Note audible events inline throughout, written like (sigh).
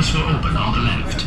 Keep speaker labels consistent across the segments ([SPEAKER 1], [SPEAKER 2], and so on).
[SPEAKER 1] on the left.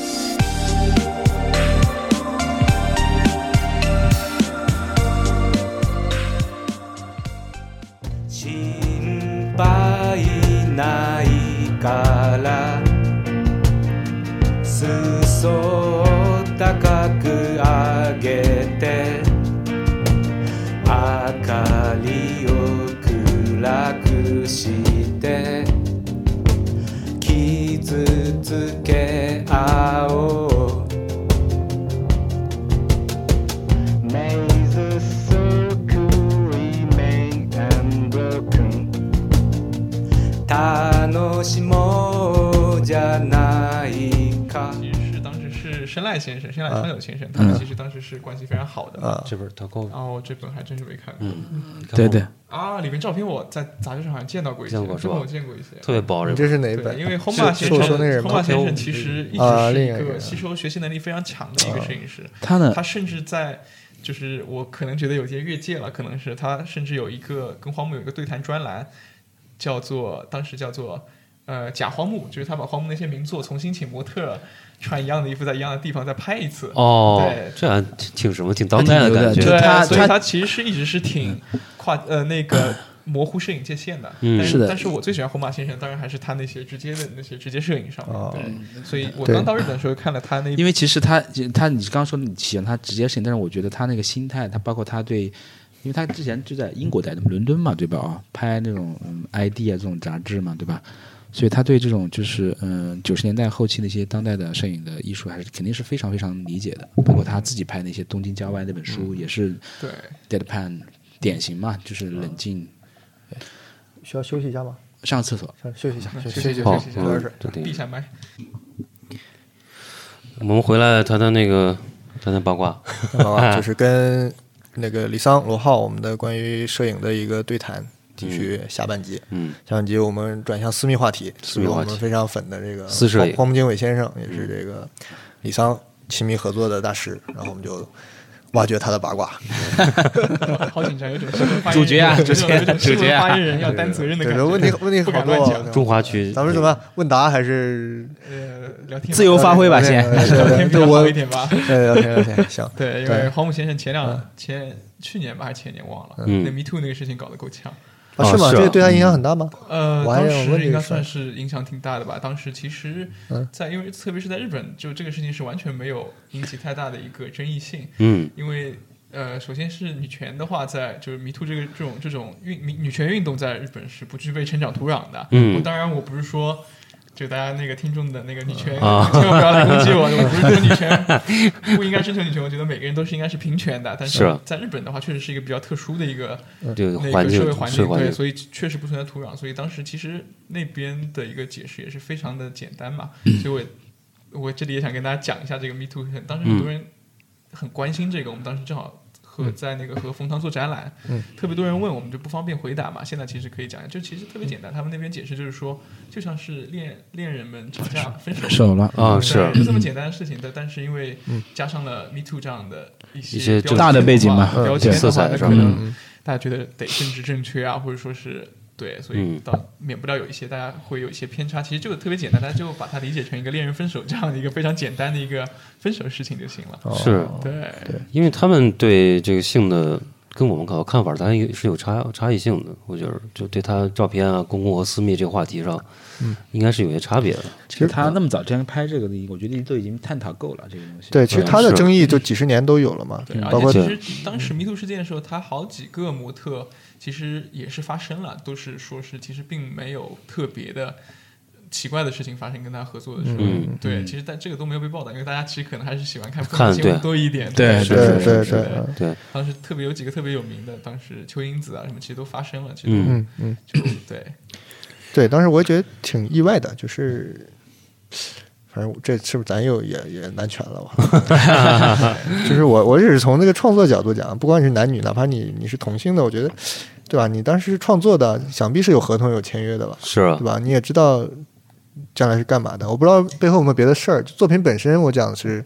[SPEAKER 2] 心配ないから裾を高く上げて明かりを暗くして傷つけ合おう Maze is so cool, remain unbroken. 楽しもうじゃないか。
[SPEAKER 3] 其实是当时是深濑先生，深濑昌友先生，他其实当时是关系非常好的。
[SPEAKER 4] 啊
[SPEAKER 5] 这本《Taco》
[SPEAKER 3] 然后这本还真是没看过
[SPEAKER 6] 嗯
[SPEAKER 5] 嗯
[SPEAKER 6] 对对，
[SPEAKER 3] 啊，里面照片我在杂志上好像见到过一些，
[SPEAKER 5] 见过是
[SPEAKER 3] 这
[SPEAKER 5] 吧
[SPEAKER 3] 本我见过一些。
[SPEAKER 5] 特别薄，这本
[SPEAKER 4] 你这是哪一
[SPEAKER 3] 对，
[SPEAKER 4] 本？
[SPEAKER 3] 因为 Homa 先
[SPEAKER 4] 是是我
[SPEAKER 3] 生
[SPEAKER 4] 说那人吗
[SPEAKER 3] Homa？先生其实一
[SPEAKER 4] 啊
[SPEAKER 3] 直是
[SPEAKER 4] 另
[SPEAKER 3] 一
[SPEAKER 4] 一个
[SPEAKER 3] 个
[SPEAKER 4] 人啊
[SPEAKER 3] 吸收学习能力非常强的一个摄影师，
[SPEAKER 6] 他呢
[SPEAKER 3] 他甚至在。就是我可能觉得有些越界了，可能是他甚至有一个跟荒木有一个对谈专栏，叫做当时叫做呃假荒木，就是他把荒木那些名作重新请模特穿一样的衣服在一样的地方再拍一次，
[SPEAKER 5] 哦
[SPEAKER 3] 对，
[SPEAKER 5] 这还挺挺什么，挺当代的感
[SPEAKER 6] 还挺
[SPEAKER 5] 觉
[SPEAKER 6] 牛的。
[SPEAKER 3] 对，
[SPEAKER 6] 他
[SPEAKER 3] 所以
[SPEAKER 6] 他
[SPEAKER 3] 他其实是一直是挺
[SPEAKER 4] 嗯
[SPEAKER 3] 跨呃那个模糊摄影界限的。
[SPEAKER 5] 嗯
[SPEAKER 3] 但
[SPEAKER 6] 是的
[SPEAKER 3] 但是我最喜欢红马先生，当然还是他那些直接的那些直接摄影上面。
[SPEAKER 4] 哦
[SPEAKER 3] 对，所以我
[SPEAKER 4] 对
[SPEAKER 3] 刚到日本的时候看了他那
[SPEAKER 6] 因为其实他他你刚刚说你喜欢他直接性，但是我觉得他那个心态，他包括他对，因为他之前就在英国待的嘛，伦敦嘛，对吧？啊、拍那种嗯 ID 啊这种杂志嘛，对吧？所以他对这种就是嗯九十年代后期那些当代的摄影的艺术，还是肯定是非常非常理解的。包括他自己拍那些《东京郊外》那本书，也是
[SPEAKER 3] 对
[SPEAKER 6] deadpan 典型嘛，就是冷静
[SPEAKER 4] 需要休息一下吗？
[SPEAKER 6] 上厕所。
[SPEAKER 4] 想休息一下，休息
[SPEAKER 3] 休
[SPEAKER 4] 一
[SPEAKER 3] 息一
[SPEAKER 4] 下
[SPEAKER 3] 下
[SPEAKER 5] 哦
[SPEAKER 3] 休息一，下
[SPEAKER 4] 喝
[SPEAKER 5] 嗯
[SPEAKER 4] 点水，
[SPEAKER 5] 这挺
[SPEAKER 3] 闭。上麦，
[SPEAKER 5] 我们回来谈谈那个，谈谈八卦。
[SPEAKER 4] (laughs) 好
[SPEAKER 5] 嗯
[SPEAKER 4] 吧，就是跟那个李桑、罗浩我们的关于摄影的一个对谈，继续下半集。
[SPEAKER 5] 嗯，
[SPEAKER 4] 下半集我们转向私密话题，
[SPEAKER 5] 私密话题
[SPEAKER 4] 我们非常粉的这个
[SPEAKER 5] 私摄影嗯
[SPEAKER 4] 荒木经伟先生，也是这个李桑亲密合作的大师，然后我们就挖掘他的
[SPEAKER 5] (laughs)
[SPEAKER 4] 八卦。
[SPEAKER 3] 好 (laughs) 好紧张，有种新闻发言人
[SPEAKER 6] 主角啊
[SPEAKER 3] 有种
[SPEAKER 6] 主角啊
[SPEAKER 3] 有种新
[SPEAKER 6] (laughs) 主角
[SPEAKER 3] 闻
[SPEAKER 6] 啊
[SPEAKER 3] 发言人要担责任的
[SPEAKER 4] 对
[SPEAKER 3] 感
[SPEAKER 4] 这
[SPEAKER 3] 觉。
[SPEAKER 4] 问题问题
[SPEAKER 3] 不
[SPEAKER 4] 好
[SPEAKER 3] 敢
[SPEAKER 4] 多
[SPEAKER 3] 乱
[SPEAKER 4] 啊
[SPEAKER 3] 讲。
[SPEAKER 5] 中华区，
[SPEAKER 4] 咱们怎么样问答还是
[SPEAKER 3] 呃，聊天吧
[SPEAKER 6] 自由发挥吧，
[SPEAKER 4] 对
[SPEAKER 6] 先。
[SPEAKER 4] 对
[SPEAKER 3] 聊 (laughs) 天比较
[SPEAKER 4] 对我
[SPEAKER 3] 好一点
[SPEAKER 4] (laughs)
[SPEAKER 3] 吧。
[SPEAKER 4] 呃，聊天聊天，行，
[SPEAKER 3] 对，因为荒木先生前
[SPEAKER 4] 嗯
[SPEAKER 3] 两前去年吧还是前年忘了，
[SPEAKER 5] 嗯
[SPEAKER 3] 那 Me Too 那个事情搞得够呛。
[SPEAKER 4] 啊
[SPEAKER 5] 啊
[SPEAKER 4] 是吗？
[SPEAKER 5] 是啊
[SPEAKER 4] 这个对他影响很大吗？
[SPEAKER 3] 呃，
[SPEAKER 4] 我还
[SPEAKER 3] 当
[SPEAKER 4] 有问
[SPEAKER 3] 时
[SPEAKER 4] 这
[SPEAKER 3] 应
[SPEAKER 4] 个
[SPEAKER 3] 该
[SPEAKER 4] 事
[SPEAKER 3] 算
[SPEAKER 4] 儿
[SPEAKER 3] 是影响挺大的吧。当时其实
[SPEAKER 4] 嗯
[SPEAKER 3] 在，因为特别是在日本，就这个事情是完全没有引起太大的一个争议性，
[SPEAKER 5] 嗯，
[SPEAKER 3] 因为呃，首先是女权的话在，就是迷途这个这种这种运女女权运动在日本是不具备成长土壤的。
[SPEAKER 5] 嗯
[SPEAKER 3] 我当然我不是说。就大家那个听众的那个女权，
[SPEAKER 5] 啊
[SPEAKER 3] (laughs) 千万不要来攻
[SPEAKER 5] (laughs)
[SPEAKER 3] 击我。我不是说女权不应该追求女权，我觉得每个人都是应该是平权的。但
[SPEAKER 5] 是
[SPEAKER 3] 是
[SPEAKER 5] 啊
[SPEAKER 3] 在日本的话，确实是一个比较特殊的一个
[SPEAKER 5] 这个
[SPEAKER 3] 那
[SPEAKER 5] 环
[SPEAKER 3] 个
[SPEAKER 5] 境
[SPEAKER 3] 社会环
[SPEAKER 5] 社
[SPEAKER 3] 境
[SPEAKER 5] 会环
[SPEAKER 3] 对，
[SPEAKER 5] 境
[SPEAKER 3] 所以确实不存在土壤，所以当时其实那边的一个解释也是非常的简单嘛，所以我我这里也想跟大家讲一下这个 Me Too，当时很多人很关心这个，我们当时正好和在那个和冯唐做展览，
[SPEAKER 4] 嗯
[SPEAKER 3] 特别多人问，我们就不方便回答嘛，现在其实可以讲，就其实特别简单，他们那边解释就是说，就像是恋恋人们吵架分手
[SPEAKER 6] 手了，
[SPEAKER 5] 啊，
[SPEAKER 3] 嗯对
[SPEAKER 5] 是
[SPEAKER 3] 就这么简单的事情的，但是因为加上了 Me Too 这样的一
[SPEAKER 5] 一些
[SPEAKER 3] 些
[SPEAKER 5] 政
[SPEAKER 3] 标
[SPEAKER 6] 大的背景
[SPEAKER 3] 签
[SPEAKER 6] 嘛
[SPEAKER 3] 的话
[SPEAKER 4] 嗯
[SPEAKER 3] 标签的话
[SPEAKER 5] 色彩
[SPEAKER 3] 那
[SPEAKER 5] 是
[SPEAKER 3] 可
[SPEAKER 5] 吧
[SPEAKER 3] 能大家觉得得政治正确啊，或者说是对，所以
[SPEAKER 5] 嗯
[SPEAKER 3] 到免不了有一些大家会有一些偏差。其实这个特别简单，大家就把它理解成一个恋人分手这样的一个非常简单的一个分手事情就行了。
[SPEAKER 4] 哦
[SPEAKER 5] 是，
[SPEAKER 3] 对，
[SPEAKER 5] 因为他们对这个性的跟我们看看法，它也是有差差异性的。我觉得，就对他照片啊、公共和私密这个话题上，应该是有些差别的。
[SPEAKER 6] 其实他那么早之前拍这个的，我觉得都已经探讨够了这个东西。
[SPEAKER 4] 对，其实
[SPEAKER 5] 嗯
[SPEAKER 4] 他的
[SPEAKER 5] 是
[SPEAKER 4] 争议就几十年都有了嘛，
[SPEAKER 3] 对，而
[SPEAKER 4] 嗯包括
[SPEAKER 3] 且其实当时迷途事件的时候，他好几个模特其实也是发生了，都是说是其实并没有特别的奇怪的事情发生，跟他合作的时候，
[SPEAKER 5] 嗯
[SPEAKER 3] 对，其实但这个都没有被报道，因为大家其实可能还是喜欢看
[SPEAKER 5] 看
[SPEAKER 3] 看新闻
[SPEAKER 5] 对
[SPEAKER 3] 多一点，
[SPEAKER 6] 对
[SPEAKER 3] 是
[SPEAKER 4] 对
[SPEAKER 3] 是
[SPEAKER 4] 对
[SPEAKER 3] 是
[SPEAKER 4] 对
[SPEAKER 3] 是
[SPEAKER 4] 嗯
[SPEAKER 5] 对，
[SPEAKER 3] 当时特别有几个特别有名的，当时邱英子啊什么，其实都发生了，其实
[SPEAKER 5] 嗯，
[SPEAKER 4] 嗯嗯，
[SPEAKER 3] 就对，
[SPEAKER 4] 对，当时我也觉得挺意外的，就是。反反正我这是不是咱又也也男权了吧？
[SPEAKER 3] (laughs)
[SPEAKER 4] (laughs) 就是我我只是从那个创作角度讲，不管你是男女，哪怕你你是同性的，我觉得，对吧？你当时创作的，想必是有合同有签约的吧？
[SPEAKER 5] 是啊
[SPEAKER 4] 对，吧？你也知道将来是干嘛的。我不知道背后有没有别的事儿。作品本身，我讲的是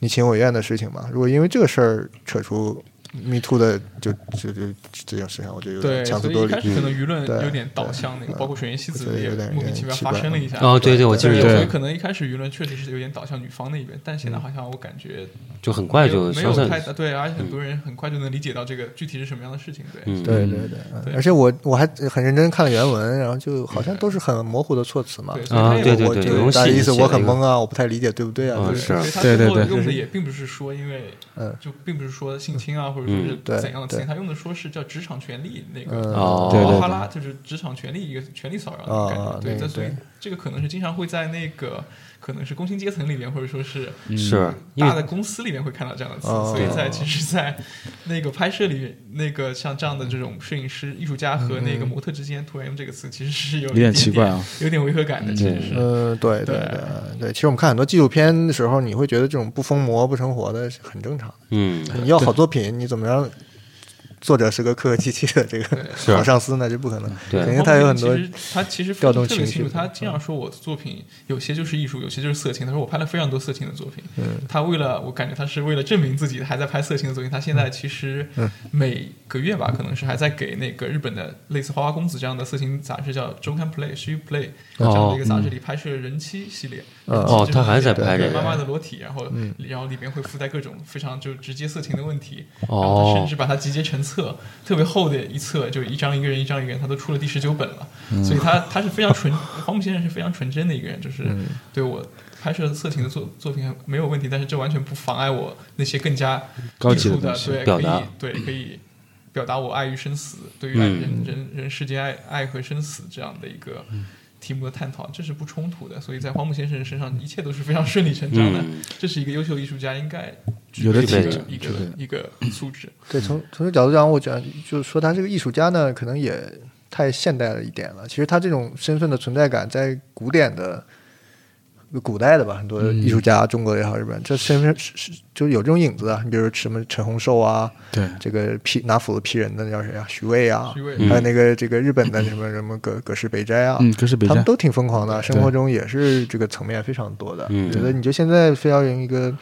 [SPEAKER 4] 你情我愿的事情嘛。如果因为这个事儿扯出 Me Too 的，就就就这种事情，我觉得有
[SPEAKER 3] 对，
[SPEAKER 4] 点强
[SPEAKER 3] 所
[SPEAKER 4] 词
[SPEAKER 3] 以一
[SPEAKER 4] 夺
[SPEAKER 3] 开
[SPEAKER 4] 理。
[SPEAKER 3] 始可能舆论
[SPEAKER 4] 嗯对
[SPEAKER 3] 有点导向那个，
[SPEAKER 4] 对
[SPEAKER 3] 包括水原希
[SPEAKER 4] 我觉
[SPEAKER 3] 子
[SPEAKER 4] 得
[SPEAKER 3] 也
[SPEAKER 4] 有点嗯
[SPEAKER 3] 莫名其妙发生了一下。
[SPEAKER 5] 哦，对对，我记
[SPEAKER 3] 就
[SPEAKER 5] 得
[SPEAKER 3] 是
[SPEAKER 5] 有
[SPEAKER 3] 有
[SPEAKER 6] 对
[SPEAKER 3] 时候可能一开始舆论确实是有点导向女方那一边，但现在
[SPEAKER 4] 嗯
[SPEAKER 3] 好像我感觉
[SPEAKER 5] 就很快
[SPEAKER 3] 没有
[SPEAKER 5] 就消
[SPEAKER 3] 没有
[SPEAKER 5] 散
[SPEAKER 3] 太大对，而且很多人很快就能理解到这个具体是什么样的事情。对，
[SPEAKER 5] 嗯
[SPEAKER 4] 对对对，
[SPEAKER 3] 对
[SPEAKER 4] 嗯而且我我还很认真看了原文，然后就好像都是很模糊的措辞嘛
[SPEAKER 3] 对。所以
[SPEAKER 5] 啊
[SPEAKER 3] 他，也
[SPEAKER 5] 对
[SPEAKER 4] 我
[SPEAKER 5] 对
[SPEAKER 4] 我
[SPEAKER 5] 对，
[SPEAKER 4] 就
[SPEAKER 5] 有
[SPEAKER 4] 大
[SPEAKER 5] 种
[SPEAKER 4] 家
[SPEAKER 5] 戏
[SPEAKER 4] 意思
[SPEAKER 5] 写
[SPEAKER 4] 我
[SPEAKER 5] 了
[SPEAKER 4] 很
[SPEAKER 5] 一个
[SPEAKER 4] 懵啊，我不太理解，对不对啊？
[SPEAKER 5] 嗯
[SPEAKER 4] 就是
[SPEAKER 3] 所以他
[SPEAKER 6] 对
[SPEAKER 3] 最
[SPEAKER 6] 对
[SPEAKER 3] 后
[SPEAKER 6] 对
[SPEAKER 3] 用的也并不是说因为
[SPEAKER 4] 嗯
[SPEAKER 3] 就并不是说性侵啊，或者
[SPEAKER 5] 嗯
[SPEAKER 3] 说
[SPEAKER 4] 对
[SPEAKER 3] 是怎样的词
[SPEAKER 4] 对
[SPEAKER 3] 情，他用的说是叫职场权利那个。
[SPEAKER 4] 嗯
[SPEAKER 5] 哦，
[SPEAKER 6] 对对
[SPEAKER 3] 哈拉就是职场权利一个权利骚扰的感觉，
[SPEAKER 4] 啊那
[SPEAKER 3] 对，
[SPEAKER 4] 个
[SPEAKER 3] 这所以
[SPEAKER 4] 对
[SPEAKER 3] 这个可能是经常会在那个可能是工薪阶层里面，或者说是
[SPEAKER 5] 是因
[SPEAKER 3] 嗯大
[SPEAKER 5] 为
[SPEAKER 3] 的公司里面会看到这样的词，
[SPEAKER 4] 哦
[SPEAKER 3] 所以在其实，在那个拍摄里，那个像这样的这种摄影师、艺术家和那个模特之间突然用这个词，其实是有
[SPEAKER 6] 嗯有
[SPEAKER 3] 一点
[SPEAKER 6] 点奇怪，啊。
[SPEAKER 3] 有点违和感的，其实是。
[SPEAKER 4] 呃，对对
[SPEAKER 3] 对
[SPEAKER 4] 对对，其实我们看很多纪录片的时候，你会觉得这种不疯魔不成活的是很正常的。
[SPEAKER 5] 嗯
[SPEAKER 4] (laughs) 你要好作品，你怎么让作者是个客客气气的这个
[SPEAKER 5] 是
[SPEAKER 4] 好上司呢？这不可能，
[SPEAKER 5] 对
[SPEAKER 4] 肯定他有很多
[SPEAKER 3] 其实他其实
[SPEAKER 4] 调动
[SPEAKER 3] 特别
[SPEAKER 4] 情绪
[SPEAKER 3] 清楚，
[SPEAKER 4] 的
[SPEAKER 3] 他经常说我的作品有些就是艺术，有些就是色情。他说我拍了非常多色情的作品，他为了我感觉他是为了证明自己还在拍色情的作品。他现在其实每个月吧，可能是还在给那个日本的类似《花花公子》这样的色情杂志叫《周刊 Play》《She Play》这样的一个杂志里拍摄人妻系列。人妻
[SPEAKER 5] 哦
[SPEAKER 3] 就是
[SPEAKER 5] 他还在拍这个
[SPEAKER 3] 妈妈的裸体，然后
[SPEAKER 6] 嗯
[SPEAKER 3] 然后里边会附带各种非常就直接色情的问题，
[SPEAKER 5] 哦
[SPEAKER 3] 然后他甚至把它集结成册，特别厚的一册，就一张一个人，一张一个人，他都出了第十九本了。
[SPEAKER 6] 嗯
[SPEAKER 3] 所以他他是非常纯， (laughs) 黄埔先生是非常纯真的一个人，就是
[SPEAKER 6] 嗯
[SPEAKER 3] 对我拍摄色情的作作品没有问题，但是这完全不妨碍我那些更加
[SPEAKER 6] 高级
[SPEAKER 3] 艺
[SPEAKER 6] 的
[SPEAKER 3] 术的对
[SPEAKER 6] 东西
[SPEAKER 5] 表达嗯
[SPEAKER 3] 可以对可以表达我爱与生死，对于爱人、人人世间爱爱和生死这样的一个。
[SPEAKER 6] 嗯
[SPEAKER 3] 题目的探讨，这是不冲突的，所以在荒木先生身上，一切都是非常顺理成章的。
[SPEAKER 5] 嗯
[SPEAKER 3] 这是一个优秀艺术家应该具
[SPEAKER 6] 有的
[SPEAKER 3] 备
[SPEAKER 5] 体
[SPEAKER 3] 的
[SPEAKER 5] 质
[SPEAKER 3] 一个一个素质。
[SPEAKER 4] 对，从从这角度讲，我觉得就是说他这个艺术家呢，可能也太现代了一点了。其实他这种身份的存在感，在古典的、古代的吧，很多艺术家，中国也好，日本，这身份是是就是有这种影子啊。你比如什么陈洪寿啊，
[SPEAKER 6] 对，
[SPEAKER 4] 这个劈拿斧子劈人的那叫谁啊？徐渭啊
[SPEAKER 3] 徐渭，
[SPEAKER 4] 还有那个这个日本的什么什么葛葛饰北斋啊，
[SPEAKER 6] 嗯，格式北
[SPEAKER 4] 他们
[SPEAKER 6] 斋，
[SPEAKER 4] 都挺疯狂的，生
[SPEAKER 6] 对
[SPEAKER 4] 活中也是这个层面非常多的。
[SPEAKER 5] 嗯
[SPEAKER 4] 我觉得你就现在非要用一个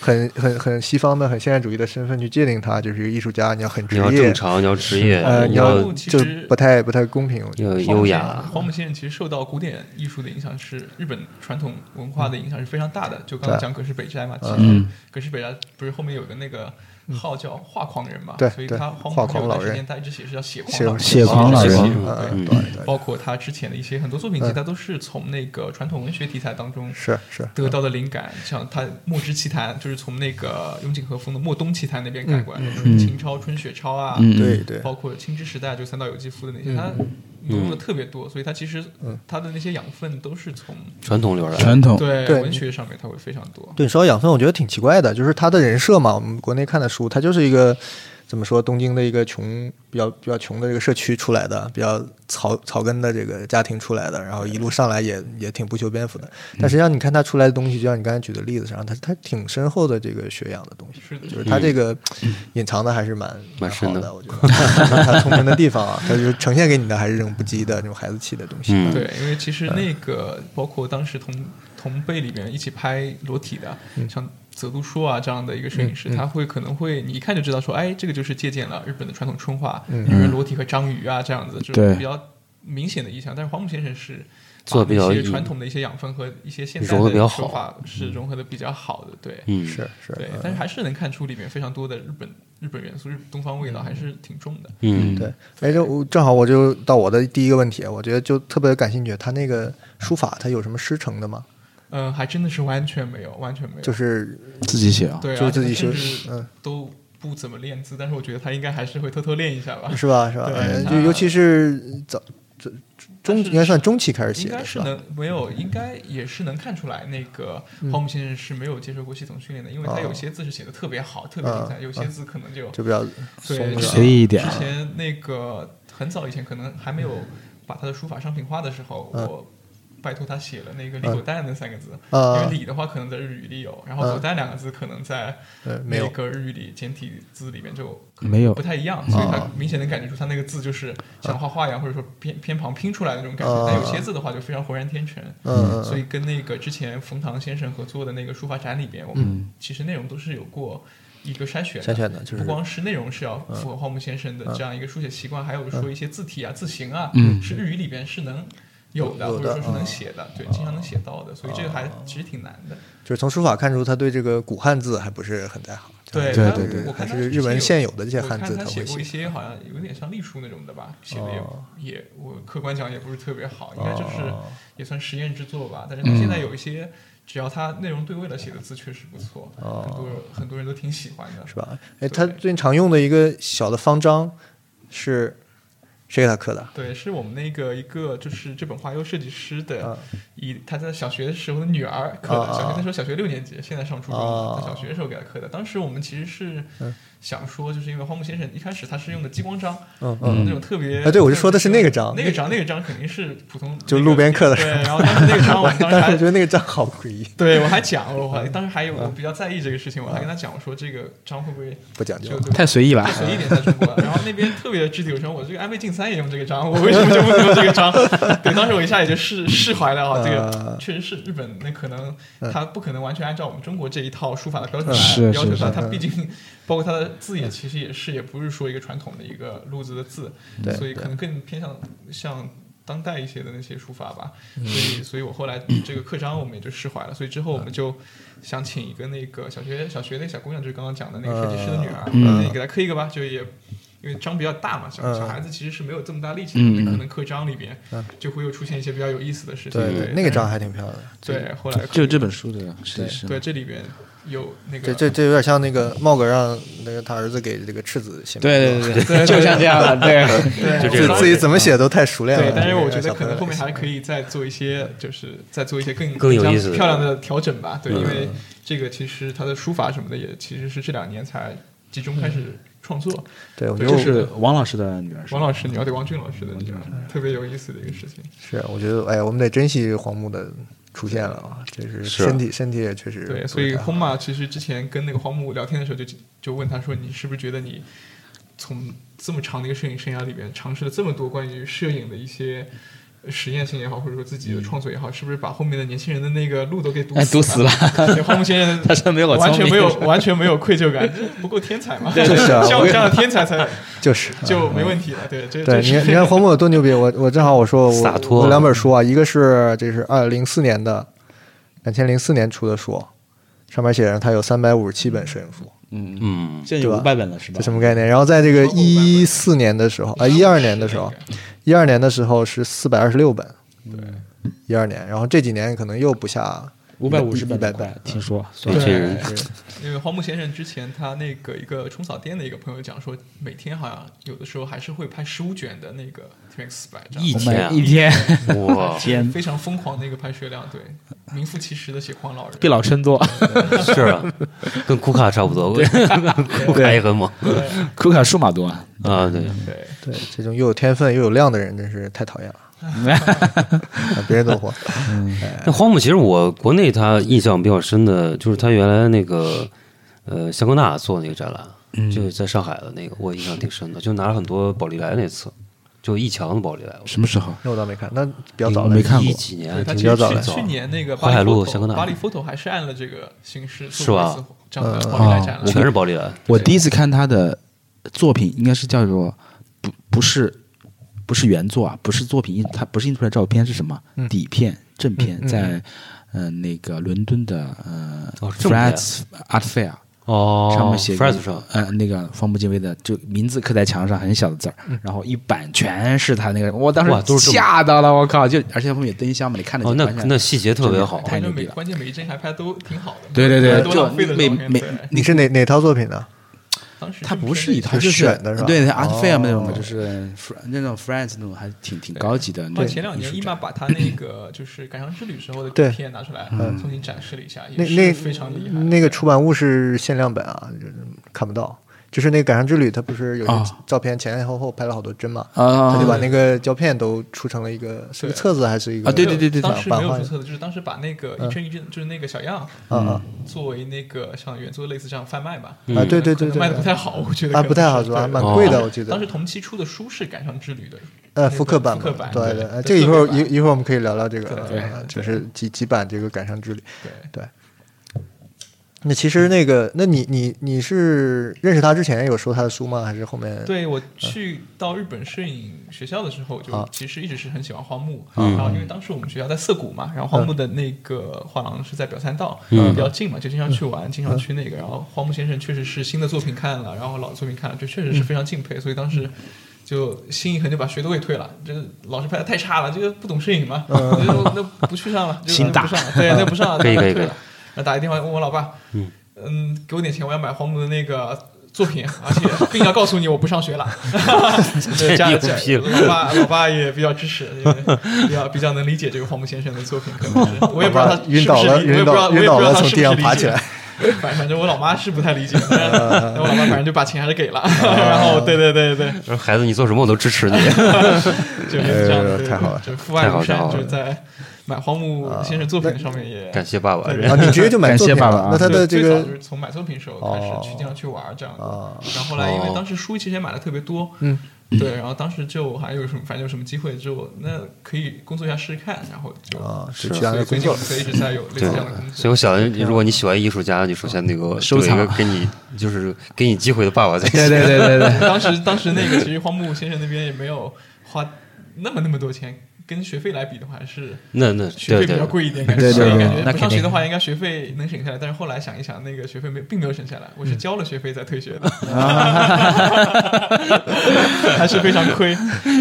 [SPEAKER 4] 很很很西方的、很现代主义的身份去界定他，就是一个艺术家，你要很
[SPEAKER 5] 你
[SPEAKER 4] 职
[SPEAKER 5] 要
[SPEAKER 4] 业
[SPEAKER 5] 正，常，你嗯要职业，
[SPEAKER 4] 呃，你
[SPEAKER 3] 要
[SPEAKER 4] 要就
[SPEAKER 3] 其实
[SPEAKER 4] 是不太不太公平。我觉得
[SPEAKER 5] 要
[SPEAKER 3] 黄
[SPEAKER 5] 优
[SPEAKER 3] 埔先
[SPEAKER 5] 雅，
[SPEAKER 4] 啊
[SPEAKER 3] 黄埔先生其实受到古典艺术的影响是日本传统文化的影响是非常大的。就刚刚
[SPEAKER 4] 对
[SPEAKER 3] 讲葛饰北斋嘛，其实
[SPEAKER 6] 嗯
[SPEAKER 3] 葛饰北斋不是后面有个那个号叫画狂人嘛，
[SPEAKER 4] 嗯对
[SPEAKER 3] 所以
[SPEAKER 4] 对
[SPEAKER 3] 他黄
[SPEAKER 4] 画
[SPEAKER 3] 埔先
[SPEAKER 4] 狂
[SPEAKER 3] 生
[SPEAKER 4] 老
[SPEAKER 3] 有段时
[SPEAKER 4] 人
[SPEAKER 3] 间他一直写是叫写
[SPEAKER 4] 写
[SPEAKER 3] 狂老人，
[SPEAKER 6] 写狂
[SPEAKER 4] 嗯
[SPEAKER 6] 老人
[SPEAKER 5] 嗯
[SPEAKER 4] 嗯，
[SPEAKER 5] 嗯
[SPEAKER 4] 对对对，
[SPEAKER 3] 包括他之前的一些很多作品，其实他都是从那个传统文学题材当中
[SPEAKER 4] 嗯是是，
[SPEAKER 3] 得到的灵感，像他《墨之奇谭》就是从那个雍景和风的《墨东奇谭》那边改过
[SPEAKER 4] 嗯
[SPEAKER 3] 来的，就是秦超、春雪超啊，
[SPEAKER 6] 嗯
[SPEAKER 4] 对对嗯
[SPEAKER 3] 包括清之时代就三岛由纪夫的那些，他融入的特别多，所以他其实他的那些养分都是从
[SPEAKER 5] 传统流来的，
[SPEAKER 6] 传统，
[SPEAKER 3] 对
[SPEAKER 4] 哦对
[SPEAKER 3] 文学上面他会非常多。
[SPEAKER 4] 对，你说到养分，我觉得挺奇怪的，就是他的人设嘛，我们国内看的书，他就是一个怎么说，东京的一个穷、比较比较穷的这个社区出来的，比较草草根的这个家庭出来的，然后一路上来也也挺不修边幅的。
[SPEAKER 5] 嗯
[SPEAKER 4] 但实际上，你看他出来的东西，就像你刚才举的例子上，他他挺深厚的这个学养的东西，
[SPEAKER 3] 是的，
[SPEAKER 4] 就是他这个隐藏的还是蛮
[SPEAKER 5] 嗯蛮深
[SPEAKER 4] 好
[SPEAKER 5] 的
[SPEAKER 4] 的，我觉得 (laughs) 他聪明的地方啊，他就是呈现给你的还是这种不羁的这种孩子气的东西。
[SPEAKER 5] 嗯，
[SPEAKER 3] 对，因为其实那个包括当时同同辈里面一起拍裸体的，
[SPEAKER 5] 嗯
[SPEAKER 3] 像泽都说啊这样的一个摄影师，他会可能会你一看就知道说，哎，这个就是借鉴了日本的传统春画，
[SPEAKER 5] 嗯
[SPEAKER 3] 女人裸体和章鱼啊这样子，这种
[SPEAKER 6] 对
[SPEAKER 3] 比较明显的意象。但是黄埔先生是把
[SPEAKER 5] 做得比较
[SPEAKER 3] 那些
[SPEAKER 5] 隐
[SPEAKER 3] 传统的一些养分和一些现代
[SPEAKER 5] 融合比较
[SPEAKER 3] 的
[SPEAKER 5] 好
[SPEAKER 3] 手法是融合的比较好的，对，
[SPEAKER 5] 嗯
[SPEAKER 4] 是是，
[SPEAKER 3] 对，但是还是能看出里面非常多的日本日本元素，日东方味道还是挺重的。
[SPEAKER 5] 嗯，
[SPEAKER 4] 对，哎，这我正好我就到我的第一个问题，我觉得就特别感兴趣，他那个书法，他有什么师承的吗？
[SPEAKER 3] 嗯，还真的是完全没有，完全没有，
[SPEAKER 4] 就是
[SPEAKER 6] 自己写啊，
[SPEAKER 3] 对、啊，
[SPEAKER 4] 就是自己
[SPEAKER 3] 甚至，
[SPEAKER 4] 学嗯，
[SPEAKER 3] 都不怎么练字，但是我觉得他应该还是会偷偷练一下吧。
[SPEAKER 4] 是吧？是吧？
[SPEAKER 3] 对
[SPEAKER 4] 嗯
[SPEAKER 3] 他
[SPEAKER 4] 就尤其是早这中
[SPEAKER 3] 他是
[SPEAKER 4] 应该算中期开始写
[SPEAKER 3] 应该
[SPEAKER 4] 的
[SPEAKER 3] 是
[SPEAKER 4] 吧？
[SPEAKER 3] 能没有，应该也是能看出来，那个荒木先生是没有接受过系统训练的，因为他
[SPEAKER 4] 嗯哦
[SPEAKER 3] 有些字是写的特别好，特别精彩，
[SPEAKER 4] 啊
[SPEAKER 3] 有些字可能就
[SPEAKER 4] 就比较
[SPEAKER 3] 对
[SPEAKER 4] 松
[SPEAKER 3] 就是
[SPEAKER 4] 吧
[SPEAKER 6] 随意一点
[SPEAKER 3] 之
[SPEAKER 4] 嗯
[SPEAKER 3] 前那个很早以前，可能还没有把他的书法商品化的时候，我拜托他写了那个“李狗蛋”那三个字，因
[SPEAKER 4] 啊
[SPEAKER 3] 为，“李”的话可能在日语里有，然后“狗蛋”两个字可能在
[SPEAKER 4] 呃，
[SPEAKER 3] 那
[SPEAKER 4] 没有，
[SPEAKER 3] 个日语里简体字里面就
[SPEAKER 6] 没有
[SPEAKER 3] 不太一样，所以他
[SPEAKER 4] 啊
[SPEAKER 3] 明显能感觉出他那个字就是像画
[SPEAKER 4] 嗯
[SPEAKER 3] 画一样，或者说偏偏旁拼出来的那种感
[SPEAKER 4] 啊
[SPEAKER 3] 觉。但有些字的话就非常浑然天成，
[SPEAKER 4] 嗯
[SPEAKER 3] 所以跟那个之前冯唐先生合作的那个书法展里边，我们其实内容都是有过一个筛选
[SPEAKER 4] 嗯筛选的就是
[SPEAKER 3] 不光是内容是要
[SPEAKER 4] 嗯
[SPEAKER 3] 符合荒木先生的这样一个书写习惯，还有说一些字体啊、字形啊，
[SPEAKER 6] 嗯
[SPEAKER 3] 是日语里边是能。有的，
[SPEAKER 4] 有
[SPEAKER 3] 或
[SPEAKER 4] 的嗯哦
[SPEAKER 3] 者说是能写的，对，经常能写到的，所以这个还其实挺难的。
[SPEAKER 4] 就是从书法看出他对这个古汉字还不是很在行。
[SPEAKER 3] 对
[SPEAKER 6] 对
[SPEAKER 3] 他
[SPEAKER 6] 对
[SPEAKER 4] 对
[SPEAKER 3] 我看
[SPEAKER 4] 还
[SPEAKER 3] 他
[SPEAKER 4] 是
[SPEAKER 3] 之
[SPEAKER 4] 日
[SPEAKER 3] 前
[SPEAKER 4] 文
[SPEAKER 3] 有
[SPEAKER 4] 现有的这些
[SPEAKER 3] 我
[SPEAKER 4] 汉
[SPEAKER 3] 看
[SPEAKER 4] 字
[SPEAKER 3] 他
[SPEAKER 4] 他
[SPEAKER 3] 写
[SPEAKER 4] 会
[SPEAKER 3] 过一
[SPEAKER 4] 写
[SPEAKER 3] 些好像有点像隶书那种的吧，写的
[SPEAKER 4] 哦
[SPEAKER 3] 也也我客观讲也不是特别好，应该就是
[SPEAKER 4] 哦
[SPEAKER 3] 也算实验之作吧。但是他现在有一些，只要他内容对位了，写的字确实不错，
[SPEAKER 4] 哦
[SPEAKER 3] 很多人很多人都挺喜欢的。
[SPEAKER 4] 是吧？哎，他最近常用的一个小的方章是谁给他刻的？
[SPEAKER 3] 对，是我们那个一个就是这本画优设计师
[SPEAKER 4] 啊
[SPEAKER 3] 的，以他在小学时候的女儿刻
[SPEAKER 4] 啊
[SPEAKER 3] 的。
[SPEAKER 4] 啊
[SPEAKER 3] 小学那时候小学六年级，现在上初中
[SPEAKER 4] 啊
[SPEAKER 3] 了，他小学的时候给他刻的。当时我们其实是想说，就是因为荒木先生一开始他是用的激光章，
[SPEAKER 4] 嗯
[SPEAKER 6] 嗯
[SPEAKER 3] 那种特别
[SPEAKER 4] 啊对我就说的是那个章
[SPEAKER 3] 那个章那个章肯定是普通
[SPEAKER 4] 就
[SPEAKER 3] 那个
[SPEAKER 4] 路边刻的
[SPEAKER 3] 对，然后当时那个章我当时
[SPEAKER 4] (laughs) 但是我嗯
[SPEAKER 3] 还
[SPEAKER 4] 觉得那个章好诡异，
[SPEAKER 3] 对我还讲了，我还当时还有我比较在意这个事情，我还跟他讲我说这个章会不会
[SPEAKER 4] 嗯不讲究
[SPEAKER 3] 就。
[SPEAKER 6] 太随意吧？
[SPEAKER 3] 随意一点在中国，然后那边特别肢体有成，我这个安倍晋三也用这个章，我为什么就不能用这个章？对，当时我一下也就释释怀了啊，这
[SPEAKER 4] 呃
[SPEAKER 3] 个确实是日本，那可能他不可能完全按照我们中国这一套书法的标准
[SPEAKER 6] 呃是
[SPEAKER 3] 来要求
[SPEAKER 6] 是
[SPEAKER 3] 他，
[SPEAKER 6] 是呃
[SPEAKER 3] 他毕竟包括他的字也其实也是也不是说一个传统的一个路子的字
[SPEAKER 4] 对，
[SPEAKER 3] 所以可能更偏向像。当代一些的那些书法吧，
[SPEAKER 6] 嗯
[SPEAKER 3] 所以，所以我后来这个刻章我们也就释怀了，所以之后我们就想请一个那个小学小学那小姑娘，就是刚刚讲的那个设计师的女
[SPEAKER 4] 呃
[SPEAKER 3] 儿，
[SPEAKER 6] 嗯
[SPEAKER 3] 那给她刻一个吧，就也因为章比较大嘛，小、
[SPEAKER 4] 嗯
[SPEAKER 3] 小孩子其实是没有这么大力气
[SPEAKER 6] 嗯
[SPEAKER 3] 的，可能刻章里边就会又出现一些比较有意思的事情。
[SPEAKER 4] 对，那个章还挺漂亮的。
[SPEAKER 3] 对，后来
[SPEAKER 6] 就这本书的设计师，
[SPEAKER 3] 对这里边有那
[SPEAKER 4] 这
[SPEAKER 3] 个
[SPEAKER 4] 这这有点像那个茂哥让那个他儿子给这个赤子写名字，
[SPEAKER 6] 对对对，就像这样的，对，
[SPEAKER 3] (laughs) 对
[SPEAKER 5] 就这
[SPEAKER 4] 自
[SPEAKER 5] 种
[SPEAKER 4] 自己怎么写都太熟练了。
[SPEAKER 3] 嗯对，但是我觉得
[SPEAKER 4] 这个小
[SPEAKER 3] 可
[SPEAKER 4] 朋友
[SPEAKER 3] 能后面
[SPEAKER 4] 写
[SPEAKER 3] 还可以再做一些，就是再做一些更
[SPEAKER 5] 更有意思的
[SPEAKER 3] 漂亮的调整吧。
[SPEAKER 4] 嗯
[SPEAKER 3] 对，因为这个其实他的书法什么的也其实是这两年才集中开始创作。
[SPEAKER 4] 对，我觉
[SPEAKER 3] 对
[SPEAKER 4] 得
[SPEAKER 6] 就
[SPEAKER 4] 我
[SPEAKER 6] 是王老师的女儿是吧，
[SPEAKER 3] 王老师，你要对王俊老师的这样特别有意思的一个事情。
[SPEAKER 4] 是，我觉得哎，我们得珍惜黄木的出现了啊，这是
[SPEAKER 5] 是
[SPEAKER 4] 身体身体也确实
[SPEAKER 3] 对，
[SPEAKER 4] 不
[SPEAKER 3] 所以
[SPEAKER 4] 太好
[SPEAKER 3] Homa 其实之前跟那个荒木聊天的时候就，就问他说：“你是不是觉得你从这么长的一个摄影生涯里边，尝试了这么多关于摄影的一些实验性也好，或者说自己的创作也好，是不是把后面的年轻人的那个路都给堵
[SPEAKER 6] 哎，读死
[SPEAKER 3] 死
[SPEAKER 6] 了，
[SPEAKER 3] 对荒木先生
[SPEAKER 6] 他说没有我
[SPEAKER 3] 完
[SPEAKER 6] 聪
[SPEAKER 3] 全
[SPEAKER 6] 明
[SPEAKER 3] 没有完全没有愧疚感，这不够天才嘛？
[SPEAKER 4] 是啊
[SPEAKER 3] 像
[SPEAKER 4] 我
[SPEAKER 3] 我
[SPEAKER 4] 也
[SPEAKER 3] 这样的天才才
[SPEAKER 4] 就是
[SPEAKER 3] 就没问题了。对，这这
[SPEAKER 4] 对，你
[SPEAKER 3] 是
[SPEAKER 4] 看，你看黄木有多牛逼！我我正好我说我
[SPEAKER 5] 洒脱
[SPEAKER 4] 我两本书啊，一个是这是二零四年的，两千零四年出的书，上面写着他有三百五十七本摄影书，
[SPEAKER 6] 嗯嗯，
[SPEAKER 5] 嗯，
[SPEAKER 6] 现在
[SPEAKER 4] 对
[SPEAKER 6] 有
[SPEAKER 4] 吧
[SPEAKER 6] 五百本了是吧
[SPEAKER 4] 这？什么概念？然后在这个
[SPEAKER 3] 超过500本
[SPEAKER 4] 一四年的时候啊，一二年的时候，一二年的时候是四百二十六本，
[SPEAKER 3] 对
[SPEAKER 4] 一二年，然后这几年可能又不下
[SPEAKER 6] 五百五十本
[SPEAKER 4] 100
[SPEAKER 6] 快
[SPEAKER 4] 本，
[SPEAKER 6] 听说，
[SPEAKER 5] 年轻人
[SPEAKER 3] 因为荒木先生之前他那个一个冲扫店的一个朋友讲说，每天好像有的时候还是会拍十五卷的那个 T Max 百张，
[SPEAKER 6] 一
[SPEAKER 5] 我买
[SPEAKER 6] 天一 (laughs) 天，
[SPEAKER 5] 嗯哇，
[SPEAKER 6] 天
[SPEAKER 3] (laughs) 非常疯狂的一个拍摄量，对，名副其实的写狂老人。
[SPEAKER 6] 毕老称作，
[SPEAKER 5] 是啊，跟库卡差不多， (laughs) 库卡也很猛
[SPEAKER 6] (laughs) 库卡数码多，
[SPEAKER 5] 啊，对，
[SPEAKER 3] 对，
[SPEAKER 4] 对，这种又有天分又有量的人真是太讨厌了，
[SPEAKER 6] (laughs)
[SPEAKER 4] 啊别人都火，
[SPEAKER 5] 那荒木其实我国内他印象比较深的就是他原来那个呃香格纳做那个展览，
[SPEAKER 6] 嗯
[SPEAKER 5] 就是在上海的那个，我印象挺深的，就拿了很多宝丽来那次，就一墙的宝丽来，我
[SPEAKER 6] 什么时候？
[SPEAKER 4] 那我倒没看，那比较早了，
[SPEAKER 6] 没看过
[SPEAKER 5] 一几年
[SPEAKER 3] 对他
[SPEAKER 5] 挺
[SPEAKER 3] 其
[SPEAKER 4] 较
[SPEAKER 3] 实
[SPEAKER 4] 早的
[SPEAKER 3] 去去年那个
[SPEAKER 5] 淮
[SPEAKER 3] 巴黎
[SPEAKER 5] 海路
[SPEAKER 3] photo-
[SPEAKER 5] 香格纳
[SPEAKER 3] 巴黎 photo 还是按了这个形式
[SPEAKER 5] 是吧？呃
[SPEAKER 3] 这样的黄
[SPEAKER 6] 哦
[SPEAKER 3] 来展
[SPEAKER 5] 全
[SPEAKER 3] 览，
[SPEAKER 5] 是宝丽来，
[SPEAKER 6] 我第一次看他的作品，应该是叫做不不是不是原作啊，不是作品印，它不是印出来照片是什么？
[SPEAKER 3] 嗯
[SPEAKER 6] 底片正片在嗯、呃那个伦敦的呃、
[SPEAKER 5] 哦是正
[SPEAKER 6] f r
[SPEAKER 5] 片
[SPEAKER 6] e d s Art Fair
[SPEAKER 5] 哦，
[SPEAKER 6] 上面写
[SPEAKER 5] f r e s 上，
[SPEAKER 6] 呃那个方步敬威的就名字刻在墙上很小的字儿，
[SPEAKER 3] 嗯
[SPEAKER 6] 然后一版全是他那个，我当
[SPEAKER 5] 哇都
[SPEAKER 6] 时
[SPEAKER 5] 是这么
[SPEAKER 6] 吓到了，我靠！就而且后面有灯箱嘛，你看得
[SPEAKER 5] 哦
[SPEAKER 6] 见，
[SPEAKER 5] 那
[SPEAKER 6] 完全
[SPEAKER 5] 那细节特别好，啊
[SPEAKER 6] 太
[SPEAKER 3] 关
[SPEAKER 6] 牛
[SPEAKER 3] 键
[SPEAKER 6] 逼
[SPEAKER 3] 每
[SPEAKER 6] 了
[SPEAKER 3] 关键每一帧还拍都挺好的，
[SPEAKER 6] 对对对，
[SPEAKER 3] 多
[SPEAKER 6] 就
[SPEAKER 3] 浪费的
[SPEAKER 6] 每
[SPEAKER 3] 照片
[SPEAKER 6] 每
[SPEAKER 3] 对
[SPEAKER 4] 你是哪哪套作品呢？
[SPEAKER 3] 当时
[SPEAKER 6] 它
[SPEAKER 3] 就
[SPEAKER 6] 不是一套，
[SPEAKER 4] 它
[SPEAKER 6] 就是
[SPEAKER 4] 选的是吧
[SPEAKER 6] 对
[SPEAKER 4] 哦
[SPEAKER 6] ，art fair 那种的，就是 fr- 那种 friends 那种，还挺挺高级的。
[SPEAKER 3] 哦，
[SPEAKER 6] 那
[SPEAKER 3] 前两年伊玛把
[SPEAKER 6] (clears throat)
[SPEAKER 3] 他那个就是《感伤之旅》时候的
[SPEAKER 4] 对
[SPEAKER 3] 底片拿出来，
[SPEAKER 6] 嗯
[SPEAKER 3] 重新展示了一下，
[SPEAKER 4] 那
[SPEAKER 3] 也
[SPEAKER 4] 那
[SPEAKER 3] 是非常厉害。
[SPEAKER 4] 那个出版物是限量本啊，就是看不到。就是那个《赶上之旅》，它不是有一
[SPEAKER 6] 啊
[SPEAKER 4] 个照片前前后后拍了好多帧嘛，
[SPEAKER 6] 啊
[SPEAKER 4] 他就把那个胶片都出成了一个是个
[SPEAKER 3] 对
[SPEAKER 4] 册子还是一个
[SPEAKER 6] 啊对对对对
[SPEAKER 3] 当时没有
[SPEAKER 4] 版画嗯
[SPEAKER 3] 注册的，就是当时把那个一帧一帧，就是那个小样，
[SPEAKER 4] 啊啊
[SPEAKER 3] 作为那个像原作类似这样贩卖吧。
[SPEAKER 6] 嗯
[SPEAKER 4] 啊对对对
[SPEAKER 3] 可能卖的不
[SPEAKER 4] 对
[SPEAKER 3] 太好，我觉得
[SPEAKER 4] 啊
[SPEAKER 3] 可能
[SPEAKER 4] 不太好
[SPEAKER 3] 是
[SPEAKER 4] 是吧？还
[SPEAKER 3] 对
[SPEAKER 4] 蛮贵的
[SPEAKER 5] 哦
[SPEAKER 4] 我记得
[SPEAKER 3] 当时，同期出的书是《赶上之旅》的，
[SPEAKER 4] 呃
[SPEAKER 3] 那
[SPEAKER 4] 复刻
[SPEAKER 3] 个
[SPEAKER 4] 版
[SPEAKER 3] 复
[SPEAKER 4] 嘛
[SPEAKER 3] 刻版
[SPEAKER 4] 对
[SPEAKER 3] 对
[SPEAKER 4] 呃
[SPEAKER 3] 对
[SPEAKER 4] 这一会儿
[SPEAKER 3] 复刻版
[SPEAKER 4] 一一会儿我们可以聊聊这个
[SPEAKER 3] 对
[SPEAKER 4] 呃
[SPEAKER 3] 对
[SPEAKER 4] 就是几几版这个《赶上之旅》。
[SPEAKER 3] 对，
[SPEAKER 4] 对。那其
[SPEAKER 3] 嗯
[SPEAKER 4] 实那个，那你你你是认识他之前有收他的书吗？还是后面？
[SPEAKER 3] 对
[SPEAKER 5] 嗯
[SPEAKER 3] 我去到日本摄影学校的时候，就
[SPEAKER 4] 啊
[SPEAKER 3] 其实一直是很喜欢花木。
[SPEAKER 5] 嗯
[SPEAKER 3] 然后因为当时我们学校在涩谷嘛，然后花木的那个画廊是在表参道，
[SPEAKER 5] 嗯
[SPEAKER 3] 比较近嘛，就经常去玩，经常去那个。然后花木先生确实是新的作品看了，然后老作品看了，就确实
[SPEAKER 5] 嗯
[SPEAKER 3] 是非常敬佩，所以当时。就心一横就把学都给退了，这个老师拍的太差了，这个不懂摄影嘛，我就那不去上了，就
[SPEAKER 6] 心大
[SPEAKER 3] 不上了，对，啊那不
[SPEAKER 5] 嗯 (laughs)
[SPEAKER 3] 上了，
[SPEAKER 5] 可以
[SPEAKER 3] 那
[SPEAKER 5] 可以
[SPEAKER 3] 退
[SPEAKER 5] 可以
[SPEAKER 3] 了。那打一电话问我老爸，嗯给我点钱，我要买黄渤的那个作品，而且并要告诉你我不上学了。对家
[SPEAKER 5] 牛
[SPEAKER 3] 家
[SPEAKER 5] 逼了
[SPEAKER 3] 老爸老爸也比较支持，也比较比较能理解这个黄渤先生的作品，可能是我也不知道他
[SPEAKER 4] 老爸晕倒了
[SPEAKER 3] 是不是理我也不
[SPEAKER 4] 晕倒
[SPEAKER 3] 知道我也不
[SPEAKER 4] 晕倒
[SPEAKER 3] 知道
[SPEAKER 4] 了
[SPEAKER 3] 他
[SPEAKER 4] 从
[SPEAKER 3] 是不是
[SPEAKER 4] 地上
[SPEAKER 3] 理
[SPEAKER 4] 爬
[SPEAKER 3] 解
[SPEAKER 4] 起来。
[SPEAKER 3] 反正我老妈是不太理解，但是我老妈反正就把钱还是给了，然后对对对对，
[SPEAKER 5] 说孩子，你做什么我都支持
[SPEAKER 6] (laughs)
[SPEAKER 5] 你。
[SPEAKER 3] 就是这样
[SPEAKER 4] 哎呦
[SPEAKER 3] 的，
[SPEAKER 4] 太好了
[SPEAKER 3] 就父爱无
[SPEAKER 5] 太好
[SPEAKER 3] 声，
[SPEAKER 5] 了
[SPEAKER 3] 就是在买荒木先生作品上面也
[SPEAKER 5] 感谢爸爸，
[SPEAKER 3] 对
[SPEAKER 4] 啊，你直接就买
[SPEAKER 6] 感
[SPEAKER 4] 作
[SPEAKER 6] 谢
[SPEAKER 4] 品
[SPEAKER 6] 爸爸
[SPEAKER 4] 了
[SPEAKER 6] 啊？
[SPEAKER 4] 那他的
[SPEAKER 3] 最
[SPEAKER 4] 这
[SPEAKER 3] 早
[SPEAKER 4] 个
[SPEAKER 3] 就是从买作品时候开始去经常去玩儿这样子，
[SPEAKER 4] 哦
[SPEAKER 3] 然后后来因
[SPEAKER 5] 哦
[SPEAKER 3] 为当时书其实也买的特别多，
[SPEAKER 4] 嗯，
[SPEAKER 3] 对，然后当时就还有什么，反正有什么机会就那可以工作一下试试看，然后就
[SPEAKER 4] 啊，是
[SPEAKER 3] 所以
[SPEAKER 4] 去他
[SPEAKER 3] 最
[SPEAKER 4] 那工
[SPEAKER 3] 近
[SPEAKER 4] 作
[SPEAKER 3] 我。们就一直在有类似这样的工
[SPEAKER 5] 所以
[SPEAKER 3] 作。
[SPEAKER 5] 我想，如果你喜欢艺术家，你首先那个
[SPEAKER 6] 收藏
[SPEAKER 5] 有一个给你就是给你机会的爸爸在。
[SPEAKER 6] 对对对对对，
[SPEAKER 3] 当时当时那个其实荒木先生那边也没有花那么那么多钱。跟学费来比的话，还是
[SPEAKER 5] 那那
[SPEAKER 3] 学
[SPEAKER 5] 对
[SPEAKER 3] 费比
[SPEAKER 5] 对
[SPEAKER 3] 较
[SPEAKER 5] 对，
[SPEAKER 3] 贵一点，感
[SPEAKER 6] 对
[SPEAKER 3] 觉
[SPEAKER 6] 对对
[SPEAKER 3] 感觉
[SPEAKER 6] 那
[SPEAKER 3] 不上
[SPEAKER 6] 肯定
[SPEAKER 3] 学的话，应该学费能省下来。但是后来想一想，那个学费没并没有省下来，
[SPEAKER 6] 嗯
[SPEAKER 3] 我是交了学费才退学的，(laughs)
[SPEAKER 6] 啊
[SPEAKER 3] 还是非常亏。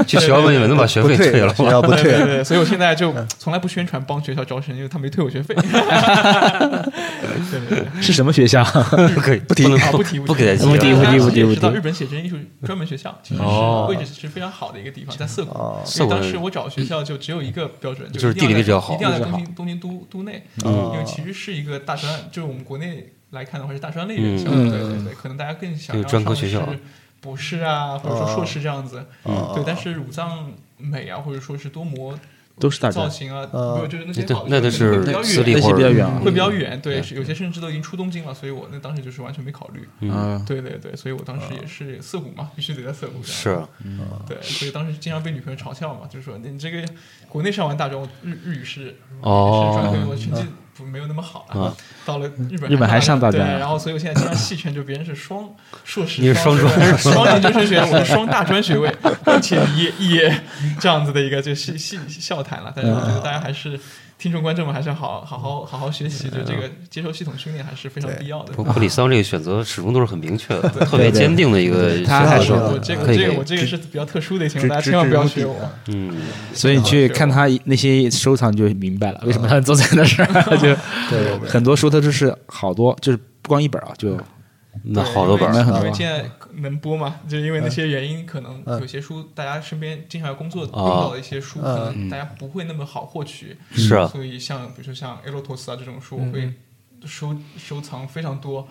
[SPEAKER 5] 去学校问你们能把学
[SPEAKER 4] 不
[SPEAKER 5] 费
[SPEAKER 4] 退
[SPEAKER 5] 退了
[SPEAKER 4] 学
[SPEAKER 5] 吗？
[SPEAKER 4] 校不
[SPEAKER 3] 对
[SPEAKER 4] 退
[SPEAKER 3] 对，对，所以我现在就从来不宣传帮学校招生，因为他没退我
[SPEAKER 6] (laughs)
[SPEAKER 3] 学费。对对对，
[SPEAKER 6] (laughs) 是什么学
[SPEAKER 5] (laughs)
[SPEAKER 6] 校？
[SPEAKER 5] 可以不
[SPEAKER 3] 不
[SPEAKER 5] 能
[SPEAKER 3] 啊不提
[SPEAKER 5] 不给他
[SPEAKER 6] 不提不提不提
[SPEAKER 3] 我
[SPEAKER 6] 不提
[SPEAKER 3] 到日本写真艺术专门学校，其实
[SPEAKER 5] 哦
[SPEAKER 3] 是位置是非常好的一个地方，在涩谷
[SPEAKER 4] 哦。
[SPEAKER 3] 因为当时我找学校就只有一个标准，
[SPEAKER 5] 就是地理位置要好
[SPEAKER 3] 一定要在
[SPEAKER 6] 位置
[SPEAKER 3] 东
[SPEAKER 6] 好
[SPEAKER 3] 京东京都都内，
[SPEAKER 4] 嗯
[SPEAKER 3] 因为其实是一个大专，就是我们国内来看的话是大专类院校，
[SPEAKER 6] 嗯
[SPEAKER 3] 对对对，可能大家更想
[SPEAKER 5] 就
[SPEAKER 3] 要
[SPEAKER 5] 是专科
[SPEAKER 3] 上
[SPEAKER 5] 学
[SPEAKER 3] 的
[SPEAKER 5] 校
[SPEAKER 3] 是博士啊，或者说硕士这样子。
[SPEAKER 4] 哦
[SPEAKER 3] 对，但是五藏美啊，或者说是多模
[SPEAKER 6] 都是大专
[SPEAKER 3] 造，型啊，
[SPEAKER 4] 呃
[SPEAKER 3] 没有就是那些
[SPEAKER 5] 对
[SPEAKER 3] 好的
[SPEAKER 5] 那都
[SPEAKER 3] 可能
[SPEAKER 5] 是私
[SPEAKER 3] 会比较
[SPEAKER 6] (laughs)
[SPEAKER 5] 立
[SPEAKER 3] 远
[SPEAKER 6] 那
[SPEAKER 5] 或
[SPEAKER 6] 些
[SPEAKER 5] 者
[SPEAKER 6] 比较远啊
[SPEAKER 3] 会比较远，对，是有些甚至都已经出东京了，所以我那当时就是完全没考虑。
[SPEAKER 6] 嗯，
[SPEAKER 3] 对对对，所以我当时也是涩谷嘛，必须得在涩谷这样。
[SPEAKER 5] 是
[SPEAKER 3] 对，所以当时经常被女朋友嘲笑嘛，就是说你这个国内上完大专，我日日语是
[SPEAKER 5] 哦
[SPEAKER 3] 是专科，我成绩不没有那么好了，到了日本
[SPEAKER 6] 日本还上大专
[SPEAKER 3] 对，然后所以我现在经常戏称，就别人是双硕士，
[SPEAKER 5] 你是双
[SPEAKER 3] 专
[SPEAKER 5] 专
[SPEAKER 3] 双研究生学位，我是双大专学位，并且毕业毕业这样子的一个就戏戏笑谈了，但是我觉得大家还是。听众观众们还是好好好好好学习，就这个接受系统训练还是非常必要的。
[SPEAKER 5] 普普里桑这个选择始终都是很明确的，特别坚定的一个选择。
[SPEAKER 6] 他还是
[SPEAKER 3] 我这个
[SPEAKER 5] 可以
[SPEAKER 3] 这个
[SPEAKER 5] 可
[SPEAKER 3] 我
[SPEAKER 5] 以，
[SPEAKER 3] 这个是比较特殊的情
[SPEAKER 4] 只
[SPEAKER 3] 况，大家
[SPEAKER 4] 只
[SPEAKER 3] 千万
[SPEAKER 4] 只
[SPEAKER 3] 不要
[SPEAKER 4] 目
[SPEAKER 3] 学
[SPEAKER 4] 的
[SPEAKER 3] 我。
[SPEAKER 5] 嗯，
[SPEAKER 6] 所以你去看他那些收藏，你就明白了为什么他做这样的事儿， (laughs) 就
[SPEAKER 4] 对
[SPEAKER 6] 很多书他就是好多，就是不光一本啊，就
[SPEAKER 5] 那
[SPEAKER 3] 对
[SPEAKER 5] 好多本
[SPEAKER 3] 因为
[SPEAKER 5] 儿，
[SPEAKER 6] 那很
[SPEAKER 3] 因为
[SPEAKER 6] 多
[SPEAKER 3] 现在能播嘛，就因为那
[SPEAKER 4] 嗯
[SPEAKER 3] 些原因，可能有些书大家身边经常要工作用
[SPEAKER 5] 哦
[SPEAKER 3] 到的一些书，可
[SPEAKER 4] 嗯
[SPEAKER 3] 能大家不会那么好获取。
[SPEAKER 5] 嗯是啊
[SPEAKER 3] 所以像比如说像埃洛托斯啊这种书，我
[SPEAKER 4] 嗯
[SPEAKER 3] 会收收藏非常多，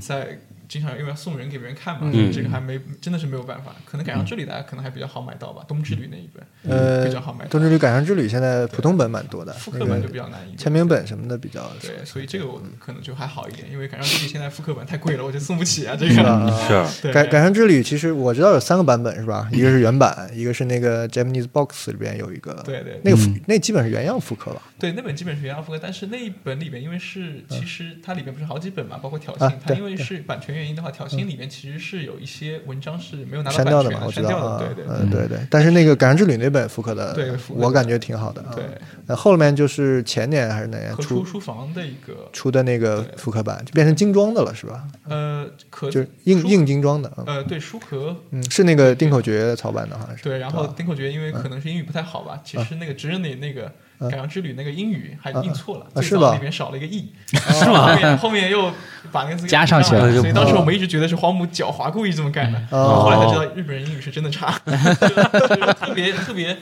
[SPEAKER 3] 在。经常因为要送人给别人看嘛，
[SPEAKER 5] 嗯
[SPEAKER 3] 这个还没真的是没有办法，可能赶上这里大家可能还比较好买到吧，《冬
[SPEAKER 5] 嗯
[SPEAKER 3] 之旅》那一本，
[SPEAKER 4] 呃，
[SPEAKER 3] 嗯比较好买
[SPEAKER 4] 《东之旅赶上之旅》现在普通本蛮多的，
[SPEAKER 3] 复
[SPEAKER 4] 那
[SPEAKER 3] 刻版就
[SPEAKER 4] 个
[SPEAKER 3] 比较难一点。
[SPEAKER 4] 签名本什么的比较少。
[SPEAKER 3] 对，所以这个我可能就还好一点，因为赶上这里现在复刻版太贵了，我就送不起啊，这
[SPEAKER 4] 是
[SPEAKER 3] 个。
[SPEAKER 4] 吧？
[SPEAKER 5] 是啊
[SPEAKER 3] 对
[SPEAKER 4] 改改善之旅，其实我知道有三个版本是吧？一个是原版，一个是那个 Japanese Box 里边有一个，
[SPEAKER 3] 对对
[SPEAKER 5] 嗯
[SPEAKER 4] 那个复那基本是原样复刻吧？
[SPEAKER 3] 对，那本基本是原样复刻，但是那一本里边，因为是其实它里边不是好几本嘛，包括挑衅
[SPEAKER 4] 嗯啊，
[SPEAKER 3] 它
[SPEAKER 4] 对嗯
[SPEAKER 3] 因为是版权原因的话，挑衅里边其实是有一些文章是没有拿到
[SPEAKER 4] 删
[SPEAKER 3] 版
[SPEAKER 4] 掉的
[SPEAKER 3] 权
[SPEAKER 4] 嘛，我知
[SPEAKER 3] 删
[SPEAKER 4] 道
[SPEAKER 3] 掉的，
[SPEAKER 4] 啊
[SPEAKER 3] 对，对对
[SPEAKER 4] 嗯对对。但是那个改善之旅那本复刻的
[SPEAKER 3] 对复，刻的
[SPEAKER 4] 我感觉挺好的。啊
[SPEAKER 3] 对，
[SPEAKER 4] 呃后面就是前年还是哪年
[SPEAKER 3] 和
[SPEAKER 4] 啊出
[SPEAKER 3] 出书房的一个
[SPEAKER 4] 出的那个
[SPEAKER 3] 对
[SPEAKER 4] 复刻版，就变成精装的了是吧？
[SPEAKER 3] 呃壳
[SPEAKER 4] 就是硬
[SPEAKER 3] 书
[SPEAKER 4] 硬精装的，嗯
[SPEAKER 3] 呃对书壳。
[SPEAKER 4] 嗯，是那个丁口诀草版的好像是。
[SPEAKER 3] 对，然后
[SPEAKER 4] 吧嗯
[SPEAKER 3] 丁口诀因为可能是英语不太好吧，其实那个职人里那个《改良之旅》那个英语还印错了，
[SPEAKER 4] 啊
[SPEAKER 3] 最
[SPEAKER 4] 是
[SPEAKER 3] 早
[SPEAKER 4] 吧哦
[SPEAKER 3] 里面少了一个 e，是 (laughs)
[SPEAKER 6] (laughs)
[SPEAKER 3] 吗？后面又把那个字给
[SPEAKER 6] 加上去了
[SPEAKER 3] 所以当时我们一直觉得是荒木狡猾故意这么干的，
[SPEAKER 4] 嗯
[SPEAKER 3] 然后后来才知道
[SPEAKER 4] 哦
[SPEAKER 3] 日本人英语
[SPEAKER 4] (laughs) 嗯
[SPEAKER 3] 是真的差，就是特别特别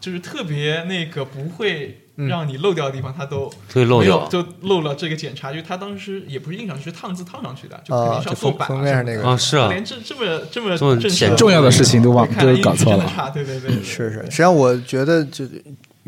[SPEAKER 3] 就是特别那个不会。让你漏掉的地方，它都
[SPEAKER 5] 所以漏
[SPEAKER 3] 没
[SPEAKER 5] 掉
[SPEAKER 3] 有，就漏了这个检查，就是他当时也不是印上去，是烫字烫上去的，就肯定
[SPEAKER 4] 啊，
[SPEAKER 3] 是
[SPEAKER 4] 就
[SPEAKER 3] 要做
[SPEAKER 4] 封
[SPEAKER 3] 版
[SPEAKER 4] 封面上那
[SPEAKER 5] 啊，
[SPEAKER 4] 个
[SPEAKER 5] 是啊，
[SPEAKER 3] 连这这么这么
[SPEAKER 5] 这么
[SPEAKER 3] 正式
[SPEAKER 5] 显
[SPEAKER 6] 重要的事情都忘
[SPEAKER 3] 看
[SPEAKER 6] 都
[SPEAKER 3] 来
[SPEAKER 6] 搞
[SPEAKER 3] 英语
[SPEAKER 6] 错
[SPEAKER 3] 真的
[SPEAKER 6] 了。
[SPEAKER 3] 差对对对，对
[SPEAKER 4] 是是，实际上我觉得就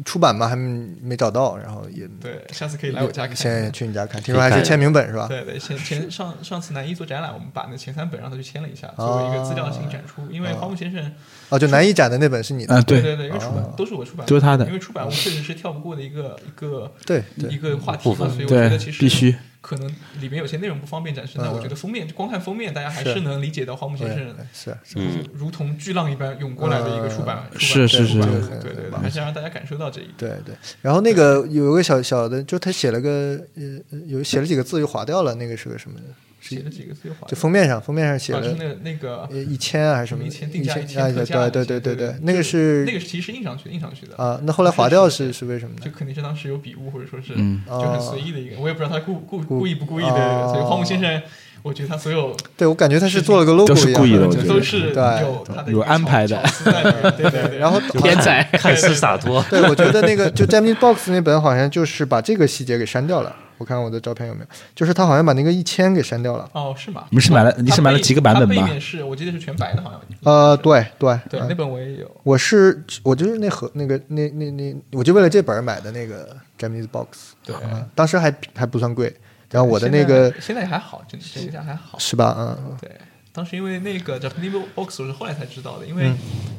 [SPEAKER 4] 出版嘛还没找到，然后也
[SPEAKER 3] 对，下次可以来我家
[SPEAKER 4] 现在
[SPEAKER 3] 看。
[SPEAKER 4] 也去你家
[SPEAKER 6] (laughs)
[SPEAKER 4] 看，听说还是签名本是吧？
[SPEAKER 3] 对对，前前上上次南一做展览，我们把那前三本让他去签了一下，作为一个资料性展出。因为花木先生，
[SPEAKER 4] 哦，就南一展的那本是你的
[SPEAKER 6] 啊，，
[SPEAKER 3] 对
[SPEAKER 6] 对，
[SPEAKER 3] 对，因为出版都是我出版，
[SPEAKER 6] 都是他的
[SPEAKER 3] 因为出版我确实是跳不过的一个一个
[SPEAKER 4] 对
[SPEAKER 3] 一
[SPEAKER 4] 对，
[SPEAKER 3] 个话题
[SPEAKER 5] 部
[SPEAKER 3] 嘛，
[SPEAKER 5] 分
[SPEAKER 3] 所以我觉得
[SPEAKER 6] 对
[SPEAKER 3] 其，实
[SPEAKER 6] 必须。
[SPEAKER 3] 可能里面有些内容不方便展示，但我觉得封面光看封面，大家还
[SPEAKER 4] 是
[SPEAKER 3] 是能理解到花木先
[SPEAKER 4] 对
[SPEAKER 3] 生
[SPEAKER 4] 是
[SPEAKER 5] 嗯，
[SPEAKER 3] 如同巨浪一般涌过来的一个出版，出版
[SPEAKER 6] 是是
[SPEAKER 3] 出版
[SPEAKER 4] 是
[SPEAKER 3] 物
[SPEAKER 4] 是
[SPEAKER 3] 对对
[SPEAKER 4] 是
[SPEAKER 3] 对，还是让大家感受到这一点。
[SPEAKER 4] 对对，然后那个有个小小的，就他写了个呃呃有写了几个字就划掉了，那个是个什么？
[SPEAKER 3] 写的几个最好，
[SPEAKER 4] 就封面上封面上写
[SPEAKER 3] 啊，就是
[SPEAKER 4] 了
[SPEAKER 3] 那个那个
[SPEAKER 4] 呃一千啊还是什么
[SPEAKER 3] 一
[SPEAKER 4] 的？
[SPEAKER 3] 千定价
[SPEAKER 4] 一
[SPEAKER 3] 一
[SPEAKER 4] 千啊
[SPEAKER 3] 千特价，
[SPEAKER 4] 对
[SPEAKER 3] 对
[SPEAKER 4] 对对对对，
[SPEAKER 3] 对，
[SPEAKER 4] 那个是
[SPEAKER 3] 那个是其实印上去印上去的，
[SPEAKER 4] 啊，那后来划掉是是为什么
[SPEAKER 3] 就
[SPEAKER 4] 呢？
[SPEAKER 3] 肯定是当时有笔误或者说是
[SPEAKER 6] 嗯
[SPEAKER 4] 啊
[SPEAKER 3] 就很随意的一个，我也不知道他故故
[SPEAKER 4] 故
[SPEAKER 3] 故意不故意
[SPEAKER 4] 哦
[SPEAKER 3] 的，所以荒木先生，我觉得他所有
[SPEAKER 4] 对我感觉他是做了个 logo
[SPEAKER 6] 都是
[SPEAKER 4] 一
[SPEAKER 6] 故意
[SPEAKER 4] 样
[SPEAKER 6] 的我觉
[SPEAKER 4] 就
[SPEAKER 6] 得
[SPEAKER 3] 都是
[SPEAKER 4] 对
[SPEAKER 3] 有他的
[SPEAKER 6] 有安排的 (laughs)
[SPEAKER 3] 的，对对对， (laughs)
[SPEAKER 4] 然后
[SPEAKER 6] 天才
[SPEAKER 5] 看似洒脱，
[SPEAKER 4] 对，我觉得那个就 Japanese Box 那本好像就是把这个细节给删掉了。我看我的照片有没有，就是他好像把那个一千给删掉了。
[SPEAKER 3] 哦是吗？
[SPEAKER 6] 你是买了你是买了几个版本吧
[SPEAKER 3] 它背面是我记得是全白的，好像
[SPEAKER 4] 呃，对对
[SPEAKER 3] 对，那本我也有。
[SPEAKER 4] 我是我就是那盒那个那那那，我就为了这本儿买的那个 Japanese Box，
[SPEAKER 3] 对
[SPEAKER 4] 啊当时还还不算贵。然后我的那个
[SPEAKER 3] 现在现在还好，真的现在还好。
[SPEAKER 4] 是吧？嗯，
[SPEAKER 3] 对，当时因为那个 Japanese Box 我是后来才知道的，因
[SPEAKER 4] 嗯
[SPEAKER 3] 为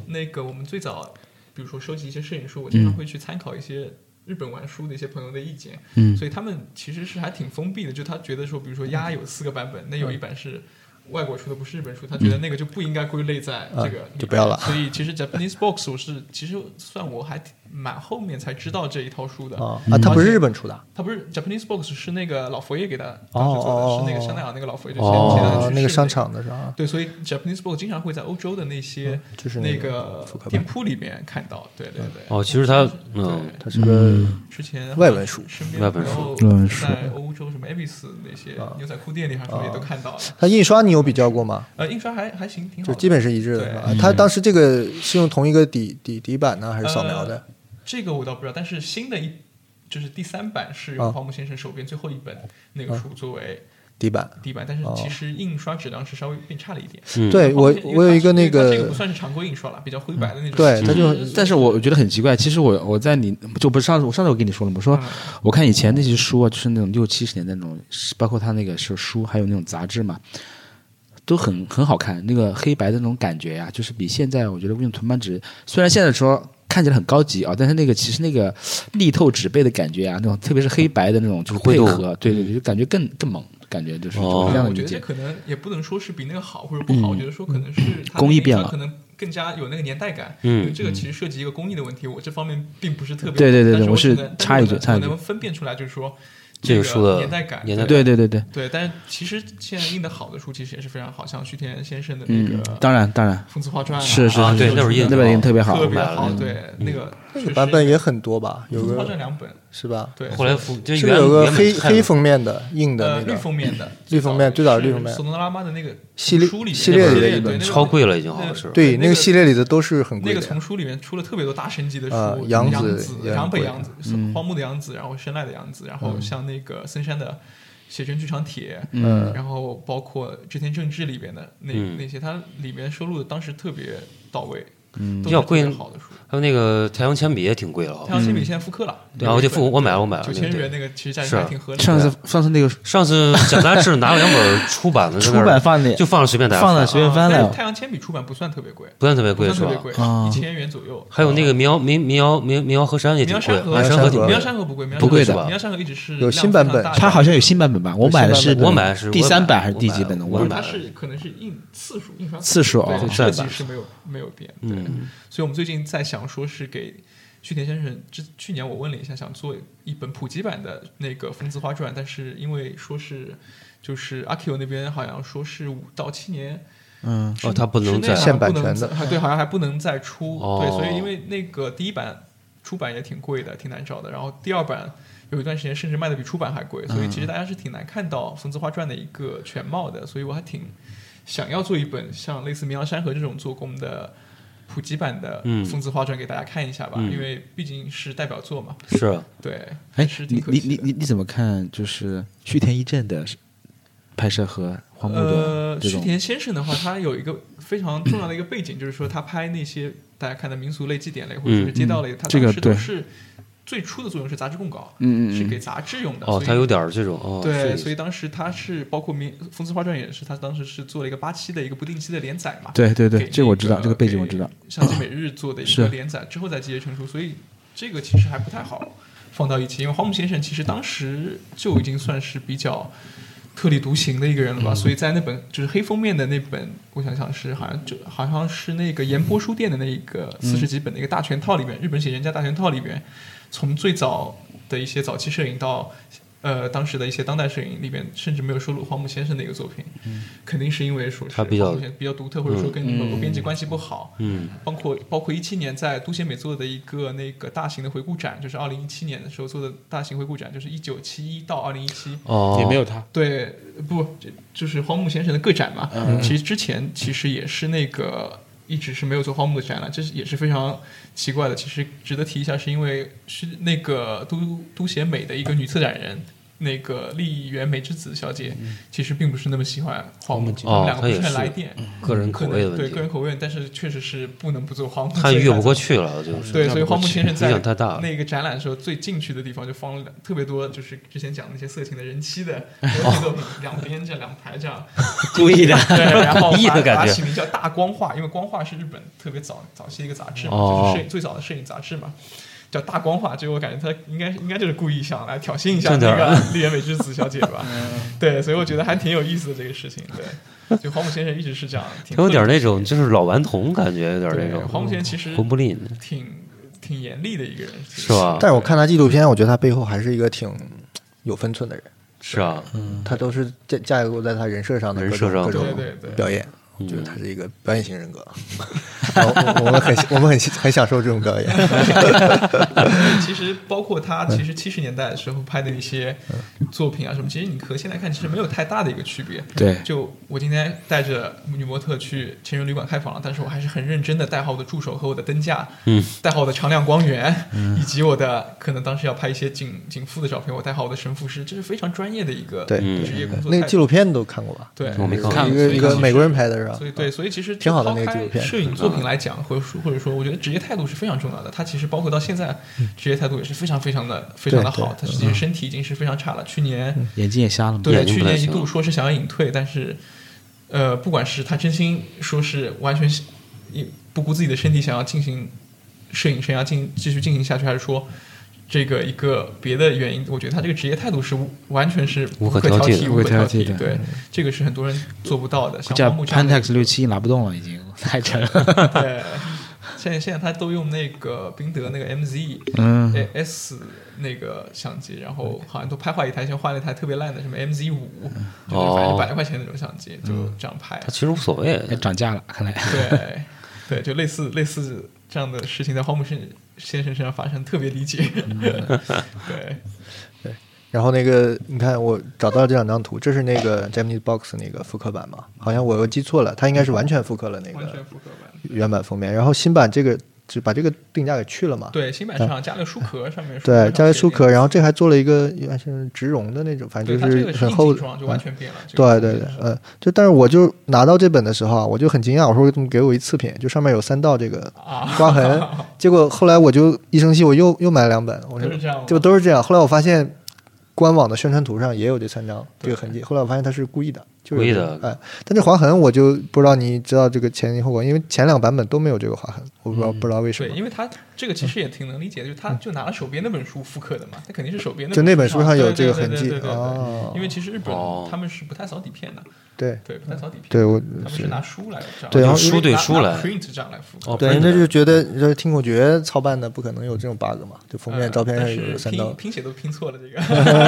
[SPEAKER 3] 那个我们最早，比如说收集一些摄影书，
[SPEAKER 4] 嗯
[SPEAKER 3] 我经常会去参考一些日本玩书的一些朋友的意见，
[SPEAKER 6] 嗯
[SPEAKER 3] 所以他们其实是还挺封闭的，就他觉得说，比如说鸭有四个版本，那有一版是。外国出的不是日本书，他觉得那个就不应该归类在这个、
[SPEAKER 4] 嗯啊就不要了
[SPEAKER 3] 所以其实 Japanese box 我是其实算我还挺蛮后面才知道这一套书的
[SPEAKER 4] 啊啊，它不是日本出的啊，
[SPEAKER 3] 他不是 Japanese Box 是那个老佛爷给他当时
[SPEAKER 4] 哦
[SPEAKER 3] 做的，是那个香奈儿那个老佛爷，就前前两
[SPEAKER 4] 哦
[SPEAKER 3] 天，去
[SPEAKER 4] 那个
[SPEAKER 3] 世
[SPEAKER 4] 商。场的是吧？
[SPEAKER 3] 对，所以 Japanese Box 经常会在欧洲的那些
[SPEAKER 4] 嗯就是那
[SPEAKER 3] 那
[SPEAKER 4] 个
[SPEAKER 3] 个店铺里面看到。对对对，
[SPEAKER 5] (laughs) 哦，其实他嗯，
[SPEAKER 4] 它是个
[SPEAKER 3] 之前
[SPEAKER 4] 外文书啊
[SPEAKER 3] 身边
[SPEAKER 5] 外
[SPEAKER 3] 的
[SPEAKER 5] 文
[SPEAKER 3] 朋
[SPEAKER 5] 书
[SPEAKER 3] 友
[SPEAKER 6] 外文书
[SPEAKER 3] 在欧洲什么 Abis 那些牛仔裤店里还是什么也都看到了。
[SPEAKER 4] 它印刷你有比较过吗？
[SPEAKER 3] 呃，印刷还还行，挺好
[SPEAKER 4] 啊就
[SPEAKER 3] 的。
[SPEAKER 4] 基本是一致的，
[SPEAKER 3] 对
[SPEAKER 4] 是吧？它当时这个是用同一个底底底板呢，还是扫描的？
[SPEAKER 3] 这个我倒不知道，但是新的一就是第三版是
[SPEAKER 4] 啊
[SPEAKER 3] 用荒木先生手边最后一本那个书作为
[SPEAKER 4] 底板。
[SPEAKER 3] 底板，但是
[SPEAKER 4] 哦
[SPEAKER 3] 其实印刷质量是稍微变差了一点。
[SPEAKER 5] 嗯
[SPEAKER 4] 对我，我有一个那
[SPEAKER 3] 哦因为它这
[SPEAKER 4] 个
[SPEAKER 3] 不，算是常规印刷了，比较灰白的那种。
[SPEAKER 4] 对，它就
[SPEAKER 3] 嗯
[SPEAKER 6] 但是我我觉得很奇怪，其实我我在你就不是上次我上次我跟你说了吗？我说我看以前那些书啊，就是那种六七十年代那种，包括他那个是书，还有那种杂志嘛，都很很好看，那个黑白的那种感觉呀、就是比现在我觉得用纯版纸，虽然现在说看起来很高级啊，但是那个其实那个力透纸背的感觉啊，那种特别是黑白的那种就是
[SPEAKER 5] 灰
[SPEAKER 6] 配
[SPEAKER 5] 度
[SPEAKER 6] 合，对对，对就感觉更更猛，感觉就是
[SPEAKER 5] 哦
[SPEAKER 6] 这样
[SPEAKER 3] 我
[SPEAKER 6] 的理
[SPEAKER 3] 觉得
[SPEAKER 6] 解嗯
[SPEAKER 3] 这。可能也不能说是比那个好或者不好，我觉得说可能是它
[SPEAKER 6] 工艺
[SPEAKER 3] 那个
[SPEAKER 6] 变了
[SPEAKER 3] 可能更加有那个年代感。
[SPEAKER 5] 嗯
[SPEAKER 3] 因为这个其实涉及一个工艺的问题，我这方面并不是特别。
[SPEAKER 6] 对对对对
[SPEAKER 3] 但
[SPEAKER 6] 我
[SPEAKER 3] 是
[SPEAKER 6] 是
[SPEAKER 3] 只能但
[SPEAKER 6] 插一句
[SPEAKER 3] 我能
[SPEAKER 6] 插一
[SPEAKER 3] 我
[SPEAKER 6] 句
[SPEAKER 3] 能分辨出来，就是说
[SPEAKER 5] 这个书的
[SPEAKER 3] 年代感，
[SPEAKER 5] 年代感
[SPEAKER 6] 对对对对，
[SPEAKER 3] 对。但是其实现在印的好的书其实也是非常好，像须田先生的那
[SPEAKER 6] 嗯
[SPEAKER 3] 个，《
[SPEAKER 6] 当然当然，
[SPEAKER 3] 风姿画传》啊，
[SPEAKER 6] 是是
[SPEAKER 5] 啊
[SPEAKER 6] 是，
[SPEAKER 5] 对那会儿印
[SPEAKER 6] 那本印特别好，
[SPEAKER 3] 特别
[SPEAKER 5] 买了
[SPEAKER 3] 好，对那个
[SPEAKER 4] 那
[SPEAKER 3] 确
[SPEAKER 4] 个
[SPEAKER 3] 实嗯
[SPEAKER 4] 版本也很多吧，
[SPEAKER 3] 《
[SPEAKER 4] 有
[SPEAKER 3] 风姿画传》
[SPEAKER 4] 个
[SPEAKER 3] 两本，
[SPEAKER 4] 是吧？
[SPEAKER 3] 对，
[SPEAKER 5] 后来服这
[SPEAKER 4] 是不是
[SPEAKER 5] 原
[SPEAKER 4] 有个
[SPEAKER 5] 原本
[SPEAKER 4] 黑
[SPEAKER 5] 看
[SPEAKER 4] 黑封面的硬
[SPEAKER 3] 呃
[SPEAKER 4] 的那
[SPEAKER 3] 绿
[SPEAKER 4] 个？
[SPEAKER 3] 封面的，
[SPEAKER 4] (laughs) 绿封面最早的绿封面
[SPEAKER 3] 索诺拉玛的那个
[SPEAKER 4] 系列
[SPEAKER 3] 书里面
[SPEAKER 4] 系列
[SPEAKER 3] 那个
[SPEAKER 4] 里的
[SPEAKER 3] 对
[SPEAKER 4] 一本
[SPEAKER 3] 那个
[SPEAKER 5] 超贵了已经好像是
[SPEAKER 4] 对，那
[SPEAKER 3] 那
[SPEAKER 4] 个
[SPEAKER 3] 个
[SPEAKER 4] 系列里的都是很
[SPEAKER 3] 那
[SPEAKER 4] 贵
[SPEAKER 3] 个
[SPEAKER 4] 的。
[SPEAKER 3] 从书里面出了特别多大神级的书，
[SPEAKER 4] 啊
[SPEAKER 3] 杨
[SPEAKER 4] 杨子嗯也很
[SPEAKER 3] 杨北
[SPEAKER 4] 贵
[SPEAKER 3] 杨子、荒木的杨子，然后深濑的杨子，然后像那个森山的《写真剧场帖》，
[SPEAKER 4] 嗯
[SPEAKER 3] 然后包括《织田正治》里边的那、
[SPEAKER 5] 嗯
[SPEAKER 3] 那些，它里面收录的当时特别到位，
[SPEAKER 6] 嗯
[SPEAKER 3] 都
[SPEAKER 5] 比
[SPEAKER 3] 是
[SPEAKER 5] 较
[SPEAKER 3] 特别
[SPEAKER 5] 贵
[SPEAKER 3] 好的书。
[SPEAKER 5] 还有那个太阳铅笔也挺贵了啊
[SPEAKER 3] 太，阳铅笔现在复刻了，
[SPEAKER 5] 对啊，我就付我买了我买了
[SPEAKER 3] 九
[SPEAKER 5] 那
[SPEAKER 3] 千
[SPEAKER 5] 个
[SPEAKER 3] 日元
[SPEAKER 5] 对。
[SPEAKER 3] 那个，其实价
[SPEAKER 5] 是
[SPEAKER 3] 格还挺合理的。
[SPEAKER 6] 上次上次那个
[SPEAKER 5] 上次蒋大志拿了两本出版的在
[SPEAKER 6] 出
[SPEAKER 5] 那儿，
[SPEAKER 6] 版放的
[SPEAKER 5] 就放着随便大家
[SPEAKER 6] 放
[SPEAKER 5] 翻
[SPEAKER 6] 了随便翻
[SPEAKER 3] 但
[SPEAKER 6] 了
[SPEAKER 3] 是，太阳铅笔出版不算特别贵，
[SPEAKER 5] 不算特别贵
[SPEAKER 3] 不算
[SPEAKER 5] 是
[SPEAKER 3] 特
[SPEAKER 5] 吧
[SPEAKER 3] 别？贵
[SPEAKER 6] 啊，
[SPEAKER 3] 一千元左右。啊
[SPEAKER 5] 还有那个民谣民民谣民民谣河山也
[SPEAKER 3] 民
[SPEAKER 5] 挺
[SPEAKER 3] 谣
[SPEAKER 5] 贵，
[SPEAKER 3] 山河
[SPEAKER 5] 啊山河挺
[SPEAKER 3] 民
[SPEAKER 5] 贵
[SPEAKER 3] 谣。山河不贵，民谣
[SPEAKER 6] 不贵
[SPEAKER 3] 山河
[SPEAKER 5] 的
[SPEAKER 3] 民谣山河一直是
[SPEAKER 4] 有
[SPEAKER 3] 量
[SPEAKER 4] 新版本
[SPEAKER 3] 非常大的
[SPEAKER 6] 它好像有新版本吧？我买的
[SPEAKER 4] 新
[SPEAKER 6] 是
[SPEAKER 4] 版本
[SPEAKER 6] 本
[SPEAKER 5] 我买的是
[SPEAKER 6] 第三版还是第几本的？
[SPEAKER 5] 我
[SPEAKER 6] 我
[SPEAKER 3] 不是，
[SPEAKER 5] 买
[SPEAKER 3] 它
[SPEAKER 5] 了
[SPEAKER 3] 是可能是印次数、印刷
[SPEAKER 6] 次数啊
[SPEAKER 3] 对
[SPEAKER 6] 是
[SPEAKER 3] 设
[SPEAKER 5] 吧
[SPEAKER 3] 计是没有没有变。对，
[SPEAKER 5] 嗯
[SPEAKER 3] 所以我们最近在想，说是给须田先生，之去年我问了一下，想做一本普及版的那个《风姿花传》，但是因为说是就是阿 Q 那边好像说是五到七年
[SPEAKER 6] 嗯
[SPEAKER 5] 哦，他不能
[SPEAKER 3] 之内
[SPEAKER 5] 再
[SPEAKER 3] 好像
[SPEAKER 4] 限版
[SPEAKER 3] 不能
[SPEAKER 4] 权的
[SPEAKER 3] 再啊对，好像还不能再出，
[SPEAKER 5] 哦
[SPEAKER 3] 对，所以因为那个第一版出版也挺贵的，挺难找的，然后第二版。有一段时间甚至卖的比出版还贵，所以其实大家是挺难看到《风姿花传》的一个全貌的，所以我还挺想要做一本像类似《绵羊山河》这种做工的普及版的
[SPEAKER 5] 嗯
[SPEAKER 3] 《风姿画传》给大家看一下吧，
[SPEAKER 5] 嗯
[SPEAKER 3] 因为毕竟是代表作嘛。
[SPEAKER 5] 是
[SPEAKER 3] 对，
[SPEAKER 6] 哎
[SPEAKER 3] 是，挺
[SPEAKER 6] 你
[SPEAKER 3] 可
[SPEAKER 6] 你
[SPEAKER 3] 惜的
[SPEAKER 6] 你你你怎么看？就是须田一正的拍摄和荒木的
[SPEAKER 3] 呃，
[SPEAKER 6] 这
[SPEAKER 3] 须
[SPEAKER 6] 种，
[SPEAKER 3] 田先生的话，他有一个非常重要的一个背景，就是说他拍那些大家看的民俗类、祭典类或者是街道类，他
[SPEAKER 6] 嗯这个
[SPEAKER 3] 当时都
[SPEAKER 6] 对
[SPEAKER 3] 是最初的作用是杂志供稿，
[SPEAKER 6] 嗯
[SPEAKER 3] 是
[SPEAKER 6] 嗯
[SPEAKER 3] 给
[SPEAKER 6] 嗯，
[SPEAKER 3] 杂志用的。
[SPEAKER 5] 哦，
[SPEAKER 3] 所以
[SPEAKER 5] 他有点儿这种哦，
[SPEAKER 3] 对，
[SPEAKER 5] 是
[SPEAKER 3] 所以当时他是包括民《风姿画传》也是，他当时是做了一个八期的一个不定期的连载嘛。
[SPEAKER 6] 对对对，
[SPEAKER 3] 给
[SPEAKER 6] 这个我知道，
[SPEAKER 3] 那
[SPEAKER 6] 这个背景我知道。。
[SPEAKER 3] 给相机每日做的一
[SPEAKER 6] 是
[SPEAKER 3] 个连载之后再集结成书，所以这个其实还不太好放到一起，因为荒木先生其实当时就已经算是比较特立独行的一个人了
[SPEAKER 5] 嗯
[SPEAKER 3] 吧，所以在那本就是黑封面的那本，我想想是好像就好像是那个岩波书店的那一个
[SPEAKER 5] 嗯
[SPEAKER 3] 四十几本的一个大全套里面，日本写人家大全套里面，从最早的一些早期摄影到。呃，当时的一些当代摄影里边，甚至没有收录荒木先生的一个作品，肯定是因为说是
[SPEAKER 5] 嗯他比较
[SPEAKER 3] 荒木先生比较独特，或者说跟某个编辑关系不好，
[SPEAKER 5] 嗯
[SPEAKER 3] 包括包括一七年在都写美做的一个那个大型的回顾展，就是二零一七年的时候做的大型回顾展，就是一九七一到二零一七。
[SPEAKER 5] 哦，
[SPEAKER 6] 也没有他，
[SPEAKER 3] 对，不，这就是荒木先生的个展嘛。
[SPEAKER 6] 嗯
[SPEAKER 3] 其实之前其实也是那个一直是没有做荒木的展览，这是也是非常奇怪的。其实值得提一下，是因为是那个都都写美的一个女策展人。那个立原美之子小姐其实并不是那么喜欢荒木，他
[SPEAKER 5] 哦
[SPEAKER 3] 们两
[SPEAKER 5] 她
[SPEAKER 3] 个不
[SPEAKER 5] 也
[SPEAKER 3] 是很
[SPEAKER 5] 是
[SPEAKER 3] 来电，
[SPEAKER 5] 个人口味的
[SPEAKER 3] 对
[SPEAKER 5] 问
[SPEAKER 3] 个
[SPEAKER 5] 题，
[SPEAKER 3] 人口味，但是确实是不能不做荒木，
[SPEAKER 5] 他越不过。去了，就是
[SPEAKER 3] 对，所以荒木先生在
[SPEAKER 5] 影响太大了
[SPEAKER 3] 那个展览的时候，最进去的地方就放了两特别多，就是之前讲那些色情的人
[SPEAKER 5] (laughs)
[SPEAKER 3] 妻的作品，两边这样两排这样，
[SPEAKER 5] 故 (laughs) 意的
[SPEAKER 3] 对，然 (laughs) 后
[SPEAKER 5] 故意的
[SPEAKER 3] 把把
[SPEAKER 5] 感
[SPEAKER 3] 它
[SPEAKER 5] 觉
[SPEAKER 3] 起名叫大光画，因为光画是日本特别早早期的一个杂志嘛，
[SPEAKER 5] 哦
[SPEAKER 3] 就是摄最早的摄影杂志嘛。叫大光画，就我感觉他应该应该就是故意想来挑衅一下
[SPEAKER 5] 正点
[SPEAKER 3] 那
[SPEAKER 5] 儿 (laughs)
[SPEAKER 3] 个丽媛美之子小姐吧，对，所以我觉得还挺有意思的这个事情，对，就黄浦先生一直是这样，挺
[SPEAKER 5] 他有点
[SPEAKER 3] 特
[SPEAKER 5] 那种就是老顽童感觉，有点
[SPEAKER 3] 对
[SPEAKER 5] 那种
[SPEAKER 3] 黄浦先生其实
[SPEAKER 5] 魂不吝，
[SPEAKER 3] 挺挺严厉的一个人，其
[SPEAKER 5] 是
[SPEAKER 3] 实
[SPEAKER 5] 吧？
[SPEAKER 4] 但是我看他纪录片，我觉得他背后还是一个挺有分寸的人，
[SPEAKER 5] 是啊，
[SPEAKER 4] 他都是架架构在他人设上的
[SPEAKER 5] 人
[SPEAKER 4] 各
[SPEAKER 5] 设
[SPEAKER 4] 种
[SPEAKER 5] 上
[SPEAKER 4] 各
[SPEAKER 3] 对对
[SPEAKER 4] 种
[SPEAKER 3] 对
[SPEAKER 4] 表演。我觉得他是一个表演型人格，然后我我们很我们很很享受这种表演。
[SPEAKER 3] 其实包括他，其实七十年代的时候拍的一些作品啊什么，其实你和现在看其实没有太大的一个区别。
[SPEAKER 6] 对
[SPEAKER 3] 就我今天带着女模特去情人旅馆开房了，但是我还是很认真的带好我的助手和我的灯架，
[SPEAKER 5] 嗯，
[SPEAKER 3] 带好我的常亮光源，以及我的可能当时要拍一些景景妇的照片，我带好我的神父师，这是非常专业的一个
[SPEAKER 4] 对
[SPEAKER 3] 职业工作态度。
[SPEAKER 4] 那个纪录片你都看过吧？
[SPEAKER 3] 对，
[SPEAKER 5] 我没看过
[SPEAKER 4] 一
[SPEAKER 3] 所以
[SPEAKER 4] 个一
[SPEAKER 3] 其
[SPEAKER 4] 个
[SPEAKER 3] 实
[SPEAKER 4] 美国人拍的是吧
[SPEAKER 3] 所？以对，所以其实
[SPEAKER 4] 啊挺好的
[SPEAKER 3] 就
[SPEAKER 4] 那
[SPEAKER 3] 抛
[SPEAKER 4] 个
[SPEAKER 3] 开
[SPEAKER 4] 纪录片嗯
[SPEAKER 3] 摄影作品来讲，或者说或者说，我觉得职业态度是非常重要的。他其实包括到现在，
[SPEAKER 4] 嗯
[SPEAKER 3] 职业态度也是非常非常的非常的好。他其实身体已经是非常差了，去
[SPEAKER 4] 嗯
[SPEAKER 3] 年
[SPEAKER 6] 眼睛也瞎了嘛。
[SPEAKER 3] 对
[SPEAKER 5] 眼睛
[SPEAKER 3] 去
[SPEAKER 5] 不太
[SPEAKER 3] 年一
[SPEAKER 5] 行
[SPEAKER 3] 度说是想要隐退，但是呃，不管是他真心说是完全是一不顾自己的身体想要进行摄影生涯进继续进行下去，还是说。这个一个别的原因，我觉得他这个职业态度是无完全是
[SPEAKER 5] 无可挑
[SPEAKER 3] 挑
[SPEAKER 5] 剔
[SPEAKER 3] 剔、
[SPEAKER 5] 的
[SPEAKER 3] 无可挑
[SPEAKER 6] 无可挑剔的
[SPEAKER 3] 对，
[SPEAKER 4] 嗯
[SPEAKER 3] 这个是很多人做不到的。像
[SPEAKER 6] 叫
[SPEAKER 3] 荒木这样的
[SPEAKER 6] Pentax 六七拿不动了，已经太沉
[SPEAKER 3] (laughs)
[SPEAKER 6] 了。
[SPEAKER 3] 对，现在现在他都用那个宾得那个 MZ
[SPEAKER 6] 嗯，
[SPEAKER 3] A S 那个相机，然后好像都拍坏一台，先换了一台特别烂的什么 MZ 五，就是反
[SPEAKER 4] 哦
[SPEAKER 3] 正百来块钱那种相机，
[SPEAKER 4] 嗯
[SPEAKER 3] 就这样拍
[SPEAKER 5] 他。其实无所谓，
[SPEAKER 6] 也涨价了，看来。
[SPEAKER 3] 对对，就类似类似这样的事情在荒木先先生身上发生，特别理解。
[SPEAKER 4] 嗯
[SPEAKER 3] (laughs) 对，
[SPEAKER 4] 然后那个你看，我找到这两张图，这是那个 Japanese Box 那个复刻版嘛？好像我又记错了，它应该是完全复刻了那
[SPEAKER 3] 完全
[SPEAKER 4] 个
[SPEAKER 3] 复刻版。
[SPEAKER 4] 原版封面，然后新版这个就把这个定价给去了嘛？
[SPEAKER 3] 对，新版上加了书壳，上面
[SPEAKER 4] 对，加了
[SPEAKER 3] 书
[SPEAKER 4] 书
[SPEAKER 3] 壳
[SPEAKER 4] 壳，
[SPEAKER 3] 上
[SPEAKER 4] 然后这还做了一个应该是植绒的那种，反
[SPEAKER 3] 写
[SPEAKER 4] 正
[SPEAKER 3] 的，对
[SPEAKER 4] 就
[SPEAKER 3] 它这个是
[SPEAKER 4] 很
[SPEAKER 3] 硬
[SPEAKER 4] 厚嗯
[SPEAKER 3] 精装，就完全变了。这
[SPEAKER 4] 对
[SPEAKER 3] 个
[SPEAKER 4] 对
[SPEAKER 3] 是
[SPEAKER 4] 对，呃，就但是我就拿到这本的时候啊，我就很惊讶，我说为什么给我一次品，就上面有三道这个
[SPEAKER 3] 啊，
[SPEAKER 4] (laughs) 刮痕，结果后来我就一生气，我又又买了两本，我说
[SPEAKER 3] 都是这样吗
[SPEAKER 4] 就都是这样。后来我发现官网的宣传图上也有这三张这个痕迹，后来我发现他是故意的，就
[SPEAKER 5] 故
[SPEAKER 4] 是
[SPEAKER 5] 意的
[SPEAKER 4] 哎，但这划痕我就不知道你知道这个前因后果，因为前两版本都没有这个划痕，我不知道、
[SPEAKER 5] 嗯
[SPEAKER 4] 不知道为什
[SPEAKER 3] 对，
[SPEAKER 4] 么。
[SPEAKER 3] 因为他这个其实也挺能理解，就是他就拿了手边那本书复刻的嘛，他肯定是手边
[SPEAKER 4] 就那本
[SPEAKER 3] 本
[SPEAKER 4] 书上有这个痕
[SPEAKER 3] 对对
[SPEAKER 4] 迹
[SPEAKER 3] 对对对
[SPEAKER 4] 哦
[SPEAKER 3] 因为其实日本
[SPEAKER 5] 哦
[SPEAKER 3] 他们是不太扫底片的，
[SPEAKER 4] 对
[SPEAKER 3] 对，不太扫底片，
[SPEAKER 4] 对，我
[SPEAKER 3] 他们是
[SPEAKER 4] 是。
[SPEAKER 3] 拿书来这样，
[SPEAKER 4] 对然后
[SPEAKER 3] 就是
[SPEAKER 5] 书对
[SPEAKER 3] 拿
[SPEAKER 5] 书
[SPEAKER 3] 拿
[SPEAKER 5] 来
[SPEAKER 3] print 这样来复刻。
[SPEAKER 5] 哦
[SPEAKER 4] 对，
[SPEAKER 5] print
[SPEAKER 4] 那就觉得这听口诀操办的不可能有这种 bug 嘛，就封面
[SPEAKER 3] 呃
[SPEAKER 4] 照片上
[SPEAKER 3] 但是
[SPEAKER 4] 有三刀
[SPEAKER 3] 拼，拼写都拼错了，这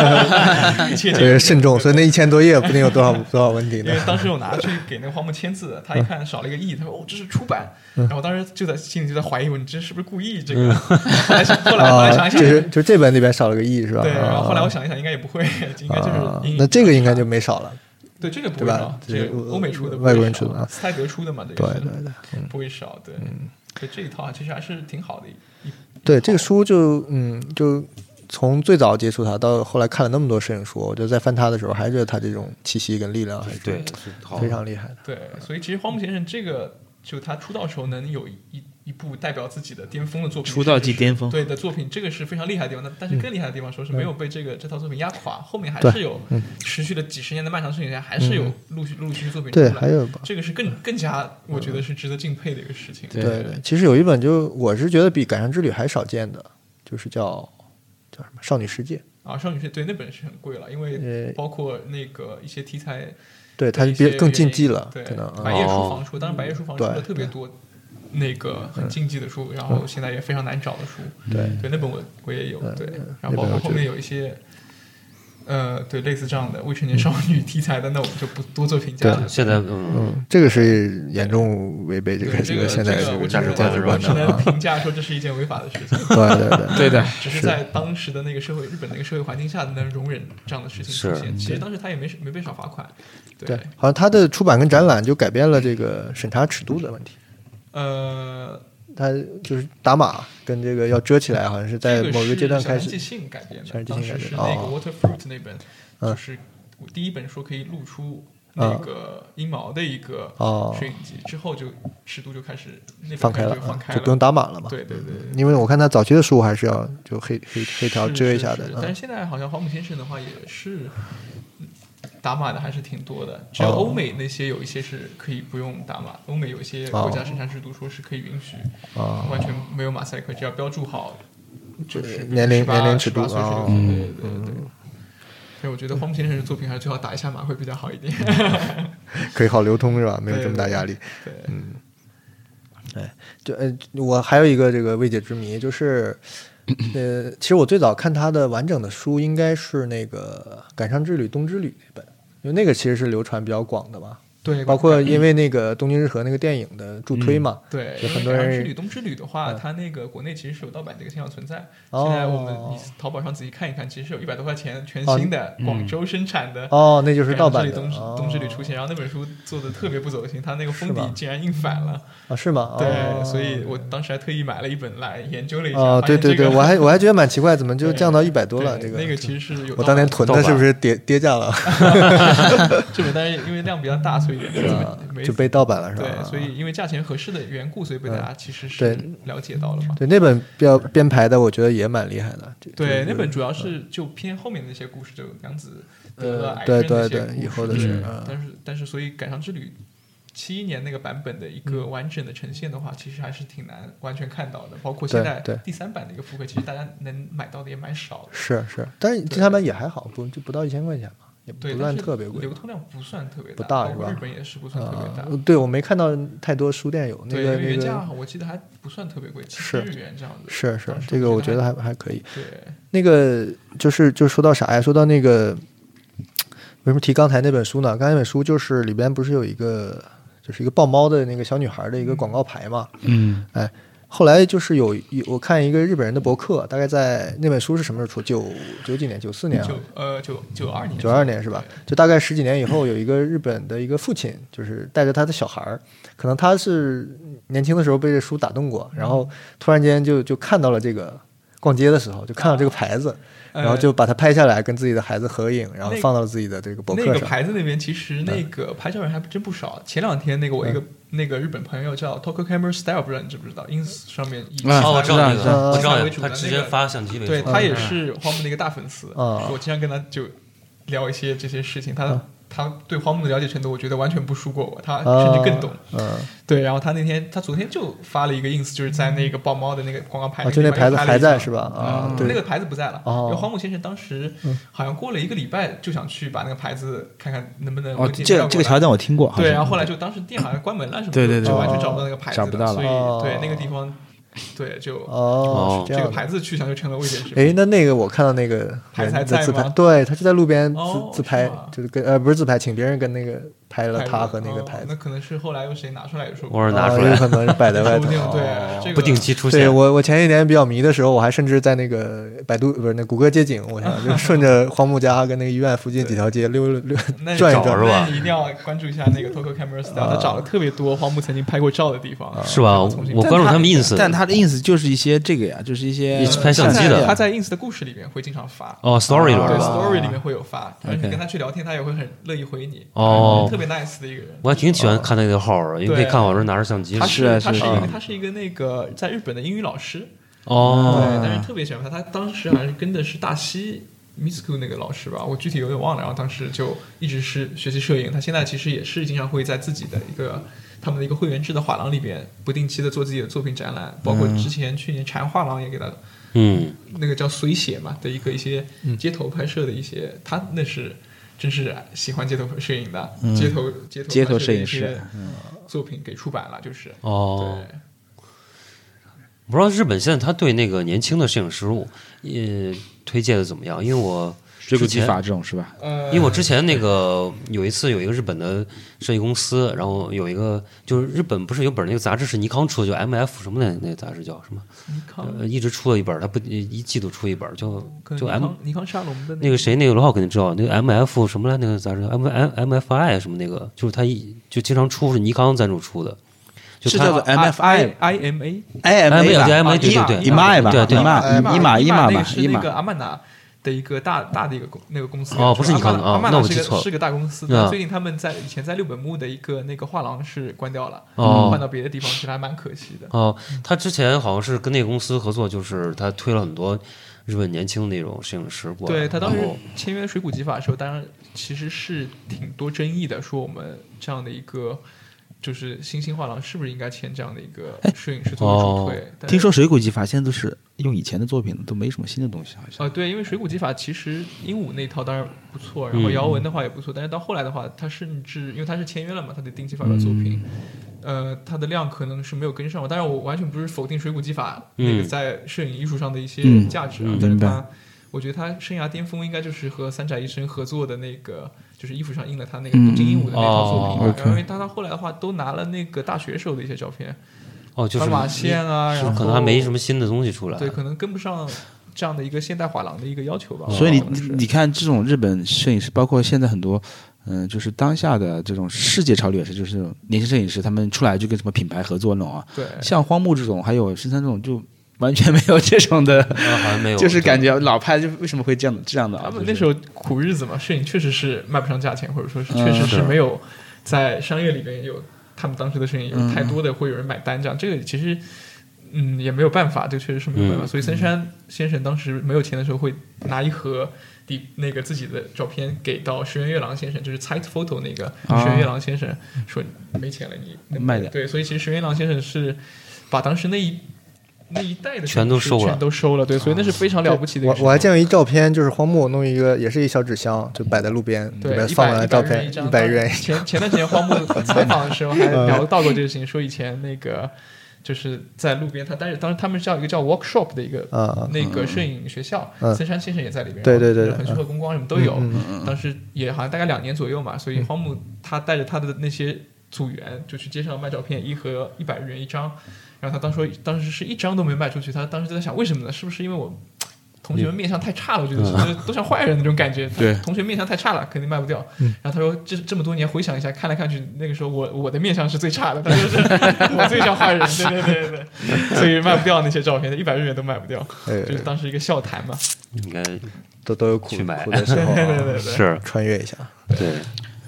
[SPEAKER 3] 个密切
[SPEAKER 4] 所
[SPEAKER 3] 这
[SPEAKER 4] 以
[SPEAKER 3] 个
[SPEAKER 4] 慎重，所以那一千多页不定有多
[SPEAKER 3] (laughs)
[SPEAKER 4] 少多少问题
[SPEAKER 3] 因
[SPEAKER 4] 呢啊
[SPEAKER 3] 为。当时我拿去给那个荒木签字，他一看少了一个 e，他说哦这是出版，然后我当时就在心里就在怀疑我你这是不是故意这个，后来想后来后来想
[SPEAKER 4] 啊，
[SPEAKER 3] 一
[SPEAKER 4] 就
[SPEAKER 3] 想，
[SPEAKER 4] 是就是这本里边少了个 e 是吧？
[SPEAKER 3] 对，然后后来
[SPEAKER 4] 啊
[SPEAKER 3] 我想一想应该也不会， (laughs) 应该就是
[SPEAKER 4] 啊
[SPEAKER 3] 英语
[SPEAKER 4] 那这个应该就没少了。
[SPEAKER 3] 对，这个不
[SPEAKER 4] 对
[SPEAKER 3] 会
[SPEAKER 4] 吧
[SPEAKER 3] 少，
[SPEAKER 4] 这
[SPEAKER 3] 这
[SPEAKER 4] 个呃
[SPEAKER 3] 个欧美出的不会
[SPEAKER 4] 外国人
[SPEAKER 3] 少
[SPEAKER 4] 出的啊
[SPEAKER 3] 斯泰德出的嘛，这
[SPEAKER 4] 对嗯
[SPEAKER 3] 个是
[SPEAKER 4] 对对，
[SPEAKER 3] 不会少，对，对这一套啊，其实还是挺好的一。
[SPEAKER 4] 对这个书就嗯就从最早接触它到后来看了那么多摄影书，我就在翻它的时候，还是觉得它这种气息跟力量还是
[SPEAKER 5] 对，是好
[SPEAKER 4] 非常厉害的。
[SPEAKER 3] 对，所以其实荒木先生这个，就他出道时候能有一一一部代表自己的巅峰的作品，
[SPEAKER 1] 出道即
[SPEAKER 3] 是
[SPEAKER 1] 巅峰
[SPEAKER 3] 对的作品，这个是非常厉害的地方。但但是更厉害的地方，说是没有被这个这套作品压垮，后面还
[SPEAKER 4] 嗯对嗯
[SPEAKER 3] 是有持续了几十年的漫长生涯，还是有陆续陆续的作品出
[SPEAKER 4] 对，
[SPEAKER 3] 来。
[SPEAKER 4] 还有吧。
[SPEAKER 3] 这个是更更加，我觉得是值得敬佩的一个事情。
[SPEAKER 6] 对
[SPEAKER 4] 对对，其实有一本就我是觉得比《赶上之旅》还少见的，就是叫叫什么《少女世界》。
[SPEAKER 3] 啊，少女是对那本是很贵了，因为
[SPEAKER 4] 呃
[SPEAKER 3] 包括那个一些题材，
[SPEAKER 4] 对，它
[SPEAKER 3] 一
[SPEAKER 4] 就
[SPEAKER 3] 些
[SPEAKER 4] 比更禁
[SPEAKER 3] 原
[SPEAKER 4] 忌
[SPEAKER 3] 因
[SPEAKER 4] 了，
[SPEAKER 3] 对哎
[SPEAKER 4] 可能，啊
[SPEAKER 3] 白夜书
[SPEAKER 5] 哦
[SPEAKER 3] 房出，当然白夜书房出的
[SPEAKER 4] 对
[SPEAKER 3] 特别
[SPEAKER 4] 对嗯
[SPEAKER 3] 多，那个很禁忌的书，然后现在也非常难找的书。
[SPEAKER 4] 对嗯
[SPEAKER 3] 对，那本我我也有，对，然后
[SPEAKER 4] 那
[SPEAKER 3] 包
[SPEAKER 4] 本
[SPEAKER 3] 括
[SPEAKER 4] 我
[SPEAKER 3] 后
[SPEAKER 4] 觉
[SPEAKER 3] 面有一些，呃，对，类似这样的未成年少女题材的，那我们就不多做评价
[SPEAKER 4] 嗯对
[SPEAKER 3] 了。
[SPEAKER 5] 现在嗯，
[SPEAKER 4] 嗯，这个是严重违背这个
[SPEAKER 3] 对这
[SPEAKER 4] 个现在
[SPEAKER 3] 这
[SPEAKER 4] 这
[SPEAKER 3] 个
[SPEAKER 4] 个
[SPEAKER 3] 我
[SPEAKER 4] 价
[SPEAKER 3] 觉
[SPEAKER 4] 值
[SPEAKER 3] 得
[SPEAKER 4] 价值观
[SPEAKER 3] 只
[SPEAKER 4] 的
[SPEAKER 3] 能
[SPEAKER 4] 啊。
[SPEAKER 3] 评价说这是一件违法的事
[SPEAKER 4] (laughs)
[SPEAKER 3] 情，
[SPEAKER 4] 对对
[SPEAKER 3] (laughs)
[SPEAKER 4] 对
[SPEAKER 6] 对的，
[SPEAKER 3] 只是在当时的那个社会日本那个社会环境下能容忍这样的事情出
[SPEAKER 5] 是
[SPEAKER 3] 现。其实当时他也没没被少罚款，
[SPEAKER 4] 对，好像它的出版跟展览就改变了这个审查尺度的问题。
[SPEAKER 3] 呃，
[SPEAKER 4] 它就是打码跟这个要遮起来，好像是在
[SPEAKER 3] 这
[SPEAKER 4] 某
[SPEAKER 3] 是
[SPEAKER 4] 个阶段
[SPEAKER 3] 小
[SPEAKER 4] 开
[SPEAKER 3] 山
[SPEAKER 4] 始
[SPEAKER 3] 纪。信改编的，
[SPEAKER 4] 小山纪
[SPEAKER 3] 当
[SPEAKER 4] 信
[SPEAKER 3] 时
[SPEAKER 4] 改
[SPEAKER 3] 是
[SPEAKER 4] 编的
[SPEAKER 3] 那个
[SPEAKER 4] 哦
[SPEAKER 3] Waterfruit 那本，
[SPEAKER 4] 嗯
[SPEAKER 3] 就是第一本说可以露出那个阴毛的一个
[SPEAKER 4] 嗯哦
[SPEAKER 3] 摄影集，之后就尺度就开始那本
[SPEAKER 4] 放开
[SPEAKER 3] 就
[SPEAKER 4] 了
[SPEAKER 3] 放
[SPEAKER 4] 啊，
[SPEAKER 3] 开
[SPEAKER 4] 就不用打码了嘛。
[SPEAKER 3] 对对对对
[SPEAKER 4] 因为我看他早期的书还是要就黑黑黑条遮一下的
[SPEAKER 3] 是是是，但
[SPEAKER 4] 嗯
[SPEAKER 3] 是现在好像黄埔先生的话也是嗯打码的还是挺多的，
[SPEAKER 4] 哦
[SPEAKER 3] 只有欧美那些有一些是可以不用打码，欧美有一些国
[SPEAKER 4] 哦
[SPEAKER 3] 家生产制度说是可以允许，
[SPEAKER 4] 啊，
[SPEAKER 3] 完全没有马赛克，只要标注好，就是
[SPEAKER 4] 年龄
[SPEAKER 3] 18
[SPEAKER 4] 年龄尺度
[SPEAKER 3] 18岁
[SPEAKER 4] 哦嗯
[SPEAKER 3] 这个对对对对。所以我觉得荒木先生的作品还是最好打一下码会比较好一点。
[SPEAKER 4] 可以好流通是吧？没有这么大压力。
[SPEAKER 3] 对，
[SPEAKER 4] 嗯就呃，我还有一个这个未解之谜，就是
[SPEAKER 3] (coughs)
[SPEAKER 4] 呃，其实我最早看他的完整的书应该是那个《赶上之旅》《东之旅》那本，因为那个其实是流传比较广的嘛。
[SPEAKER 3] (laughs) 对，嗯
[SPEAKER 4] 包括因为那个东京日和那个电影的助推嘛，
[SPEAKER 3] 对，因
[SPEAKER 4] 就
[SPEAKER 3] 为
[SPEAKER 4] 很多人嗯
[SPEAKER 3] 感染之旅、东之旅的话，它那个国内其实是有盗版的一个现象存在。
[SPEAKER 4] 哦
[SPEAKER 3] 现在我们你淘宝上仔细看一看，其实有一百多块钱全新的广州生产的。
[SPEAKER 4] 嗯哦，那就是
[SPEAKER 3] 感染
[SPEAKER 4] 盗版
[SPEAKER 3] 之旅
[SPEAKER 4] 的，
[SPEAKER 3] 东之
[SPEAKER 4] 哦
[SPEAKER 3] 东之旅出现，然后那本书做的特别不走心，它那个封
[SPEAKER 4] 是
[SPEAKER 3] 底
[SPEAKER 4] 吧
[SPEAKER 3] 竟然印反了，
[SPEAKER 4] 啊，是吗？
[SPEAKER 3] 对，
[SPEAKER 4] 哦
[SPEAKER 3] 所以我当时还特意买了一本来研究了一下，
[SPEAKER 4] 啊，
[SPEAKER 3] 发
[SPEAKER 4] 对
[SPEAKER 3] 现
[SPEAKER 4] 对
[SPEAKER 3] 这
[SPEAKER 4] 对，
[SPEAKER 3] 个 (laughs)
[SPEAKER 4] 我还我还觉得蛮奇怪，怎么就
[SPEAKER 3] 对
[SPEAKER 4] 降到一百多了？这
[SPEAKER 3] 对
[SPEAKER 4] 个
[SPEAKER 3] 那个其实是有
[SPEAKER 4] 我
[SPEAKER 3] 盗
[SPEAKER 4] 当年
[SPEAKER 3] 版的
[SPEAKER 4] 囤的是不是跌跌价了？
[SPEAKER 3] 这本，但是因为量比较大，
[SPEAKER 4] (laughs)
[SPEAKER 3] 所以 (laughs) 没
[SPEAKER 4] 啊就被盗版了是吧？哦
[SPEAKER 3] 对，所以因为价钱合适的缘故，所以被大家其实是
[SPEAKER 4] 对
[SPEAKER 3] 了解到了嘛。
[SPEAKER 4] 对那本标编排的，我觉得也蛮厉害的。这
[SPEAKER 3] 对，那本
[SPEAKER 4] 这
[SPEAKER 3] 主要是就偏后面的一些故事，就娘子得了
[SPEAKER 4] 呃
[SPEAKER 3] 癌
[SPEAKER 4] 对
[SPEAKER 3] 症的一些
[SPEAKER 4] 对对
[SPEAKER 3] 故，事
[SPEAKER 4] 以后的
[SPEAKER 3] 对
[SPEAKER 4] 事，嗯
[SPEAKER 3] 但是但是，所以《赶上之旅》七一年那个版本的一个
[SPEAKER 4] 嗯
[SPEAKER 3] 完整的呈现的话，其实还是挺难完全看到的。包括现在
[SPEAKER 4] 对对
[SPEAKER 3] 第三版的一个复刻，其实大家能买到的也蛮少的。
[SPEAKER 4] 是是，但是第三版也还好，不就不到一千块钱嘛，也不
[SPEAKER 3] 对，但
[SPEAKER 4] 算
[SPEAKER 3] 是
[SPEAKER 4] 特别贵
[SPEAKER 3] 流。通量不算特别
[SPEAKER 4] 不大
[SPEAKER 3] 包
[SPEAKER 4] 是
[SPEAKER 3] 括
[SPEAKER 4] 吧
[SPEAKER 3] 日本也是不算特别大
[SPEAKER 4] 啊。，对我没看到太多书店有那
[SPEAKER 3] 对，因
[SPEAKER 4] 个
[SPEAKER 3] 为
[SPEAKER 4] 那
[SPEAKER 3] 原
[SPEAKER 4] 个
[SPEAKER 3] 价我记得还不算特别贵，七
[SPEAKER 4] 是
[SPEAKER 3] 十日元这样子。
[SPEAKER 4] 是是
[SPEAKER 3] 当，时
[SPEAKER 4] 这个我
[SPEAKER 3] 觉
[SPEAKER 4] 觉得还还可以。
[SPEAKER 3] 对
[SPEAKER 4] 那个就是就说到啥呀？说到那个为什么提刚才那本书呢？刚才那本书就是里边不是有一个就是一个抱猫的那个小女孩的一个广告牌嘛？
[SPEAKER 6] 嗯，
[SPEAKER 4] 哎，后来就是有有我看一个日本人的博客，大概在那本书是什么时候出？九九几年？九四年、啊？
[SPEAKER 3] 九呃九九二年，
[SPEAKER 4] 九二年是吧？就大概十几年以后，有一个日本的一个父亲，就是带着他的小孩儿，可能他是年轻的时候被这书打动过，然后突然间就就看到了这个，逛街的时候就看到这个牌子，
[SPEAKER 3] 呃
[SPEAKER 4] 然后就把它拍下来，跟自己的孩子合影，然后放到了自己的这个博客
[SPEAKER 3] 那个
[SPEAKER 4] 上。嗯
[SPEAKER 3] 牌子那边其实那个拍照人还真不少。前两天那个我一个、那个日本朋友叫 Tokyo Camera Style，不知道你知不知道？Ins 上面以
[SPEAKER 6] 啊
[SPEAKER 5] 哦，我知道那
[SPEAKER 6] 知
[SPEAKER 5] 个，
[SPEAKER 4] 道
[SPEAKER 5] 我知道
[SPEAKER 3] 知
[SPEAKER 5] 那
[SPEAKER 3] 道
[SPEAKER 5] 个，他直接发相机为
[SPEAKER 3] 对
[SPEAKER 5] 主，
[SPEAKER 3] 他也是荒木的一个大粉丝，
[SPEAKER 4] 啊
[SPEAKER 3] 我经常跟他就聊一些这些事情，他、
[SPEAKER 4] 嗯
[SPEAKER 3] 他对荒木的了解程度，我觉得完全不输过我，他甚至更懂。
[SPEAKER 4] 嗯，嗯
[SPEAKER 3] 对，然后他那天他昨天就发了一个 ins，就是在那个抱猫的那个广告牌
[SPEAKER 4] 啊，
[SPEAKER 3] 个
[SPEAKER 4] 就
[SPEAKER 3] 地
[SPEAKER 4] 那
[SPEAKER 3] 方
[SPEAKER 4] 牌
[SPEAKER 3] 又
[SPEAKER 4] 子
[SPEAKER 3] 拍了一张，
[SPEAKER 4] 还在是吧？啊，
[SPEAKER 3] 嗯那
[SPEAKER 4] 对
[SPEAKER 3] 个牌子不在了，
[SPEAKER 4] 哦
[SPEAKER 3] 因为荒木先生当时好像过了一个礼拜就想去把那个牌子看看能不能
[SPEAKER 6] 哦，
[SPEAKER 3] 文件
[SPEAKER 6] 这
[SPEAKER 3] 调
[SPEAKER 6] 个
[SPEAKER 3] 过
[SPEAKER 6] 这个
[SPEAKER 3] 来
[SPEAKER 6] 桥段我听过，好像
[SPEAKER 3] 对，然后后来就当时店好像关门了什么的，
[SPEAKER 6] 对对对
[SPEAKER 3] 就完全
[SPEAKER 4] 哦
[SPEAKER 3] 找不到那个牌子，
[SPEAKER 6] 找不到了
[SPEAKER 3] 所以
[SPEAKER 4] 哦
[SPEAKER 3] 对那个地方，对就
[SPEAKER 4] 哦
[SPEAKER 5] 哦，
[SPEAKER 4] 是
[SPEAKER 3] 这
[SPEAKER 4] 这
[SPEAKER 3] 个
[SPEAKER 4] 样的。
[SPEAKER 3] 牌子去向就成了未解之谜。
[SPEAKER 4] 哎，那那个我看到那个
[SPEAKER 3] 牌
[SPEAKER 4] 人
[SPEAKER 3] 子还
[SPEAKER 4] 的
[SPEAKER 3] 在
[SPEAKER 4] 自拍
[SPEAKER 3] 吗，
[SPEAKER 4] 对他就在路边自
[SPEAKER 3] 哦
[SPEAKER 4] 自拍
[SPEAKER 3] 是吗，
[SPEAKER 4] 就是跟呃不是自拍，请别人跟那个拍了他和那个
[SPEAKER 3] 哦
[SPEAKER 4] 牌
[SPEAKER 3] 那
[SPEAKER 4] 子，
[SPEAKER 3] 可能是后来有谁拿出来也说过，
[SPEAKER 5] 或者拿出
[SPEAKER 4] 啊有
[SPEAKER 5] 来，
[SPEAKER 4] 可能是摆在
[SPEAKER 3] 说
[SPEAKER 4] 外
[SPEAKER 3] 不
[SPEAKER 4] 头。
[SPEAKER 3] 定对啊这个
[SPEAKER 5] 不定期出
[SPEAKER 4] 对
[SPEAKER 5] 现。
[SPEAKER 4] 我，我前几年比较迷的时候，我还甚至在那个百度不是那谷歌街景，我想就
[SPEAKER 3] (laughs)
[SPEAKER 4] 顺着荒木家跟那个医院附近几条街溜溜溜。
[SPEAKER 3] 那
[SPEAKER 4] 转一
[SPEAKER 3] 找
[SPEAKER 5] 转是吧
[SPEAKER 3] 那你一定要关注一下那个 Toko Camera Star，他找了特别多荒木曾经拍过照的地方，
[SPEAKER 5] 哦是吧？
[SPEAKER 3] 重新
[SPEAKER 5] 我关注他们 ins，
[SPEAKER 6] 但他的 ins 就是一些这个呀，就是一些
[SPEAKER 5] 一直拍相机的
[SPEAKER 3] 他在 ins 的故事里面会经常发。
[SPEAKER 5] 哦，story
[SPEAKER 3] 啊对
[SPEAKER 5] 是吧？
[SPEAKER 3] ，story 里面会有发，然后你跟他去聊天，他也会很乐意回你。嗯
[SPEAKER 5] 哦
[SPEAKER 3] 特别 nice 的一个人。
[SPEAKER 5] 我还挺喜欢看那个号儿的，因为可以看我这拿着相机
[SPEAKER 3] 他
[SPEAKER 6] 是啊
[SPEAKER 3] 他是
[SPEAKER 6] 是
[SPEAKER 3] 一
[SPEAKER 6] 啊
[SPEAKER 3] 个他是一个那个在日本的英语老师，对，
[SPEAKER 5] 哦，
[SPEAKER 3] 但是特别喜欢他。他当时好像是跟的是大西 Misku 那个老师吧，我具体有点忘了。然后当时就一直是学习摄影，他现在其实也是经常会在自己的一个他们的一个会员制的画廊里边，不定期的做自己的作品展览，包括之前去年禅画廊也给他
[SPEAKER 5] 嗯，
[SPEAKER 3] 那个叫随写嘛的一个一些街头拍摄的一些，他那是真是喜欢街头摄影的，
[SPEAKER 5] 嗯
[SPEAKER 3] 街头街头
[SPEAKER 6] 街头
[SPEAKER 3] 拍摄的
[SPEAKER 6] 摄影
[SPEAKER 3] 一些
[SPEAKER 6] 师
[SPEAKER 3] 作品给出版了，就是
[SPEAKER 5] 哦，我不知道日本现在他对那个年轻的摄影师物，呃，推荐的怎么样？因为我
[SPEAKER 6] 水
[SPEAKER 5] 之
[SPEAKER 6] 谷技
[SPEAKER 5] 前，
[SPEAKER 6] 法这种是吧？
[SPEAKER 3] 对，呃，
[SPEAKER 5] 因为我之前那个有一次有一个日本的设计公司，然后有一个就是日本不是有本那个杂志是尼康出的，叫 M F 什么那那杂志叫什么？
[SPEAKER 3] 尼康
[SPEAKER 5] 呃，一直出了一本儿，他不一季度出一本儿，就
[SPEAKER 3] 哦跟
[SPEAKER 5] 就
[SPEAKER 3] 尼
[SPEAKER 5] M
[SPEAKER 3] 康尼康沙龙的
[SPEAKER 5] 那个谁，那个罗浩肯定知道，那个 M F 什么来，那个杂志 M M M F I 什么那个，就是他一就经常出是尼康赞助出的，
[SPEAKER 3] 嗯
[SPEAKER 5] 就是他
[SPEAKER 6] 叫做 MFI
[SPEAKER 3] I M A
[SPEAKER 6] I
[SPEAKER 5] M A 对 M A
[SPEAKER 3] 啊
[SPEAKER 5] 对对对
[SPEAKER 6] 伊玛吧，
[SPEAKER 5] 对对
[SPEAKER 6] 伊
[SPEAKER 4] 对
[SPEAKER 6] 玛伊玛伊玛
[SPEAKER 3] 那
[SPEAKER 6] 吧
[SPEAKER 3] 个，是
[SPEAKER 6] 伊
[SPEAKER 3] 那
[SPEAKER 6] 玛
[SPEAKER 3] 个阿曼达的一个大大的一个公那个公司
[SPEAKER 5] 哦不是尼康的
[SPEAKER 3] 阿曼达
[SPEAKER 5] 哦那
[SPEAKER 3] 阿曼达
[SPEAKER 5] 我
[SPEAKER 3] 是
[SPEAKER 5] 记
[SPEAKER 3] 个
[SPEAKER 5] 错了
[SPEAKER 3] 是个大公司，
[SPEAKER 5] 嗯
[SPEAKER 3] 但最近他们在以前在六本木的一个那个画廊是关掉了，
[SPEAKER 5] 哦
[SPEAKER 3] 换到别的地方去了，还蛮可惜的。
[SPEAKER 5] 哦，他之前好像是跟那个公司合作，就是他推了很多日本年轻那种摄影师过来，
[SPEAKER 3] 对他当时
[SPEAKER 5] 然后
[SPEAKER 3] 签约水谷技法的时候，当然其实是挺多争议的，说我们这样的一个就是新兴画廊是不是应该签这样的一个
[SPEAKER 5] 哎
[SPEAKER 3] 摄影师作为主
[SPEAKER 5] 哦
[SPEAKER 3] 推？但是
[SPEAKER 6] 听说水谷技法现在都是用以前的作品了，都没什么新的东西，好像
[SPEAKER 3] 啊，对，因为水谷技法其实鹦鹉那一套当然不错，然后
[SPEAKER 5] 嗯
[SPEAKER 3] 姚文的话也不错，但是到后来的话，他甚至因为他是签约了嘛，他得定期发表作品，
[SPEAKER 5] 嗯
[SPEAKER 3] 呃，他的量可能是没有跟上吧。当然，我完全不是否定水谷技法那个
[SPEAKER 5] 嗯
[SPEAKER 3] 在摄影艺术上的一些
[SPEAKER 6] 嗯
[SPEAKER 3] 价值啊，
[SPEAKER 5] 嗯
[SPEAKER 3] 但是
[SPEAKER 6] 明白
[SPEAKER 3] 他，我觉得他生涯巅峰应该就是和三宅一生合作的那个，就是衣服上印了他那个
[SPEAKER 6] 嗯
[SPEAKER 3] 金鹦鹉的那套作品嘛
[SPEAKER 6] 哦，
[SPEAKER 3] 然后因为他到后来的话都拿了那个大学时候的一些照片，
[SPEAKER 5] 哦就
[SPEAKER 3] 斑
[SPEAKER 5] 是
[SPEAKER 3] 马线啊，
[SPEAKER 5] 是
[SPEAKER 3] 然后
[SPEAKER 5] 可能还没什么新的东西出来，
[SPEAKER 3] 对，可能跟不上这样的一个现代画廊的一个要求吧。
[SPEAKER 6] 所以你
[SPEAKER 3] 可能是
[SPEAKER 6] 哦你看，这种日本摄影师，包括现在很多，嗯、就是当下的这种世界潮流也是，就是这种年轻摄影师，他们出来就跟什么品牌合作那种啊，
[SPEAKER 3] 对
[SPEAKER 6] 像荒木这种，还有深山这种， (laughs) 就完全没有这种的，
[SPEAKER 5] 啊好像没有，
[SPEAKER 6] 就是
[SPEAKER 5] 对
[SPEAKER 6] 感觉老派就为什么会这样的这样的
[SPEAKER 3] 他
[SPEAKER 6] 啊？
[SPEAKER 3] 们
[SPEAKER 6] 就是
[SPEAKER 3] 那时候苦日子嘛，摄影确实是卖不上价钱，或者说是
[SPEAKER 6] 嗯
[SPEAKER 3] 确实是
[SPEAKER 5] 是
[SPEAKER 3] 没有在商业里边有他们当时的摄影有
[SPEAKER 6] 嗯
[SPEAKER 3] 太多的会有人买单，这样这个其实。嗯，也没有办法，这确实是没有办法。
[SPEAKER 5] 嗯
[SPEAKER 3] 所以森山先生当时没有钱的时候，会拿一盒底那个自己的照片给到石原月郎先生，就是 Tight Photo 那个
[SPEAKER 6] 啊
[SPEAKER 3] 石原月郎先生，说你没钱了，你能不能
[SPEAKER 6] 卖掉
[SPEAKER 3] 对，所以其实石原月郎先生是把当时那一那一代的
[SPEAKER 5] 全都
[SPEAKER 3] 摄影师
[SPEAKER 5] 收了
[SPEAKER 3] 全都收了。对，所以那
[SPEAKER 6] 啊
[SPEAKER 3] 是非常了不起的一
[SPEAKER 4] 我
[SPEAKER 3] 个事情。
[SPEAKER 4] 我还见过一照片，就是荒木弄一个，也是一小纸箱，就摆在路边，里
[SPEAKER 3] 嗯对，
[SPEAKER 4] 边
[SPEAKER 3] 100
[SPEAKER 4] 放
[SPEAKER 3] 100
[SPEAKER 4] 了照
[SPEAKER 3] 元
[SPEAKER 4] 片
[SPEAKER 3] 一，张
[SPEAKER 4] 一百嗯元。
[SPEAKER 3] 前前段时间荒
[SPEAKER 4] (laughs)
[SPEAKER 3] 木采访的时候还聊到过这个事情，说以前那个就是在路边，他但是当时他们叫一个叫 workshop 的一个
[SPEAKER 4] 啊
[SPEAKER 3] 那个摄影学校，
[SPEAKER 4] 嗯
[SPEAKER 3] 森山先生也在里边，
[SPEAKER 4] 对对对
[SPEAKER 3] 然后
[SPEAKER 4] 对
[SPEAKER 3] 横
[SPEAKER 4] 嗯
[SPEAKER 3] 须贺公光什么都有。当时也好像大概两年左右嘛，所以荒木他带着他的那些组员就去街上卖照片，一盒一百日元一张。然后他当时当时是一张都没卖出去，他当时就在想为什么呢？是不是因为我同学们面相太差了？我觉得就是都像坏人那种感觉。
[SPEAKER 6] 对
[SPEAKER 3] 同学面相太差了，肯定卖不掉。然后他说这这么多年回想一下，看来看去，那个时候我我的面相是最差的，他就是我最像坏人。对对对对对，所以卖不掉那些照片，一百日元都卖不掉，
[SPEAKER 4] 对
[SPEAKER 3] 就是当时一个笑谈嘛。
[SPEAKER 5] 应该
[SPEAKER 4] 都都有苦
[SPEAKER 5] 去买
[SPEAKER 4] 苦的时候
[SPEAKER 3] (laughs) 对对
[SPEAKER 4] 啊，
[SPEAKER 3] 对对。
[SPEAKER 5] 是
[SPEAKER 4] 穿越一下。
[SPEAKER 5] 对，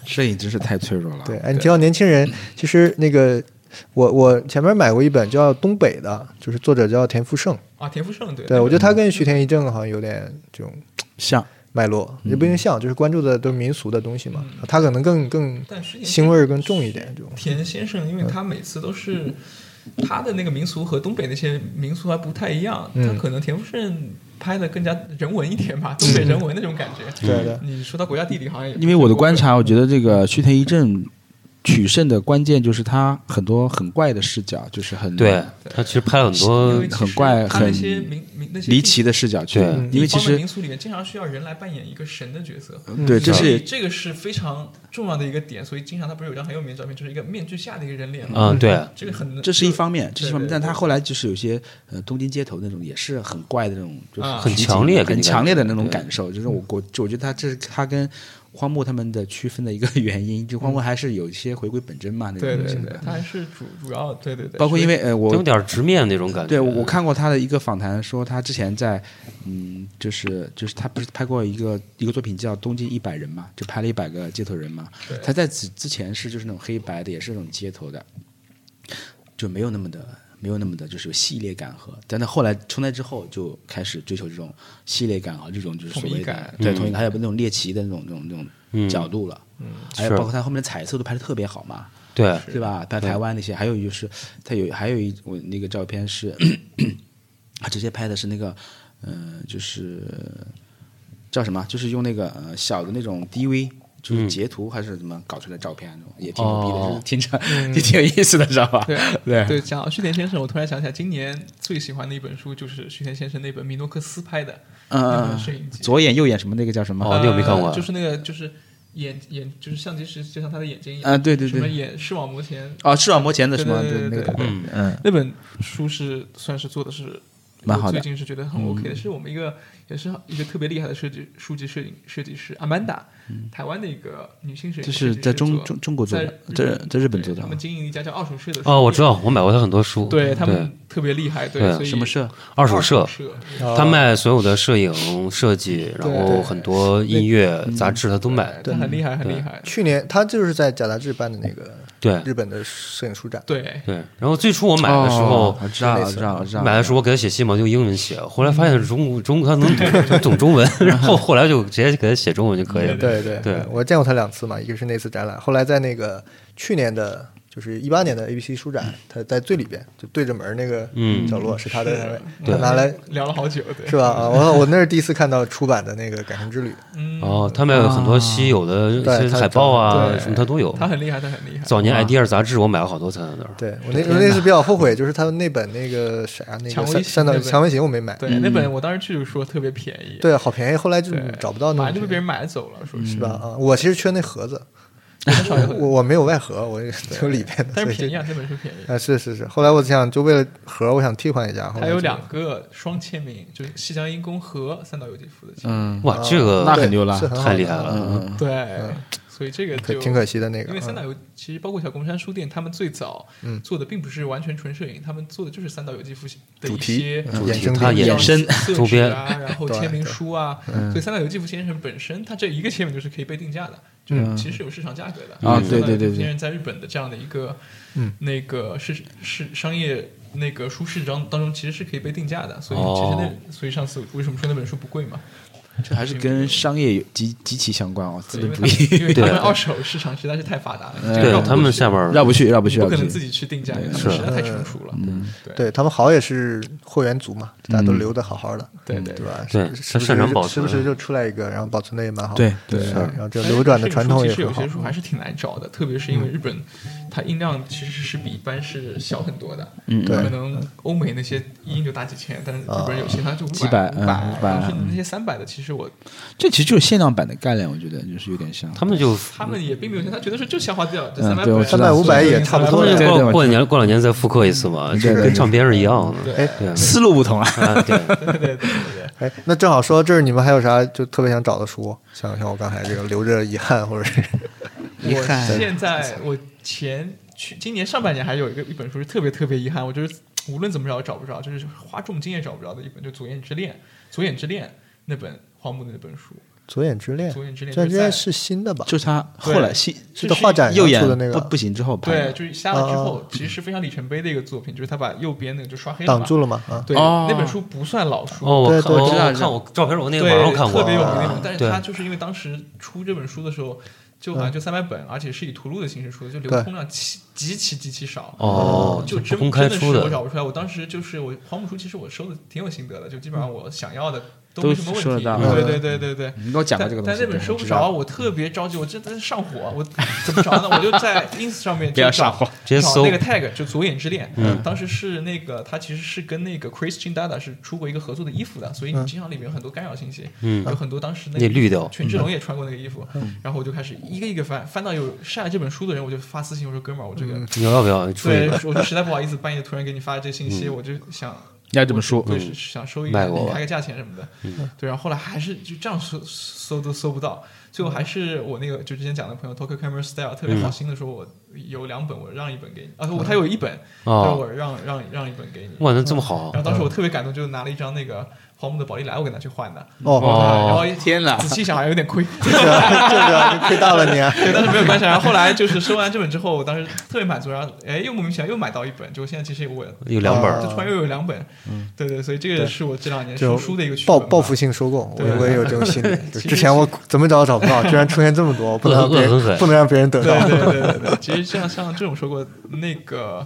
[SPEAKER 6] 摄影真是太脆弱了。
[SPEAKER 3] 哦
[SPEAKER 4] 对，哎，你提到年轻人，其实那个我我前面买过一本叫《东北》的，就是作者叫田馥甄。
[SPEAKER 3] 啊，田馥甄对，
[SPEAKER 4] 对，我觉得
[SPEAKER 5] 嗯
[SPEAKER 4] 他跟徐田一正好像有点这种
[SPEAKER 6] 像
[SPEAKER 4] 脉络，也不一定像，就是关注的都是民俗的东西嘛。他可能更更
[SPEAKER 3] 但是
[SPEAKER 4] 腥味儿更重一点，这种。
[SPEAKER 3] 田先生，因为他每次都
[SPEAKER 6] 嗯
[SPEAKER 3] 是他的那个民俗和东北那些民俗还不太一样，
[SPEAKER 4] 嗯
[SPEAKER 3] 他可能田馥甄拍的更加人文一点吧，东北人文那种感觉。
[SPEAKER 4] 对的，
[SPEAKER 3] 你说他国家地理好像也不
[SPEAKER 6] 嗯因为我的
[SPEAKER 3] 太过分
[SPEAKER 6] 观，察，我觉得这个须田一正取胜的关键就是他很多很怪的视角，就是很
[SPEAKER 5] 对他其实拍了很多
[SPEAKER 3] 因为其实
[SPEAKER 6] 很怪
[SPEAKER 3] 他那
[SPEAKER 6] 很
[SPEAKER 3] 些民民那些
[SPEAKER 6] 离奇的视角去
[SPEAKER 5] 对，
[SPEAKER 6] 因为其
[SPEAKER 3] 方的
[SPEAKER 6] 实
[SPEAKER 3] 民俗里面经常需要人来扮演一个神的角色，
[SPEAKER 6] 对，这
[SPEAKER 3] 所以
[SPEAKER 6] 是
[SPEAKER 3] 这个是非常重要的一个点。所以经常他不是有张很有名的照片，就是一个面具下的一个人脸吗？
[SPEAKER 5] 啊，对，
[SPEAKER 3] 这个很
[SPEAKER 6] 这是一方面，这是一方
[SPEAKER 3] 嗯对
[SPEAKER 6] 面，
[SPEAKER 3] 对
[SPEAKER 6] 但
[SPEAKER 3] 对
[SPEAKER 6] 他后来就是有些呃东京街头那种也是很怪的那种，就是
[SPEAKER 3] 啊
[SPEAKER 5] 很
[SPEAKER 6] 取景
[SPEAKER 5] 强烈给
[SPEAKER 6] 很
[SPEAKER 5] 你感
[SPEAKER 6] 强烈的那
[SPEAKER 5] 觉
[SPEAKER 6] 种
[SPEAKER 5] 对
[SPEAKER 6] 感受，就是我我我觉得他这是他跟荒木他们的区分的一个 (laughs) 原因，就荒木还是有一些回归本真嘛，那
[SPEAKER 3] 对
[SPEAKER 6] 种东
[SPEAKER 3] 对
[SPEAKER 6] 西
[SPEAKER 3] 对，他还是主主要对对对，
[SPEAKER 6] 包括因
[SPEAKER 3] 为
[SPEAKER 6] 为呃
[SPEAKER 5] 都有
[SPEAKER 6] 我。
[SPEAKER 5] 点直面那种感觉。
[SPEAKER 6] 对，我我看过他的一个访谈，说他之前在，嗯，就是就是他不是拍过一个一个作品叫《东京一百人》嘛，就拍了一百个街头人嘛。他在此之前是就是那种黑白的，也是那种街头的，就没有那么的没有那么的，就是有系列感和。但他后来从那之后就开始追求这种系列感和这种就是所
[SPEAKER 3] 统
[SPEAKER 6] 谓
[SPEAKER 3] 一感
[SPEAKER 6] 的对统一感，还有那种猎奇的那种那种那种角度了。嗯，还有
[SPEAKER 5] 是
[SPEAKER 6] 包括他后面的彩色都拍的特别好嘛。
[SPEAKER 5] 对
[SPEAKER 6] 对吧？拍台湾那些，还有就是他有还有一我那个照片是， (clears throat) 他直接拍的是那个，嗯、就是叫什么？就是用那个呃小的那种 DV。就是截图还是怎么搞出来照片那种，也挺牛逼的，
[SPEAKER 5] 哦
[SPEAKER 6] 就是听着也 (laughs) 挺有意思的，知道吧？
[SPEAKER 3] 对
[SPEAKER 5] 哎
[SPEAKER 6] 对
[SPEAKER 3] 对，讲到须田先生，我突然想起来，今年最喜欢的一本书就是须田先生那本米诺克斯拍的那
[SPEAKER 6] 嗯
[SPEAKER 3] 本，摄影集。
[SPEAKER 6] 左眼右眼什么那个叫什么？
[SPEAKER 5] 哦你有没看过啊
[SPEAKER 3] 呃就是那个就是眼眼就是相机是就像他的眼睛一样
[SPEAKER 6] 啊，对对
[SPEAKER 3] 什么
[SPEAKER 6] 对，
[SPEAKER 3] 眼视网膜前
[SPEAKER 6] 哦，视网膜前的什么？
[SPEAKER 3] 对对对
[SPEAKER 6] 那个
[SPEAKER 3] 对对
[SPEAKER 6] 嗯嗯，
[SPEAKER 3] 那本书是算是做的是
[SPEAKER 6] 蛮好的嗯
[SPEAKER 3] 我最近是觉得很 OK 的，是我们一个也是一个特别厉害的设计书籍摄影设计师阿曼达，台湾的一个女性设计
[SPEAKER 6] 嗯这
[SPEAKER 3] 师，
[SPEAKER 6] 是在中
[SPEAKER 3] 做
[SPEAKER 6] 中中国做的，
[SPEAKER 3] 在
[SPEAKER 6] 在在日本做
[SPEAKER 3] 对
[SPEAKER 6] 的啊
[SPEAKER 3] 他们经营一家叫二手社的书
[SPEAKER 5] 哦，我
[SPEAKER 3] 店
[SPEAKER 5] 知道，我买过他很多书，
[SPEAKER 3] 对他们特别厉害，
[SPEAKER 5] 对
[SPEAKER 3] 所以
[SPEAKER 6] 什么社？
[SPEAKER 5] 二
[SPEAKER 3] 二
[SPEAKER 5] 手社，
[SPEAKER 3] 社
[SPEAKER 5] 他卖所有的摄影设计，然后很多音乐杂志他都买。
[SPEAKER 3] 对，他很厉害，很厉害，
[SPEAKER 4] 去年他就是在假杂志办的那个
[SPEAKER 5] 对
[SPEAKER 4] 日本的摄影书展，
[SPEAKER 3] 对
[SPEAKER 5] 对，然后最初我买的时
[SPEAKER 6] 哦
[SPEAKER 5] 候，
[SPEAKER 6] 我知道
[SPEAKER 4] 那
[SPEAKER 6] 了，
[SPEAKER 4] 次
[SPEAKER 6] 知道了，我知道了，
[SPEAKER 5] 买的时候我给他写信嘛，用英文写，后来发现是 (laughs) 中中他能懂懂中文，然后后来就直接给他写中文就可以了。
[SPEAKER 4] 对对嗯
[SPEAKER 5] 对
[SPEAKER 4] 我见过他两次嘛，一个是那次展览，后来在那个去年的，就是一八年的 ABC 书展，他在最里边，就对着门儿那个
[SPEAKER 5] 嗯
[SPEAKER 4] 角落是他的单位，
[SPEAKER 5] 对
[SPEAKER 4] 他拿来
[SPEAKER 3] 聊了好久，对，
[SPEAKER 4] 是吧？啊，我我那是第一次看到出版的那个《感情之旅》，
[SPEAKER 3] 嗯，
[SPEAKER 5] 哦，他卖很多稀有的一
[SPEAKER 4] 对
[SPEAKER 5] 些
[SPEAKER 4] 他
[SPEAKER 5] 海报啊
[SPEAKER 3] 对
[SPEAKER 5] 什么，他都有。
[SPEAKER 3] 他很厉害，他很厉害，
[SPEAKER 5] 早年 idea 杂志我买了好多册在那儿。
[SPEAKER 4] 对我那我那次比较后悔，就是他那本那个啥那
[SPEAKER 3] 蔷
[SPEAKER 4] 个
[SPEAKER 3] 薇型
[SPEAKER 4] 三三岛
[SPEAKER 3] 那本
[SPEAKER 4] 蔷薇型我没买，
[SPEAKER 3] 对那本我当时去就说特别便宜，
[SPEAKER 4] 嗯对，好便宜，后来就
[SPEAKER 3] 对，
[SPEAKER 4] 找不到
[SPEAKER 3] 马上
[SPEAKER 4] 那
[SPEAKER 3] 就被
[SPEAKER 4] 种
[SPEAKER 3] 别人嗯买走了，说
[SPEAKER 4] 是
[SPEAKER 3] 是
[SPEAKER 4] 吧？啊，我其实缺那
[SPEAKER 3] (laughs)
[SPEAKER 4] 盒子，我我我没有外盒，我就里边的，
[SPEAKER 3] 但是
[SPEAKER 4] 所以
[SPEAKER 3] 便宜啊，那本书便宜。
[SPEAKER 4] 啊，是是是。后来我想，就为了盒，我想替换一下。后来
[SPEAKER 3] 还有
[SPEAKER 4] 就啊
[SPEAKER 3] 两个双签名，就是西江英公和三岛由纪夫的签名。
[SPEAKER 6] 嗯，
[SPEAKER 5] 哇，这个
[SPEAKER 6] 那很牛了
[SPEAKER 4] 是很好
[SPEAKER 5] 太厉害
[SPEAKER 4] 的
[SPEAKER 5] 了。
[SPEAKER 6] 嗯嗯，
[SPEAKER 3] 对，所以这个
[SPEAKER 4] 可
[SPEAKER 3] 就
[SPEAKER 4] 挺可惜的那个。
[SPEAKER 3] 因为三岛
[SPEAKER 4] 嗯
[SPEAKER 3] 由其实包括小宫山书店，他们最早做的并不是完全纯摄影，他们做的就是三岛由纪夫的
[SPEAKER 4] 主
[SPEAKER 3] 一
[SPEAKER 4] 题
[SPEAKER 3] 些
[SPEAKER 4] 嗯衍生
[SPEAKER 5] 他
[SPEAKER 4] 品
[SPEAKER 5] 衍
[SPEAKER 6] 衍生
[SPEAKER 5] 周
[SPEAKER 3] 色纸
[SPEAKER 5] 边
[SPEAKER 3] 啊，然后
[SPEAKER 4] 对
[SPEAKER 3] 签名
[SPEAKER 4] 对
[SPEAKER 3] 书啊，所以三岛由纪夫先生本身他这一个签名就是可以被定价的，就是其实是有市场价格的
[SPEAKER 6] 啊
[SPEAKER 3] 嗯
[SPEAKER 6] 对
[SPEAKER 3] 三岛由
[SPEAKER 6] 对对
[SPEAKER 3] 纪夫
[SPEAKER 6] 对
[SPEAKER 3] 先生在日本的这样的一个那个市市商业。那个书市当当中其实是可以被定价的，所以其实那、
[SPEAKER 5] 哦
[SPEAKER 3] 所以上次为什么说那本书不贵嘛？
[SPEAKER 6] 这还是跟商业有极极其相关哦，资
[SPEAKER 3] 对因
[SPEAKER 6] 本
[SPEAKER 3] 为
[SPEAKER 6] 主
[SPEAKER 3] 他们因为
[SPEAKER 6] 义，
[SPEAKER 3] 他们二手市场实在是太发达了，这个
[SPEAKER 5] 嗯对
[SPEAKER 3] 绕不
[SPEAKER 5] 他
[SPEAKER 3] 过
[SPEAKER 5] 们
[SPEAKER 3] 去
[SPEAKER 5] 下边
[SPEAKER 4] (laughs)
[SPEAKER 5] 儿
[SPEAKER 6] 绕不去，绕不去，
[SPEAKER 3] 不
[SPEAKER 6] 绕
[SPEAKER 3] 可
[SPEAKER 6] 不
[SPEAKER 3] 能自。
[SPEAKER 6] 去
[SPEAKER 3] 己去定价，因为实在太成熟了。对
[SPEAKER 4] 对他们好也是货源足嘛，大家都留的好好的，
[SPEAKER 3] 对对
[SPEAKER 4] 对吧？
[SPEAKER 5] 嗯对
[SPEAKER 4] 时时不
[SPEAKER 5] 擅长
[SPEAKER 4] 时
[SPEAKER 5] 保
[SPEAKER 4] 时不
[SPEAKER 5] 存
[SPEAKER 4] 时就出来一个，然后保存的也蛮好。
[SPEAKER 6] 对对
[SPEAKER 4] 对
[SPEAKER 6] 是
[SPEAKER 4] 然后这流转的传统也
[SPEAKER 3] 其实
[SPEAKER 4] 很
[SPEAKER 3] 有
[SPEAKER 4] 好嗯
[SPEAKER 3] 些。书还是挺难找的，特别是因为日本，它音量其实是比一般是小很多的。嗯
[SPEAKER 4] 对
[SPEAKER 3] 可能欧美那些一音就大几千，但是日本有
[SPEAKER 4] 啊
[SPEAKER 3] 些它就
[SPEAKER 6] 几
[SPEAKER 3] 百、
[SPEAKER 6] 百
[SPEAKER 3] 五
[SPEAKER 6] 嗯
[SPEAKER 3] 百，
[SPEAKER 6] 500
[SPEAKER 3] 甚至那些三百的，其实我
[SPEAKER 6] 这其实就是限量版的概念，我觉得就是有点像。
[SPEAKER 5] 他们就
[SPEAKER 3] 他们也并没有，他觉得是就消化掉这
[SPEAKER 6] 嗯
[SPEAKER 3] 三百
[SPEAKER 6] 对我知
[SPEAKER 4] 三百
[SPEAKER 6] 道
[SPEAKER 4] 五百也差不
[SPEAKER 5] 他
[SPEAKER 4] 多
[SPEAKER 5] 们
[SPEAKER 4] 了。
[SPEAKER 6] 对
[SPEAKER 5] 过
[SPEAKER 6] 对对
[SPEAKER 5] 过两年过两年再复刻一次嘛，
[SPEAKER 6] 对
[SPEAKER 5] 这
[SPEAKER 6] 对
[SPEAKER 5] 跟唱片是一样的。
[SPEAKER 3] 对
[SPEAKER 5] 对
[SPEAKER 6] 思路不同啊，
[SPEAKER 5] 啊，对，
[SPEAKER 3] 对对对对
[SPEAKER 4] 哎，那正好说到这儿，你们还有啥就特别想找的书？像像我刚才这个留着遗憾，或者是
[SPEAKER 3] 对，我现在我前去今年上半年还有一个一本书是特别特别遗憾，我就是无论怎么找也找不着，就是花重金也找不着的一本，就《左眼之恋》《左眼之恋》那本荒木的那本书。
[SPEAKER 4] 左眼之恋《
[SPEAKER 3] 左眼之恋
[SPEAKER 4] 左眼之恋
[SPEAKER 3] 就是在
[SPEAKER 4] 是新的吧？
[SPEAKER 6] 就是他后来新
[SPEAKER 4] 是的画展
[SPEAKER 6] 右
[SPEAKER 4] 上
[SPEAKER 6] 眼
[SPEAKER 4] 出的那个
[SPEAKER 6] 不不行之后拍
[SPEAKER 3] 对，
[SPEAKER 6] 的，嗯
[SPEAKER 3] 就是瞎了之后，其实是非常里程碑的一个作品，就是他把右边那个就刷黑了嘛
[SPEAKER 4] 挡住了吗？啊，
[SPEAKER 3] 对，
[SPEAKER 6] 哦
[SPEAKER 3] 那本书不算老书，
[SPEAKER 5] 哦，我
[SPEAKER 4] 对
[SPEAKER 5] 看
[SPEAKER 4] 对
[SPEAKER 5] 我
[SPEAKER 4] 知
[SPEAKER 6] 道
[SPEAKER 5] 我
[SPEAKER 6] 知
[SPEAKER 5] 看
[SPEAKER 6] 道
[SPEAKER 5] 我照片，我那
[SPEAKER 3] 对，
[SPEAKER 5] 个网上看过，啊
[SPEAKER 3] 特别有名那种。但是
[SPEAKER 5] 对
[SPEAKER 3] 他就是因为当时出这本书的时候，就
[SPEAKER 6] 嗯
[SPEAKER 3] 好像就三百本，而且是以图录的形式出的，就流通量极极其极其少。
[SPEAKER 5] 哦，
[SPEAKER 3] 就真
[SPEAKER 5] 公开
[SPEAKER 3] 真
[SPEAKER 5] 出
[SPEAKER 3] 的是
[SPEAKER 5] 的，
[SPEAKER 3] 我
[SPEAKER 5] 嗯
[SPEAKER 3] 找不出来。我当时就是我黄浦书，其实我收的挺有心得的，就基本上我想要的都没什么问题。
[SPEAKER 6] 都收得到
[SPEAKER 3] 对对对对对。
[SPEAKER 6] 你给我讲过这个东
[SPEAKER 3] 但
[SPEAKER 6] 西，
[SPEAKER 3] 但那本
[SPEAKER 6] 对
[SPEAKER 3] 收
[SPEAKER 6] 我
[SPEAKER 3] 不
[SPEAKER 6] 知
[SPEAKER 3] 着，
[SPEAKER 6] 道
[SPEAKER 3] 我特别着急，我真的上火，我怎么找呢？我就在 ins 上面
[SPEAKER 6] (laughs) 不
[SPEAKER 3] 就
[SPEAKER 6] 要
[SPEAKER 3] 找
[SPEAKER 6] 上火
[SPEAKER 5] 直接
[SPEAKER 3] 找
[SPEAKER 5] 搜嗯
[SPEAKER 3] 那个 tag 就左眼之恋，当时是那个他其实是跟那个 Christian Dada 是出过一个合作的衣服的，所以你经常里面有很多干扰信息，
[SPEAKER 5] 嗯
[SPEAKER 3] 有很多当时那
[SPEAKER 5] 那绿哦嗯掉
[SPEAKER 3] 权志龙也穿过那个衣服，然后我就开始一个一个翻，翻到有晒这本书的人，我就发私信我说哥们儿，我这个。
[SPEAKER 5] 你要不要你出一
[SPEAKER 3] 对
[SPEAKER 5] 个？，
[SPEAKER 3] 我就实在不好意思，半夜突然给你发这信息，
[SPEAKER 5] 嗯
[SPEAKER 3] 我就想
[SPEAKER 6] 要这么说，
[SPEAKER 3] 对，是想收一
[SPEAKER 5] 卖
[SPEAKER 3] 个
[SPEAKER 5] 过吧
[SPEAKER 3] 开个价钱什么的，对，然后后来还是就这样搜搜都搜不到，最后还是我那个就之前讲的朋友 Tokyo Camera Style 特别好心的说，我有两本，我让一本给你，啊，我他有一本，
[SPEAKER 5] 哦
[SPEAKER 3] 他说我让让让一本给你，
[SPEAKER 5] 哇，那这么好
[SPEAKER 6] 啊
[SPEAKER 3] 然后当时我特别感动，就拿了一张那个黄木的宝丽来，我跟他去换的，
[SPEAKER 4] 哦，
[SPEAKER 3] 然
[SPEAKER 5] 哦
[SPEAKER 3] 后
[SPEAKER 6] 天哪
[SPEAKER 3] 仔细想还有点亏， (laughs)
[SPEAKER 4] 对 (laughs) 啊，你亏大了你啊。
[SPEAKER 3] 对，但是没有关系。然后后来就是收完这本之后，我当时特别满足，然后哎，又莫名其妙又买到一本，就现在其实我
[SPEAKER 5] 有两本儿
[SPEAKER 6] 啊
[SPEAKER 3] 就突然又有两本，对对，所以这个是我这两年
[SPEAKER 4] 就
[SPEAKER 3] 收书的一个趋
[SPEAKER 4] 报
[SPEAKER 3] 势吧
[SPEAKER 4] 报复性收购，我
[SPEAKER 3] 对
[SPEAKER 4] 我也有这种心理。就
[SPEAKER 3] 其实
[SPEAKER 4] 之前我怎么找都找不到，居然出现这么多，我不能让别
[SPEAKER 5] 恶狠狠
[SPEAKER 4] 人不能让别人得
[SPEAKER 3] 对
[SPEAKER 4] 到。
[SPEAKER 3] 对对对对，其实像像这种说过，那个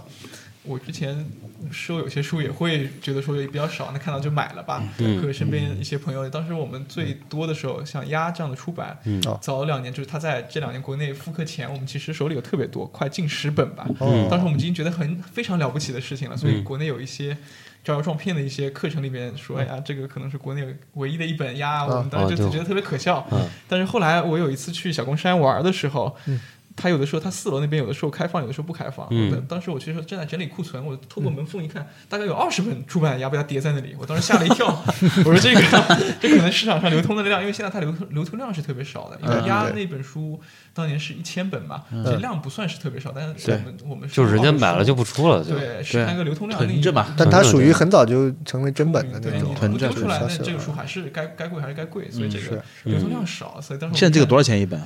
[SPEAKER 3] 我之前收有些书也会觉得说比较少，那看到就买了吧。
[SPEAKER 5] 嗯
[SPEAKER 3] 可身边一些朋友，当时我们最多的时候，像鸭这样的出版，
[SPEAKER 5] 嗯
[SPEAKER 4] 哦
[SPEAKER 3] 早两年就是他在这两年国内复刻前，我们其实手里有特别多，快近十本吧。
[SPEAKER 4] 嗯
[SPEAKER 3] 当时我们已经觉得很非常了不起的事情了，所以
[SPEAKER 5] 哦嗯
[SPEAKER 3] 国内有一些。招摇撞骗的一些课程里面说，哎呀，这个可能是国内唯一的一本鸭，我们当时
[SPEAKER 5] 哦
[SPEAKER 3] 就
[SPEAKER 5] 对
[SPEAKER 3] 觉得特别可笑。
[SPEAKER 5] 嗯
[SPEAKER 3] 但是后来我有一次去小公山玩的时候，
[SPEAKER 4] 嗯
[SPEAKER 3] 他有的时候他四楼那边有的时候开放，有的时候不开放。
[SPEAKER 5] 嗯
[SPEAKER 3] 我当时我其实正在整理库存，我透过门缝一看，大概有二十本出版压被他叠在那里，我当时吓了一跳， (laughs) 我说这个 (laughs) 这可能市场上流通的量，因为现在它流通流通量是特别少的，因为压那本书当年是一千本嘛，这量不算是特别少，但是我们我们
[SPEAKER 5] 嗯就是人家买了就
[SPEAKER 3] 不
[SPEAKER 5] 不出了，就
[SPEAKER 3] 对十三个流通量
[SPEAKER 6] 囤着嘛，
[SPEAKER 4] 但它属于很早就成为真本的那
[SPEAKER 3] 嗯对
[SPEAKER 4] 种
[SPEAKER 3] 你，
[SPEAKER 6] 囤着
[SPEAKER 3] 不出来，那
[SPEAKER 4] 对是
[SPEAKER 3] 这个书还是该该贵还是该贵，所以
[SPEAKER 5] 嗯
[SPEAKER 3] 这个
[SPEAKER 4] 是
[SPEAKER 3] 流通量少，所以当时我
[SPEAKER 6] 现在这个
[SPEAKER 3] 看
[SPEAKER 6] 多少钱一本？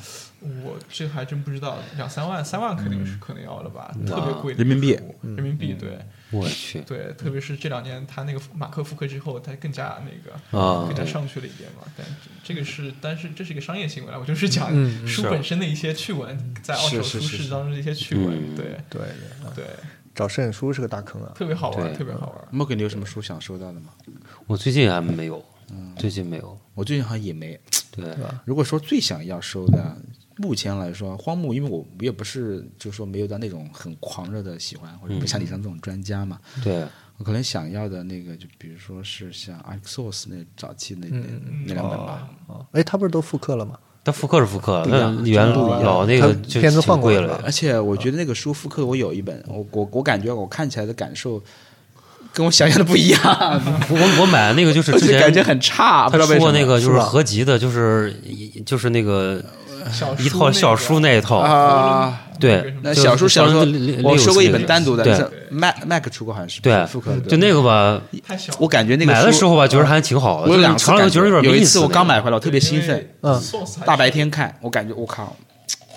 [SPEAKER 3] 我这还真不知道，两三万、三万肯定是可能要了吧，特别贵的
[SPEAKER 6] 人民币
[SPEAKER 3] 一本书，
[SPEAKER 5] 嗯
[SPEAKER 3] 人民币对
[SPEAKER 5] 我去
[SPEAKER 3] 对，特别是这两年他那个马克复刻之后，他更加那个
[SPEAKER 5] 啊
[SPEAKER 3] 更加
[SPEAKER 5] 对
[SPEAKER 3] 上去了一点嘛。但这个是，但是这是一个商业行为了，我就是讲
[SPEAKER 4] 嗯
[SPEAKER 3] 书本身的一些趣闻，在二手书市当中的一些趣
[SPEAKER 5] 嗯
[SPEAKER 3] 闻，对
[SPEAKER 4] 对，嗯
[SPEAKER 3] 对，
[SPEAKER 4] 找摄影书是个大坑啊。
[SPEAKER 3] 特别好玩，
[SPEAKER 5] 对
[SPEAKER 3] 特别好玩。
[SPEAKER 6] 莫哥，你有什么书想收到的吗？
[SPEAKER 5] 我最近还没有，
[SPEAKER 6] 嗯
[SPEAKER 5] 最近没有，
[SPEAKER 6] 我最近好像也没。
[SPEAKER 5] 对，
[SPEAKER 6] 如果说最想要收的，目前来说，荒木，因为我也不是就是说没有到那种很狂热的喜欢，或者不像你这样这种专家嘛，
[SPEAKER 5] 对，
[SPEAKER 6] 我可能想要的那个，就比如说是像 Axos 那早期
[SPEAKER 3] 嗯
[SPEAKER 6] 那那那两本
[SPEAKER 3] 哦
[SPEAKER 6] 吧，
[SPEAKER 4] 哎，它不是都复刻了吗？
[SPEAKER 5] 但复刻是复刻，
[SPEAKER 6] 不一样
[SPEAKER 5] 但原
[SPEAKER 6] 真的不一样
[SPEAKER 5] 老那个
[SPEAKER 4] 它
[SPEAKER 5] 就
[SPEAKER 4] 片子
[SPEAKER 5] 挺
[SPEAKER 4] 换过
[SPEAKER 5] 贵
[SPEAKER 4] 了
[SPEAKER 5] 了
[SPEAKER 4] 吧，
[SPEAKER 6] 而且我觉得那个书复刻我有一本，我我我感觉我看起来的感受跟我想象的不一样，
[SPEAKER 5] 我我买的那个 (laughs)
[SPEAKER 6] (laughs)
[SPEAKER 5] 就是
[SPEAKER 6] 而
[SPEAKER 5] 之
[SPEAKER 6] 且
[SPEAKER 5] 前
[SPEAKER 6] 感觉很差，不
[SPEAKER 5] 他
[SPEAKER 6] 知道为
[SPEAKER 5] 出
[SPEAKER 6] 什么
[SPEAKER 5] 过那个就是
[SPEAKER 4] 是吧
[SPEAKER 5] 合集的，就是一就是那个
[SPEAKER 3] 小
[SPEAKER 5] 嗯一套小书
[SPEAKER 3] 那
[SPEAKER 5] 那一套，
[SPEAKER 6] 啊。
[SPEAKER 5] 对，
[SPEAKER 6] 那
[SPEAKER 5] 就
[SPEAKER 6] 小
[SPEAKER 5] 就
[SPEAKER 6] 说小说
[SPEAKER 5] 像那那，
[SPEAKER 6] 我收过一本
[SPEAKER 5] 那
[SPEAKER 6] 单独的，
[SPEAKER 5] 对
[SPEAKER 6] 是 Mac Mac 出过好像是
[SPEAKER 5] 对
[SPEAKER 6] 复刻的，
[SPEAKER 5] 就那个吧，
[SPEAKER 3] 个太小了，
[SPEAKER 6] 我感觉那个啊
[SPEAKER 5] 买的时候吧，觉得还挺好的，
[SPEAKER 6] 我有
[SPEAKER 5] 就
[SPEAKER 6] 两
[SPEAKER 5] 你
[SPEAKER 6] 次
[SPEAKER 5] 尝了
[SPEAKER 6] 感
[SPEAKER 5] 觉得有
[SPEAKER 6] 觉
[SPEAKER 5] 点
[SPEAKER 6] 有一
[SPEAKER 5] 意
[SPEAKER 6] 次
[SPEAKER 5] 思
[SPEAKER 6] 我
[SPEAKER 5] 那
[SPEAKER 6] 刚
[SPEAKER 5] 个
[SPEAKER 6] 买回来，我特别兴奋，，
[SPEAKER 4] 嗯
[SPEAKER 6] 大白天看，我感觉我靠，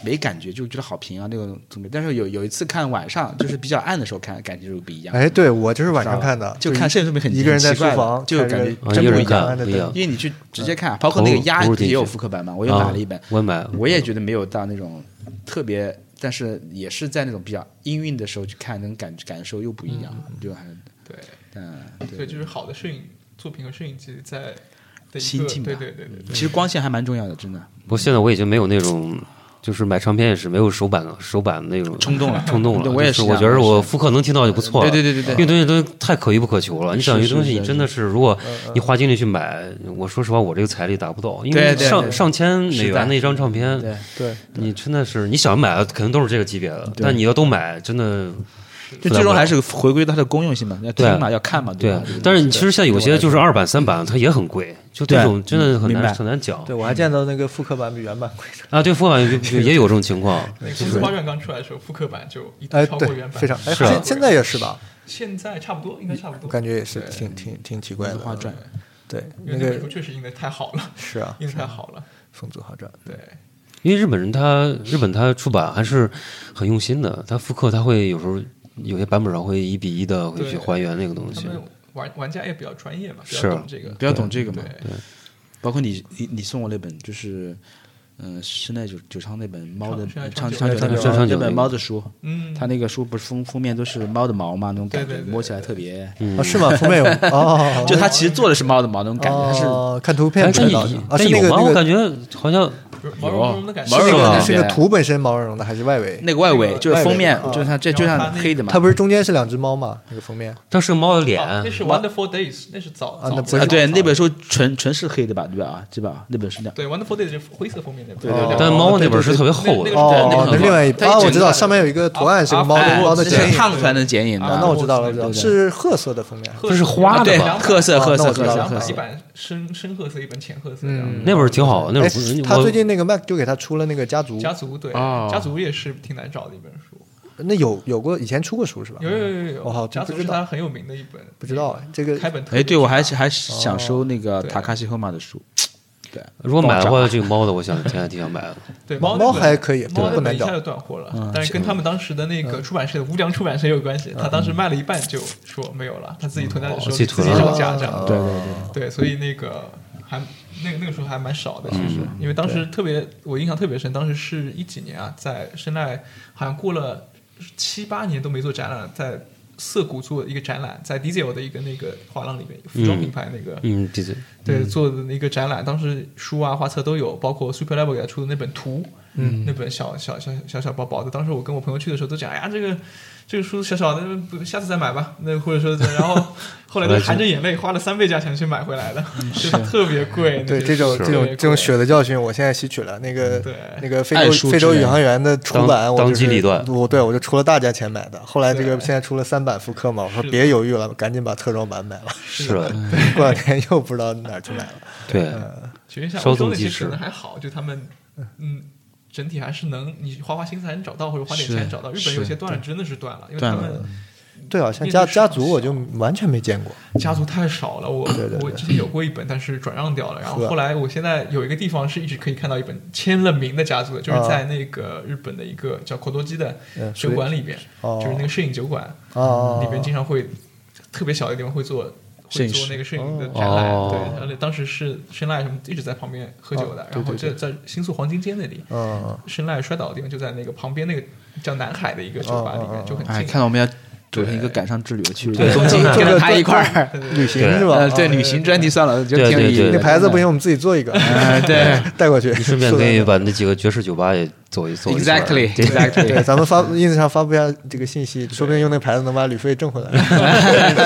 [SPEAKER 6] 没感觉，就觉得好平啊那种怎么？但是有有一次看晚上，就是比较暗的时候看，感觉就不一样。
[SPEAKER 4] 哎，对我就是晚上看的，
[SPEAKER 6] 就看摄影作品很
[SPEAKER 4] 一个人在
[SPEAKER 6] 很奇
[SPEAKER 4] 书
[SPEAKER 6] 怪
[SPEAKER 4] 房，
[SPEAKER 6] 就
[SPEAKER 4] 看着
[SPEAKER 6] 感
[SPEAKER 4] 哎
[SPEAKER 6] 觉
[SPEAKER 5] 啊
[SPEAKER 4] 真
[SPEAKER 5] 一个
[SPEAKER 4] 不
[SPEAKER 5] 人
[SPEAKER 4] 一
[SPEAKER 5] 看
[SPEAKER 4] 样，
[SPEAKER 5] 不一样
[SPEAKER 6] 因为你去直接看，包括那
[SPEAKER 5] 投
[SPEAKER 6] 个
[SPEAKER 5] 入
[SPEAKER 6] 鸭
[SPEAKER 5] 投入进
[SPEAKER 6] 也有
[SPEAKER 5] 去
[SPEAKER 6] 复刻版嘛，我又买了一本
[SPEAKER 5] 啊，我也买了，
[SPEAKER 6] 我也觉得没有到那种特别，但是也是在那种比较阴韵的时候去看，能感感受又不一样，就还是
[SPEAKER 3] 对。
[SPEAKER 6] 嗯，
[SPEAKER 3] 对，
[SPEAKER 6] 对，
[SPEAKER 3] 就是好的摄影作品和摄影机在的一
[SPEAKER 6] 心
[SPEAKER 3] 个
[SPEAKER 6] 境吧
[SPEAKER 3] 对对对对
[SPEAKER 4] 嗯
[SPEAKER 3] 对
[SPEAKER 6] 其实光线还蛮重要的，真的。
[SPEAKER 5] 不过现在我已经没有那种，就是买唱片也是没有手板手板那种
[SPEAKER 6] 冲动了
[SPEAKER 5] 冲动了。
[SPEAKER 6] 对我也
[SPEAKER 5] 就是我
[SPEAKER 6] 啊
[SPEAKER 5] 觉得
[SPEAKER 6] 我
[SPEAKER 5] 我
[SPEAKER 6] 是
[SPEAKER 5] 复刻能听到就不错了。
[SPEAKER 6] 对对对对对
[SPEAKER 5] 这个东西都太可遇不可求了。你想，
[SPEAKER 6] 是
[SPEAKER 5] 一个东西
[SPEAKER 6] 是嗯
[SPEAKER 5] 你真的是，如果你花精力去买，我说实话，我这个财力达不到，因
[SPEAKER 6] 对
[SPEAKER 5] 为
[SPEAKER 6] 对对
[SPEAKER 5] 上上千美
[SPEAKER 6] 是的
[SPEAKER 5] 元的一张唱
[SPEAKER 6] 对
[SPEAKER 5] 片，
[SPEAKER 4] 对，
[SPEAKER 5] 你真的是你想买，肯定都是这个级别的。
[SPEAKER 6] 对
[SPEAKER 5] 但你要都买，真的
[SPEAKER 6] 就最终还是回归到它的功用性嘛，要听嘛，要看嘛，
[SPEAKER 5] 对
[SPEAKER 6] 吧？这个。
[SPEAKER 5] 但是其实现在有些就是
[SPEAKER 6] 对
[SPEAKER 5] 二版、三版，它也很贵，就这
[SPEAKER 6] 对
[SPEAKER 5] 种真的很
[SPEAKER 6] 明白
[SPEAKER 5] 难很难讲
[SPEAKER 4] 对我还见到那个复刻版比原版贵的，
[SPEAKER 5] 啊。对，复刻版
[SPEAKER 6] (laughs)
[SPEAKER 5] 就就也有这种情况。
[SPEAKER 3] 那个公司花传刚出来的时候，复刻版就一度
[SPEAKER 4] 哎，
[SPEAKER 3] 超过原版，
[SPEAKER 4] 对，非常，哎，
[SPEAKER 5] 是啊
[SPEAKER 4] 现现在也是吧？
[SPEAKER 3] 现在差不多，应该差不多。
[SPEAKER 4] 我感觉也是
[SPEAKER 3] 对
[SPEAKER 4] 挺挺挺奇怪的。嗯
[SPEAKER 6] 花传，
[SPEAKER 4] 对，
[SPEAKER 3] 因为
[SPEAKER 4] 那
[SPEAKER 3] 那本书
[SPEAKER 4] 个
[SPEAKER 3] 确实印的太好了，
[SPEAKER 4] 是啊，嗯
[SPEAKER 3] 印的太好了。
[SPEAKER 4] 风族画传，
[SPEAKER 3] 对，
[SPEAKER 5] 因为日本人他日本他出版还是很用心的，他复刻他会有时候有些版本上会一比一的会去
[SPEAKER 3] 对
[SPEAKER 5] 还原那个东
[SPEAKER 3] 他
[SPEAKER 5] 西。
[SPEAKER 3] 们玩玩家也比较
[SPEAKER 4] 啊
[SPEAKER 3] 专业嘛，比
[SPEAKER 5] 是
[SPEAKER 3] 较懂这个。
[SPEAKER 6] 不要懂这个嘛
[SPEAKER 3] 对。
[SPEAKER 6] 包括你你你送我那本就是嗯，室内酒酒厂那本猫的呃
[SPEAKER 3] 长
[SPEAKER 6] 长
[SPEAKER 3] 长
[SPEAKER 6] 长
[SPEAKER 4] 久
[SPEAKER 6] 久那
[SPEAKER 4] 长
[SPEAKER 5] 久那个
[SPEAKER 6] 本那本猫的书，
[SPEAKER 3] 嗯，
[SPEAKER 6] 它那个书不是封封面都是猫的毛嘛，那种感
[SPEAKER 3] 对
[SPEAKER 6] 觉
[SPEAKER 3] 对对
[SPEAKER 6] 摸起来特别，
[SPEAKER 4] 啊，是吗？封面有哦，
[SPEAKER 6] 就它其实做的是猫的毛那种感觉，它是
[SPEAKER 4] 哦看图片
[SPEAKER 5] 但
[SPEAKER 4] 不
[SPEAKER 5] 是
[SPEAKER 4] 知
[SPEAKER 5] 你
[SPEAKER 4] 道的啊，
[SPEAKER 5] 但
[SPEAKER 4] 是那
[SPEAKER 5] 有
[SPEAKER 4] 个
[SPEAKER 5] 吗？
[SPEAKER 4] 那
[SPEAKER 5] 我
[SPEAKER 4] 个
[SPEAKER 5] 感觉好像
[SPEAKER 3] 毛茸茸的感觉
[SPEAKER 6] 毛
[SPEAKER 4] 是那
[SPEAKER 6] 茸茸
[SPEAKER 3] 啊
[SPEAKER 4] 个
[SPEAKER 6] 的
[SPEAKER 4] 是
[SPEAKER 6] 感
[SPEAKER 4] 那
[SPEAKER 6] 觉
[SPEAKER 4] 个图本身毛茸茸的，还是外围？
[SPEAKER 6] 那个外围就是
[SPEAKER 4] 外围
[SPEAKER 6] 封面
[SPEAKER 4] 啊，
[SPEAKER 6] 就是它这就
[SPEAKER 3] 然后它
[SPEAKER 6] 像
[SPEAKER 3] 那
[SPEAKER 6] 黑的嘛，呃
[SPEAKER 4] 它不是中间是两只猫嘛？那个封面
[SPEAKER 5] 但是猫的脸，
[SPEAKER 3] 啊那是 Wonderful Days，那是早
[SPEAKER 4] 啊
[SPEAKER 3] 早
[SPEAKER 4] 那不是
[SPEAKER 6] 啊，
[SPEAKER 3] 早
[SPEAKER 6] 对，
[SPEAKER 3] 早
[SPEAKER 6] 那本书纯纯是黑的吧，对吧？啊，对吧？那本是那样，
[SPEAKER 3] 对 Wonderful Days 是灰色封面那本，
[SPEAKER 6] 对对对
[SPEAKER 5] 但猫那本是特别
[SPEAKER 3] 对
[SPEAKER 5] 厚的
[SPEAKER 3] 对对。
[SPEAKER 4] 哦
[SPEAKER 6] 那个，
[SPEAKER 4] 那
[SPEAKER 6] 很
[SPEAKER 4] 另外一
[SPEAKER 6] 它一
[SPEAKER 4] 啊，我
[SPEAKER 6] 整
[SPEAKER 4] 知
[SPEAKER 6] 个
[SPEAKER 4] 道
[SPEAKER 6] 的
[SPEAKER 4] 上面有一个图案是个猫
[SPEAKER 3] 哎
[SPEAKER 4] 的猫的
[SPEAKER 6] 那是
[SPEAKER 4] 剪影
[SPEAKER 3] 看
[SPEAKER 6] 烫出来的剪影的。
[SPEAKER 4] 啊，那我知道了，我知道了
[SPEAKER 6] 对对
[SPEAKER 4] 是褐色的封面。
[SPEAKER 3] 褐
[SPEAKER 5] 这是
[SPEAKER 3] 色
[SPEAKER 5] 花
[SPEAKER 6] 啊，
[SPEAKER 5] 的
[SPEAKER 6] 对，
[SPEAKER 5] 吧
[SPEAKER 6] 褐色、褐
[SPEAKER 4] 那
[SPEAKER 6] 色、
[SPEAKER 4] 我知
[SPEAKER 6] 褐
[SPEAKER 4] 道
[SPEAKER 6] 色、
[SPEAKER 4] 了
[SPEAKER 6] 褐
[SPEAKER 3] 一
[SPEAKER 6] 色。
[SPEAKER 3] 版深深褐色，一版浅褐色这样。
[SPEAKER 4] 嗯
[SPEAKER 5] 那本儿挺好，那本
[SPEAKER 4] 哎
[SPEAKER 5] 儿
[SPEAKER 4] 他
[SPEAKER 5] 我
[SPEAKER 4] 最近那个 Mac 就给他出了那个家族，哦
[SPEAKER 3] 家族对，
[SPEAKER 6] 哦
[SPEAKER 3] 家族也是挺难找的一本书。
[SPEAKER 4] 那有有过以前出过书是吧？
[SPEAKER 3] 有有有有
[SPEAKER 4] 我哦好
[SPEAKER 3] 有，
[SPEAKER 4] 像
[SPEAKER 3] 家族
[SPEAKER 4] 不
[SPEAKER 3] 是
[SPEAKER 4] 知道
[SPEAKER 3] 他很有名的一本，
[SPEAKER 4] 不知道哎这个
[SPEAKER 3] 开本特别
[SPEAKER 6] 哎，对，我还
[SPEAKER 3] 大
[SPEAKER 6] 是还是想收那个
[SPEAKER 3] 对
[SPEAKER 6] 塔卡西后马的书，
[SPEAKER 5] 如果买的话，这个猫的，我想前两天想买
[SPEAKER 4] (laughs)
[SPEAKER 5] 的。
[SPEAKER 3] 对
[SPEAKER 4] 猫
[SPEAKER 3] 那本
[SPEAKER 4] 还可以
[SPEAKER 3] 猫
[SPEAKER 4] 对
[SPEAKER 3] 那
[SPEAKER 4] 不难
[SPEAKER 3] 本一下
[SPEAKER 4] 找嗯
[SPEAKER 3] 就断货了，但是跟他们当时的那个出版社无良出版社有关系，他当时卖了一半就说没有了，他自己囤在的时
[SPEAKER 5] 哦
[SPEAKER 3] 候
[SPEAKER 5] 自己
[SPEAKER 3] 自己
[SPEAKER 5] 囤了
[SPEAKER 3] 涨价这样，
[SPEAKER 6] 对对对，
[SPEAKER 3] 对，所以那个还那个那个时候还蛮少的，其实，因为当时特别我印象特别深，当时是一几年啊，在深濑好像过了七八年都没做展览，在涩谷做一个展览，在 DZO 的一个那个画廊里面，服装
[SPEAKER 5] 嗯
[SPEAKER 3] 品牌那个。
[SPEAKER 5] 嗯，对对，
[SPEAKER 3] 对，做的一个展览，当时书啊、画册都有，包括 Super Level 给他出的那本图，嗯，那本小小小小小薄薄的。当时我跟我朋友去的时候都讲，哎呀，这个这个书小小的，那不下次再买吧。那或者说，然后后来都含着眼泪花了三倍价钱去买回来的，就是 (laughs) 特别贵。
[SPEAKER 4] 对
[SPEAKER 3] 那
[SPEAKER 4] 这
[SPEAKER 3] 些
[SPEAKER 4] 种
[SPEAKER 3] 书
[SPEAKER 4] 这种这种血的教训，我现在吸取了。那个
[SPEAKER 3] 嗯对
[SPEAKER 4] 那个非
[SPEAKER 6] 爱
[SPEAKER 4] 洲
[SPEAKER 6] 书
[SPEAKER 4] 非
[SPEAKER 6] 之
[SPEAKER 4] 洲宇
[SPEAKER 6] 人
[SPEAKER 4] 航员的出
[SPEAKER 5] 当
[SPEAKER 4] 版，我
[SPEAKER 5] 当
[SPEAKER 4] 就
[SPEAKER 5] 机
[SPEAKER 4] 是
[SPEAKER 5] 立断
[SPEAKER 4] 我对我就出了大价钱买的，后来这个
[SPEAKER 3] 对
[SPEAKER 4] 现在出了三版复刻嘛，我说
[SPEAKER 3] 是的
[SPEAKER 4] 别犹豫了，赶紧把特装版买了。
[SPEAKER 5] 是的，
[SPEAKER 4] 过两天又不知道哪儿去买了。
[SPEAKER 5] 对，
[SPEAKER 4] 呃
[SPEAKER 3] 学一下，
[SPEAKER 5] 稍
[SPEAKER 3] 欧洲
[SPEAKER 5] 纵
[SPEAKER 3] 那
[SPEAKER 5] 即
[SPEAKER 3] 些
[SPEAKER 5] 逝
[SPEAKER 3] 可能还好，就他们嗯。整体还是能，你花花心思还能找到，或者花点
[SPEAKER 6] 是
[SPEAKER 3] 钱找到。日本有
[SPEAKER 6] 是
[SPEAKER 3] 些断了，真的是断了，因为
[SPEAKER 6] 断
[SPEAKER 3] 他
[SPEAKER 6] 了
[SPEAKER 3] 们
[SPEAKER 4] 对啊，像
[SPEAKER 3] 面
[SPEAKER 4] 家
[SPEAKER 3] 对市
[SPEAKER 4] 家
[SPEAKER 3] 场
[SPEAKER 4] 族我就完全没见过。
[SPEAKER 3] 家族太少了，我
[SPEAKER 4] 对对
[SPEAKER 3] 我之前有过一本，但是转让掉了。然
[SPEAKER 4] 是
[SPEAKER 3] 后
[SPEAKER 4] 啊
[SPEAKER 3] 后来我现在有一个地方是一直可以看到一本签了名的家族的，就是
[SPEAKER 4] 啊
[SPEAKER 3] 在那个日本的一个叫口多基的
[SPEAKER 4] 嗯
[SPEAKER 3] 酒馆里边，
[SPEAKER 4] 哦
[SPEAKER 3] 就是那个摄影酒馆
[SPEAKER 4] 哦
[SPEAKER 3] 嗯里边经常会特别小的地方会做。
[SPEAKER 6] 摄
[SPEAKER 3] 会
[SPEAKER 6] 影师
[SPEAKER 3] 做那个摄影的展览，
[SPEAKER 5] 哦
[SPEAKER 3] 对，而且当时是深濑什么一直在旁边喝酒的，
[SPEAKER 4] 哦对
[SPEAKER 3] 然后
[SPEAKER 4] 对
[SPEAKER 3] 这在新宿黄金街那里，
[SPEAKER 4] 嗯，
[SPEAKER 3] 深濑摔倒的地方就在那个旁边那个叫南海的一个酒吧里
[SPEAKER 4] 哦哦哦
[SPEAKER 3] 面，就很
[SPEAKER 6] 哎，
[SPEAKER 3] 近。
[SPEAKER 6] 看来我们要走上一个赶上之旅了，去日
[SPEAKER 5] 对
[SPEAKER 6] 本
[SPEAKER 5] 东
[SPEAKER 6] (laughs)
[SPEAKER 5] 京
[SPEAKER 6] 跟着他一块儿。
[SPEAKER 4] 旅行
[SPEAKER 5] 对
[SPEAKER 4] 是吧？
[SPEAKER 6] 呃，
[SPEAKER 4] 啊
[SPEAKER 6] 对，旅行专题算了，就
[SPEAKER 5] 对
[SPEAKER 6] 挺有
[SPEAKER 5] 对
[SPEAKER 6] 意
[SPEAKER 5] 对
[SPEAKER 6] 义
[SPEAKER 4] 那
[SPEAKER 6] 的。
[SPEAKER 4] 牌子不行，我们自己做一个，
[SPEAKER 6] 哎，对
[SPEAKER 4] (laughs) 带过去。
[SPEAKER 5] 你顺便
[SPEAKER 4] 是的
[SPEAKER 5] 可以把那几个爵士酒吧也走一走一圈儿。
[SPEAKER 6] (laughs) ，exactly
[SPEAKER 5] 对
[SPEAKER 6] exactly，
[SPEAKER 4] 对，咱们发 ins 上发布一下这个信息，说不定用那牌子能把旅费挣回来。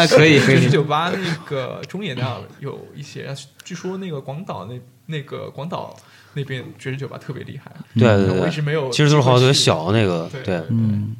[SPEAKER 6] 可以可
[SPEAKER 3] 爵士
[SPEAKER 6] 以，
[SPEAKER 3] 酒吧那个中野那儿有一些，据说那个广岛那那个广岛那边爵士酒吧特别厉害，
[SPEAKER 5] 对对
[SPEAKER 3] 但我一
[SPEAKER 5] 对
[SPEAKER 3] 直
[SPEAKER 5] 对，
[SPEAKER 3] 没有，
[SPEAKER 5] 其实都是好像特别，小那个
[SPEAKER 3] 对，
[SPEAKER 5] 对，
[SPEAKER 6] 嗯。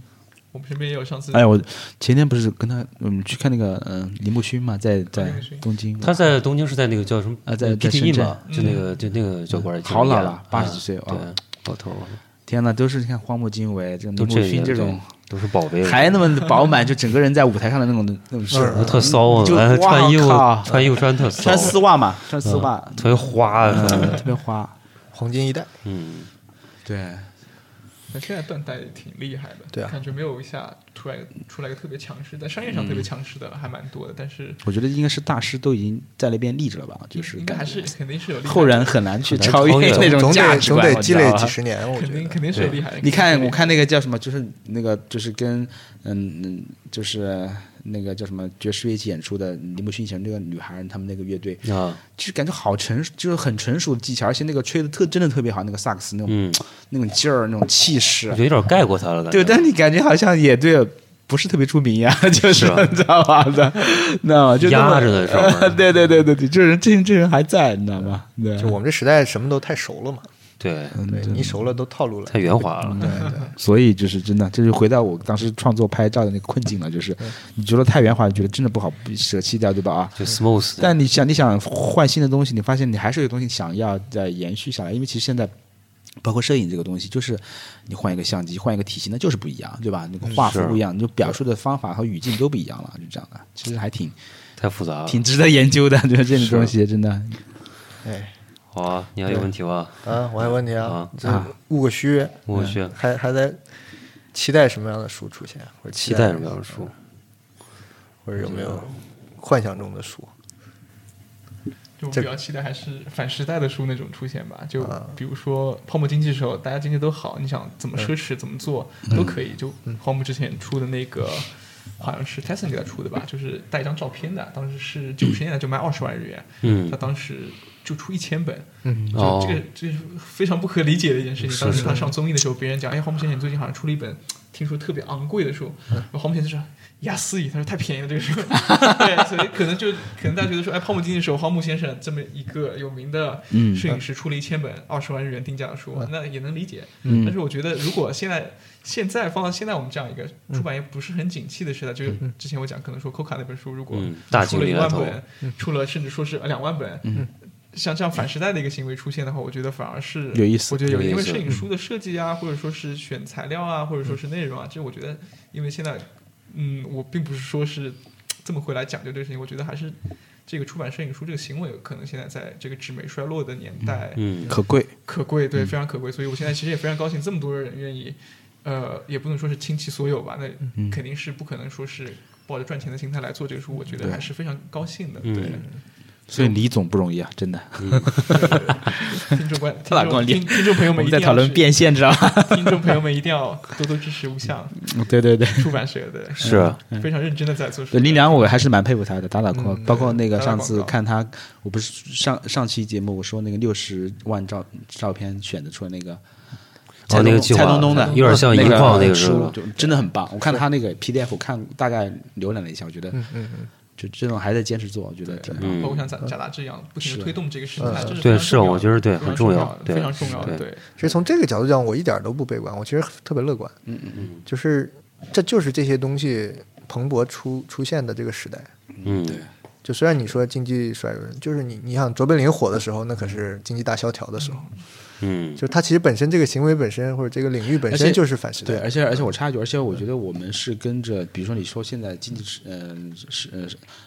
[SPEAKER 3] 我们身边也有上次，
[SPEAKER 6] (laughs) 哎，我前天不是跟他我们去看那个嗯、呃、林木勋嘛，在在
[SPEAKER 3] 林木勋
[SPEAKER 6] 东京，
[SPEAKER 5] 嗯他在东京是在那个叫什么
[SPEAKER 6] 啊在在
[SPEAKER 5] PTE
[SPEAKER 6] 深圳
[SPEAKER 5] 嘛，就那个就那个酒馆儿
[SPEAKER 6] 好老了
[SPEAKER 5] 啊
[SPEAKER 6] 八十几岁
[SPEAKER 5] 对
[SPEAKER 6] 啊，
[SPEAKER 5] 老头儿
[SPEAKER 6] 天呐，都是你看荒木经惟、这个
[SPEAKER 5] 都
[SPEAKER 6] 林
[SPEAKER 5] 这
[SPEAKER 6] 木
[SPEAKER 5] 个
[SPEAKER 6] 勋这种
[SPEAKER 5] 都是宝贝，
[SPEAKER 6] 还那么饱满，就整个人在舞台上的那种那种事儿，
[SPEAKER 5] 都特骚啊
[SPEAKER 6] 就，
[SPEAKER 5] 哎
[SPEAKER 6] 哇
[SPEAKER 5] 穿衣服
[SPEAKER 6] 靠
[SPEAKER 5] 穿衣服穿特骚
[SPEAKER 6] 嗯
[SPEAKER 5] 啊
[SPEAKER 6] 穿，丝袜嘛，穿丝袜，
[SPEAKER 5] 特别花，啊
[SPEAKER 6] 嗯、
[SPEAKER 5] 是吧
[SPEAKER 6] 特别花，
[SPEAKER 4] 黄金一代，
[SPEAKER 5] 嗯，
[SPEAKER 6] 对，
[SPEAKER 3] 但现在断代也挺厉害的，
[SPEAKER 4] 对啊
[SPEAKER 3] 感觉没有一下突然出来个特别强势，在商业上特别强势的还蛮多的，但是
[SPEAKER 6] 我觉得应该是大师都已经在那边立着了吧，就是
[SPEAKER 3] 应该还
[SPEAKER 6] 感觉
[SPEAKER 3] 是肯定是有厉害的
[SPEAKER 6] 后人很难去
[SPEAKER 5] 很难
[SPEAKER 6] 超
[SPEAKER 5] 超
[SPEAKER 6] 越
[SPEAKER 5] 越
[SPEAKER 6] 那种
[SPEAKER 4] 总
[SPEAKER 6] 价
[SPEAKER 4] 得
[SPEAKER 6] 值
[SPEAKER 4] 总
[SPEAKER 6] 观，
[SPEAKER 4] 得
[SPEAKER 6] 我啊
[SPEAKER 4] 积
[SPEAKER 6] 知道
[SPEAKER 4] 累
[SPEAKER 6] 吧
[SPEAKER 4] 几十年，我
[SPEAKER 3] 肯
[SPEAKER 4] 觉
[SPEAKER 3] (laughs) 定
[SPEAKER 4] 得。
[SPEAKER 3] 肯定是有厉害的。
[SPEAKER 6] 你
[SPEAKER 3] 肯
[SPEAKER 6] 看，
[SPEAKER 3] 定
[SPEAKER 6] 我看那个叫什么，就是那个，就是跟嗯，嗯就是那个叫什么爵士乐一起演出的林木勋以前那个女孩，他们那个乐队，
[SPEAKER 5] 啊，
[SPEAKER 6] 就是感觉好成熟，就是很成熟的技巧，而且那个吹的特真的特别好，那个萨克斯那种、
[SPEAKER 5] 嗯，
[SPEAKER 6] 那种劲儿，那种气势啊
[SPEAKER 5] 我觉，得有点盖过他了，感
[SPEAKER 6] 对，
[SPEAKER 5] 觉。
[SPEAKER 6] 但你感觉好像也对。不是特别出名一样， (laughs) 就是
[SPEAKER 5] 是吧
[SPEAKER 6] 你知道吧？那 (laughs) 那就那么
[SPEAKER 5] 压着的时
[SPEAKER 6] (laughs)
[SPEAKER 5] 候
[SPEAKER 6] 对对对对对，这人这人这人还在，你知道吗？对，
[SPEAKER 4] 就我们这时代什么都太熟了嘛，
[SPEAKER 5] 对，
[SPEAKER 4] 对你熟了都套路了
[SPEAKER 5] 太。圆滑了，
[SPEAKER 6] 嗯所以就是真的，这就回到我当时创作拍照的那个困境了，就是
[SPEAKER 3] 嗯
[SPEAKER 6] 你觉得太圆滑，你觉得真的不好，不舍弃掉，对吧？啊，
[SPEAKER 5] 就 smooth 的。
[SPEAKER 6] 但你想，你想换新的东西，你发现你还是有东西想要再延续下来，因为其实现在。包括摄影这个东西，就是你换一个相机，换一个体型，那就是不一样，
[SPEAKER 3] 嗯
[SPEAKER 6] 对吧？那个画幅
[SPEAKER 5] 是
[SPEAKER 6] 不一样，你就表述的方法和语境都不一样了，就这样的。其实还挺
[SPEAKER 5] 太复杂了。
[SPEAKER 6] 挺值得研究的， (laughs) 就是这种东西，真的。
[SPEAKER 4] 哎，
[SPEAKER 5] 好啊，你还有问题吧？
[SPEAKER 4] 啊，我还有问题啊
[SPEAKER 5] 啊，
[SPEAKER 4] 这悟个虚，嗯
[SPEAKER 5] 我去，
[SPEAKER 4] 还还在期待什么样的书出现，或者
[SPEAKER 5] 期待什么样的书？
[SPEAKER 4] 或者有没有幻想中的书？
[SPEAKER 3] 就我
[SPEAKER 4] 这啊
[SPEAKER 3] 比较期待还是反时代的书那种出现吧，就比如说泡沫经济的时候，大家经济都好，你想
[SPEAKER 4] 嗯
[SPEAKER 3] 怎么奢侈怎么做都可以。就泡沫之前出的那个，好像是 Tyson 给他出的吧，就是带一张照片的，当时是九十年代就卖二十万日元，
[SPEAKER 5] 嗯
[SPEAKER 3] 他当时就出一千本，
[SPEAKER 4] 嗯
[SPEAKER 5] 哦
[SPEAKER 3] 就这个这是非常不可理解的一件事情。当时
[SPEAKER 4] 是
[SPEAKER 3] 他上综艺的时候，别人讲，哎，黄木先生最近好像出了一本听说特别昂贵的书，然后黄木先生说。雅思语，他说太便宜了这个书，对，所以可能就可能大家觉得说，哎，泡沫经济的时候，黄木先生这么一个有名的
[SPEAKER 6] 嗯
[SPEAKER 3] 摄影师出了一千本二十万日元定价的书，那也能理解。
[SPEAKER 6] 嗯
[SPEAKER 3] 但是我觉得，如果现在现在放到现在我们这样一个
[SPEAKER 6] 嗯
[SPEAKER 3] 出版业不是很景气的时代，就是之前我讲，可能说 Coca 那本书，如果
[SPEAKER 5] 嗯大
[SPEAKER 3] 出
[SPEAKER 5] 金
[SPEAKER 3] 了一
[SPEAKER 5] 领
[SPEAKER 3] 万
[SPEAKER 5] 头
[SPEAKER 3] 本，
[SPEAKER 6] 嗯
[SPEAKER 3] 出了甚至说是呃两万本，像这样反时代的一个行为出现的话，我觉得反而是
[SPEAKER 6] 有意思嗯
[SPEAKER 3] 我觉得有
[SPEAKER 5] 有意
[SPEAKER 3] 因为
[SPEAKER 5] 思
[SPEAKER 3] 摄影书的设计啊，或者说是选材料啊，或者说是内容啊，这我觉得，因为现在，嗯，我并不是说是这么回来讲究这个事情，我觉得还是这个出版摄影书这个行为，可能现在在这个纸媒衰落的年代，
[SPEAKER 5] 嗯
[SPEAKER 4] 可贵，
[SPEAKER 3] 可贵，对，非常可贵。所以我现在其实也非常高兴，这么多人愿意，呃，也不能说是倾其所有吧，那
[SPEAKER 5] 嗯
[SPEAKER 3] 肯定是不可能说是抱着赚钱的心态来做这个书，我觉得
[SPEAKER 6] 对
[SPEAKER 3] 还是非常高兴的。
[SPEAKER 5] 嗯
[SPEAKER 3] 对，
[SPEAKER 6] 所以李总不容易啊，真的。
[SPEAKER 3] 听众观，
[SPEAKER 6] 他俩
[SPEAKER 3] 听
[SPEAKER 6] 跟我
[SPEAKER 3] 众
[SPEAKER 6] 连
[SPEAKER 3] 听听众朋友
[SPEAKER 6] 我
[SPEAKER 3] 们
[SPEAKER 6] 们
[SPEAKER 3] 一
[SPEAKER 6] 在
[SPEAKER 5] (laughs)
[SPEAKER 3] 定
[SPEAKER 6] 讨
[SPEAKER 3] 要
[SPEAKER 6] 论
[SPEAKER 3] 去，
[SPEAKER 6] 变现，知
[SPEAKER 3] (laughs)
[SPEAKER 6] 道吗？
[SPEAKER 3] 听众朋友们一定要多多支持无相
[SPEAKER 6] 对对对。
[SPEAKER 3] 出版社的，
[SPEAKER 5] 嗯是啊
[SPEAKER 3] 非常认真的在做书。
[SPEAKER 6] 对林良，我还是蛮佩服他的，打打 call，、包括那个
[SPEAKER 3] 嗯打打
[SPEAKER 6] 上
[SPEAKER 3] 广
[SPEAKER 6] 次
[SPEAKER 3] 告
[SPEAKER 6] 看他，我不是上上期节目我说那个六十万照照片选的出来那个，蔡
[SPEAKER 5] 哦，那
[SPEAKER 6] 东
[SPEAKER 5] 个
[SPEAKER 6] 东
[SPEAKER 5] 计
[SPEAKER 6] 蔡
[SPEAKER 5] 划
[SPEAKER 6] 东东的，
[SPEAKER 5] 有点像
[SPEAKER 6] 那
[SPEAKER 5] 银
[SPEAKER 6] 个
[SPEAKER 5] 矿那个是
[SPEAKER 6] 书
[SPEAKER 5] 吧，
[SPEAKER 6] 就真的很棒。我看他那个 PDF，我看大概浏览了一下，我觉得，
[SPEAKER 4] 嗯
[SPEAKER 3] 嗯
[SPEAKER 6] 就这种还在坚持做，我觉得挺
[SPEAKER 5] 嗯
[SPEAKER 6] 好。
[SPEAKER 3] 包括像贾贾达这样不停的推动这个事情，它这是
[SPEAKER 5] 对，
[SPEAKER 3] 非常
[SPEAKER 5] 是，啊
[SPEAKER 3] 重要
[SPEAKER 5] 我觉得对
[SPEAKER 3] 非常
[SPEAKER 5] 很重
[SPEAKER 3] 要
[SPEAKER 5] 要
[SPEAKER 3] 的，
[SPEAKER 5] 对，
[SPEAKER 3] 非常重要的，
[SPEAKER 5] 对，
[SPEAKER 3] 对，
[SPEAKER 4] 其实从这个角度讲，我一点儿都不悲观，我其实特别乐观。嗯嗯嗯，就是这就是这些东西蓬勃出出现的这个时代。
[SPEAKER 5] 嗯，
[SPEAKER 4] 就虽然你说经济衰弱，就是你你想卓别林火的时候，那可是经济大萧条的时候，
[SPEAKER 5] 嗯，
[SPEAKER 4] 就是他其实本身这个行为本身或者这个领域本
[SPEAKER 6] 而
[SPEAKER 4] 身
[SPEAKER 6] 且
[SPEAKER 4] 就是反时代
[SPEAKER 6] 对，。而且而且
[SPEAKER 4] 嗯
[SPEAKER 6] 我插一句，而且我觉得我们是跟着，比如说你说现在经济是呃是呃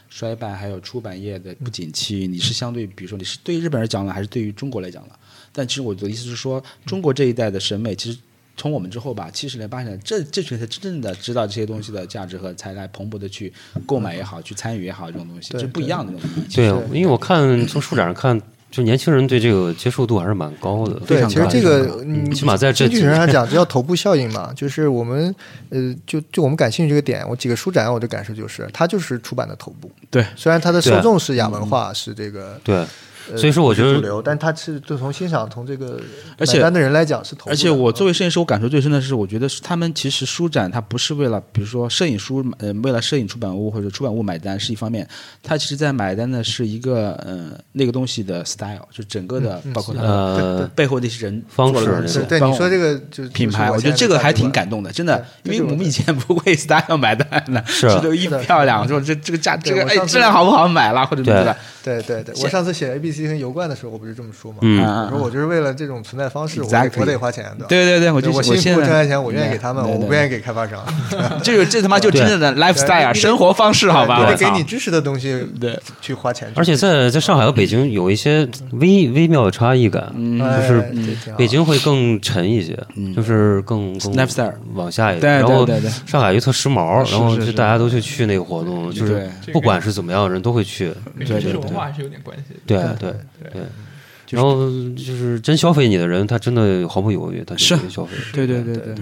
[SPEAKER 6] 衰败，还有出版业的不景气，你是相对，比如说你是对于日本来讲了，还是对于中国来讲了？但其实我的意思是说，中国这一代的审美其实。从我们之后吧，七十年、八十年，这这群人才真正的知道这些东西的价值和才来蓬勃的去购买也好，去参与也好，这种东西
[SPEAKER 4] 对
[SPEAKER 6] 是不一样的那种东西。
[SPEAKER 5] 对，因为我看从书展上看，就年轻人对这个接受度还是蛮高的，
[SPEAKER 4] 对，其实这个
[SPEAKER 5] 嗯
[SPEAKER 4] 你
[SPEAKER 5] 起码在这
[SPEAKER 4] 经济学上讲，这叫头部效应嘛，就是我们呃，就就我们感兴趣这个点，我几个书展我的感受就是，它就是出版的头部。
[SPEAKER 6] 对，
[SPEAKER 4] 虽然它的
[SPEAKER 5] 对
[SPEAKER 4] 受众是亚文化，是这个
[SPEAKER 5] 对，
[SPEAKER 4] 呃
[SPEAKER 5] 所以说我觉
[SPEAKER 4] 主
[SPEAKER 5] 得
[SPEAKER 4] 流，但它是就从欣赏从这个
[SPEAKER 6] 而
[SPEAKER 4] 买
[SPEAKER 6] 且
[SPEAKER 4] 单的人来讲是头部的。
[SPEAKER 6] 而且
[SPEAKER 5] 啊
[SPEAKER 6] 我作为摄影师，我感受最深的是，我觉得是他们其实书展它不是为了，比如说摄影书，呃，为了摄影出版物或者出版物买单是一方面，它其实在买单的是一个，呃，那个东西的 style，就整个的，包括它的
[SPEAKER 5] 呃，
[SPEAKER 6] 背后的一些人
[SPEAKER 5] 方
[SPEAKER 6] 做的
[SPEAKER 5] 式
[SPEAKER 6] 东西
[SPEAKER 4] 对对
[SPEAKER 6] 包括
[SPEAKER 4] 你说这个就是
[SPEAKER 6] 品牌，
[SPEAKER 4] 就是
[SPEAKER 6] 我觉得
[SPEAKER 4] 现在
[SPEAKER 6] 这个
[SPEAKER 4] 的
[SPEAKER 6] 还
[SPEAKER 4] 价值
[SPEAKER 6] 挺
[SPEAKER 4] 观
[SPEAKER 6] 感动的，真的，
[SPEAKER 4] 对
[SPEAKER 6] 因为
[SPEAKER 4] 这个
[SPEAKER 6] 我
[SPEAKER 4] 我
[SPEAKER 6] 们以前不会 (laughs) style 买单的，
[SPEAKER 5] 是
[SPEAKER 6] 这都一漂亮，说这这个价，这
[SPEAKER 4] 对
[SPEAKER 6] 个
[SPEAKER 4] 我
[SPEAKER 6] 哎
[SPEAKER 4] 上次
[SPEAKER 6] 质量好不好买了，或者怎么
[SPEAKER 5] 对
[SPEAKER 6] 的，
[SPEAKER 4] 对对对，我上次写 A B C 跟油罐的时候，我不是这么说吗？
[SPEAKER 5] 嗯
[SPEAKER 6] 啊
[SPEAKER 4] 我说我就是为了这种存在方式，我
[SPEAKER 6] Exactly
[SPEAKER 4] 得我得花钱，吧
[SPEAKER 6] 对对对，我
[SPEAKER 4] 我
[SPEAKER 6] 就
[SPEAKER 4] 我
[SPEAKER 6] 我
[SPEAKER 4] 辛苦
[SPEAKER 6] 现在
[SPEAKER 4] 挣来钱，我愿意给他们，
[SPEAKER 6] 对对
[SPEAKER 4] 我
[SPEAKER 6] 对
[SPEAKER 4] 不愿意给开发商。
[SPEAKER 6] (laughs) 这个这他妈就真正的 lifestyle 生活方式，好吧？
[SPEAKER 4] 我
[SPEAKER 6] 我
[SPEAKER 4] 得给
[SPEAKER 6] 操
[SPEAKER 4] 你支持的东西，
[SPEAKER 6] 对，
[SPEAKER 4] 去花钱去。
[SPEAKER 5] 而且在在上海和北京有一些微微妙的差异感，
[SPEAKER 4] 哎
[SPEAKER 5] 就是
[SPEAKER 4] 这挺好
[SPEAKER 5] 北京会更沉一些，就是更更
[SPEAKER 6] Lifestyle
[SPEAKER 5] 往下一
[SPEAKER 6] 对
[SPEAKER 5] 点，然后
[SPEAKER 6] 对对对
[SPEAKER 5] 上海又特时髦，
[SPEAKER 6] 是
[SPEAKER 5] 然后
[SPEAKER 6] 是
[SPEAKER 5] 就是大家都去去那个活动，就是
[SPEAKER 3] 对
[SPEAKER 5] 不管是怎么样的人都会去，
[SPEAKER 3] 跟
[SPEAKER 6] 对
[SPEAKER 3] 这
[SPEAKER 6] 对
[SPEAKER 3] 是
[SPEAKER 6] 对
[SPEAKER 3] 文化还是有点关系的。
[SPEAKER 5] 对对对。然后就是真消费你的人，他真的毫不犹豫，他就是会消费。
[SPEAKER 6] 对对对对，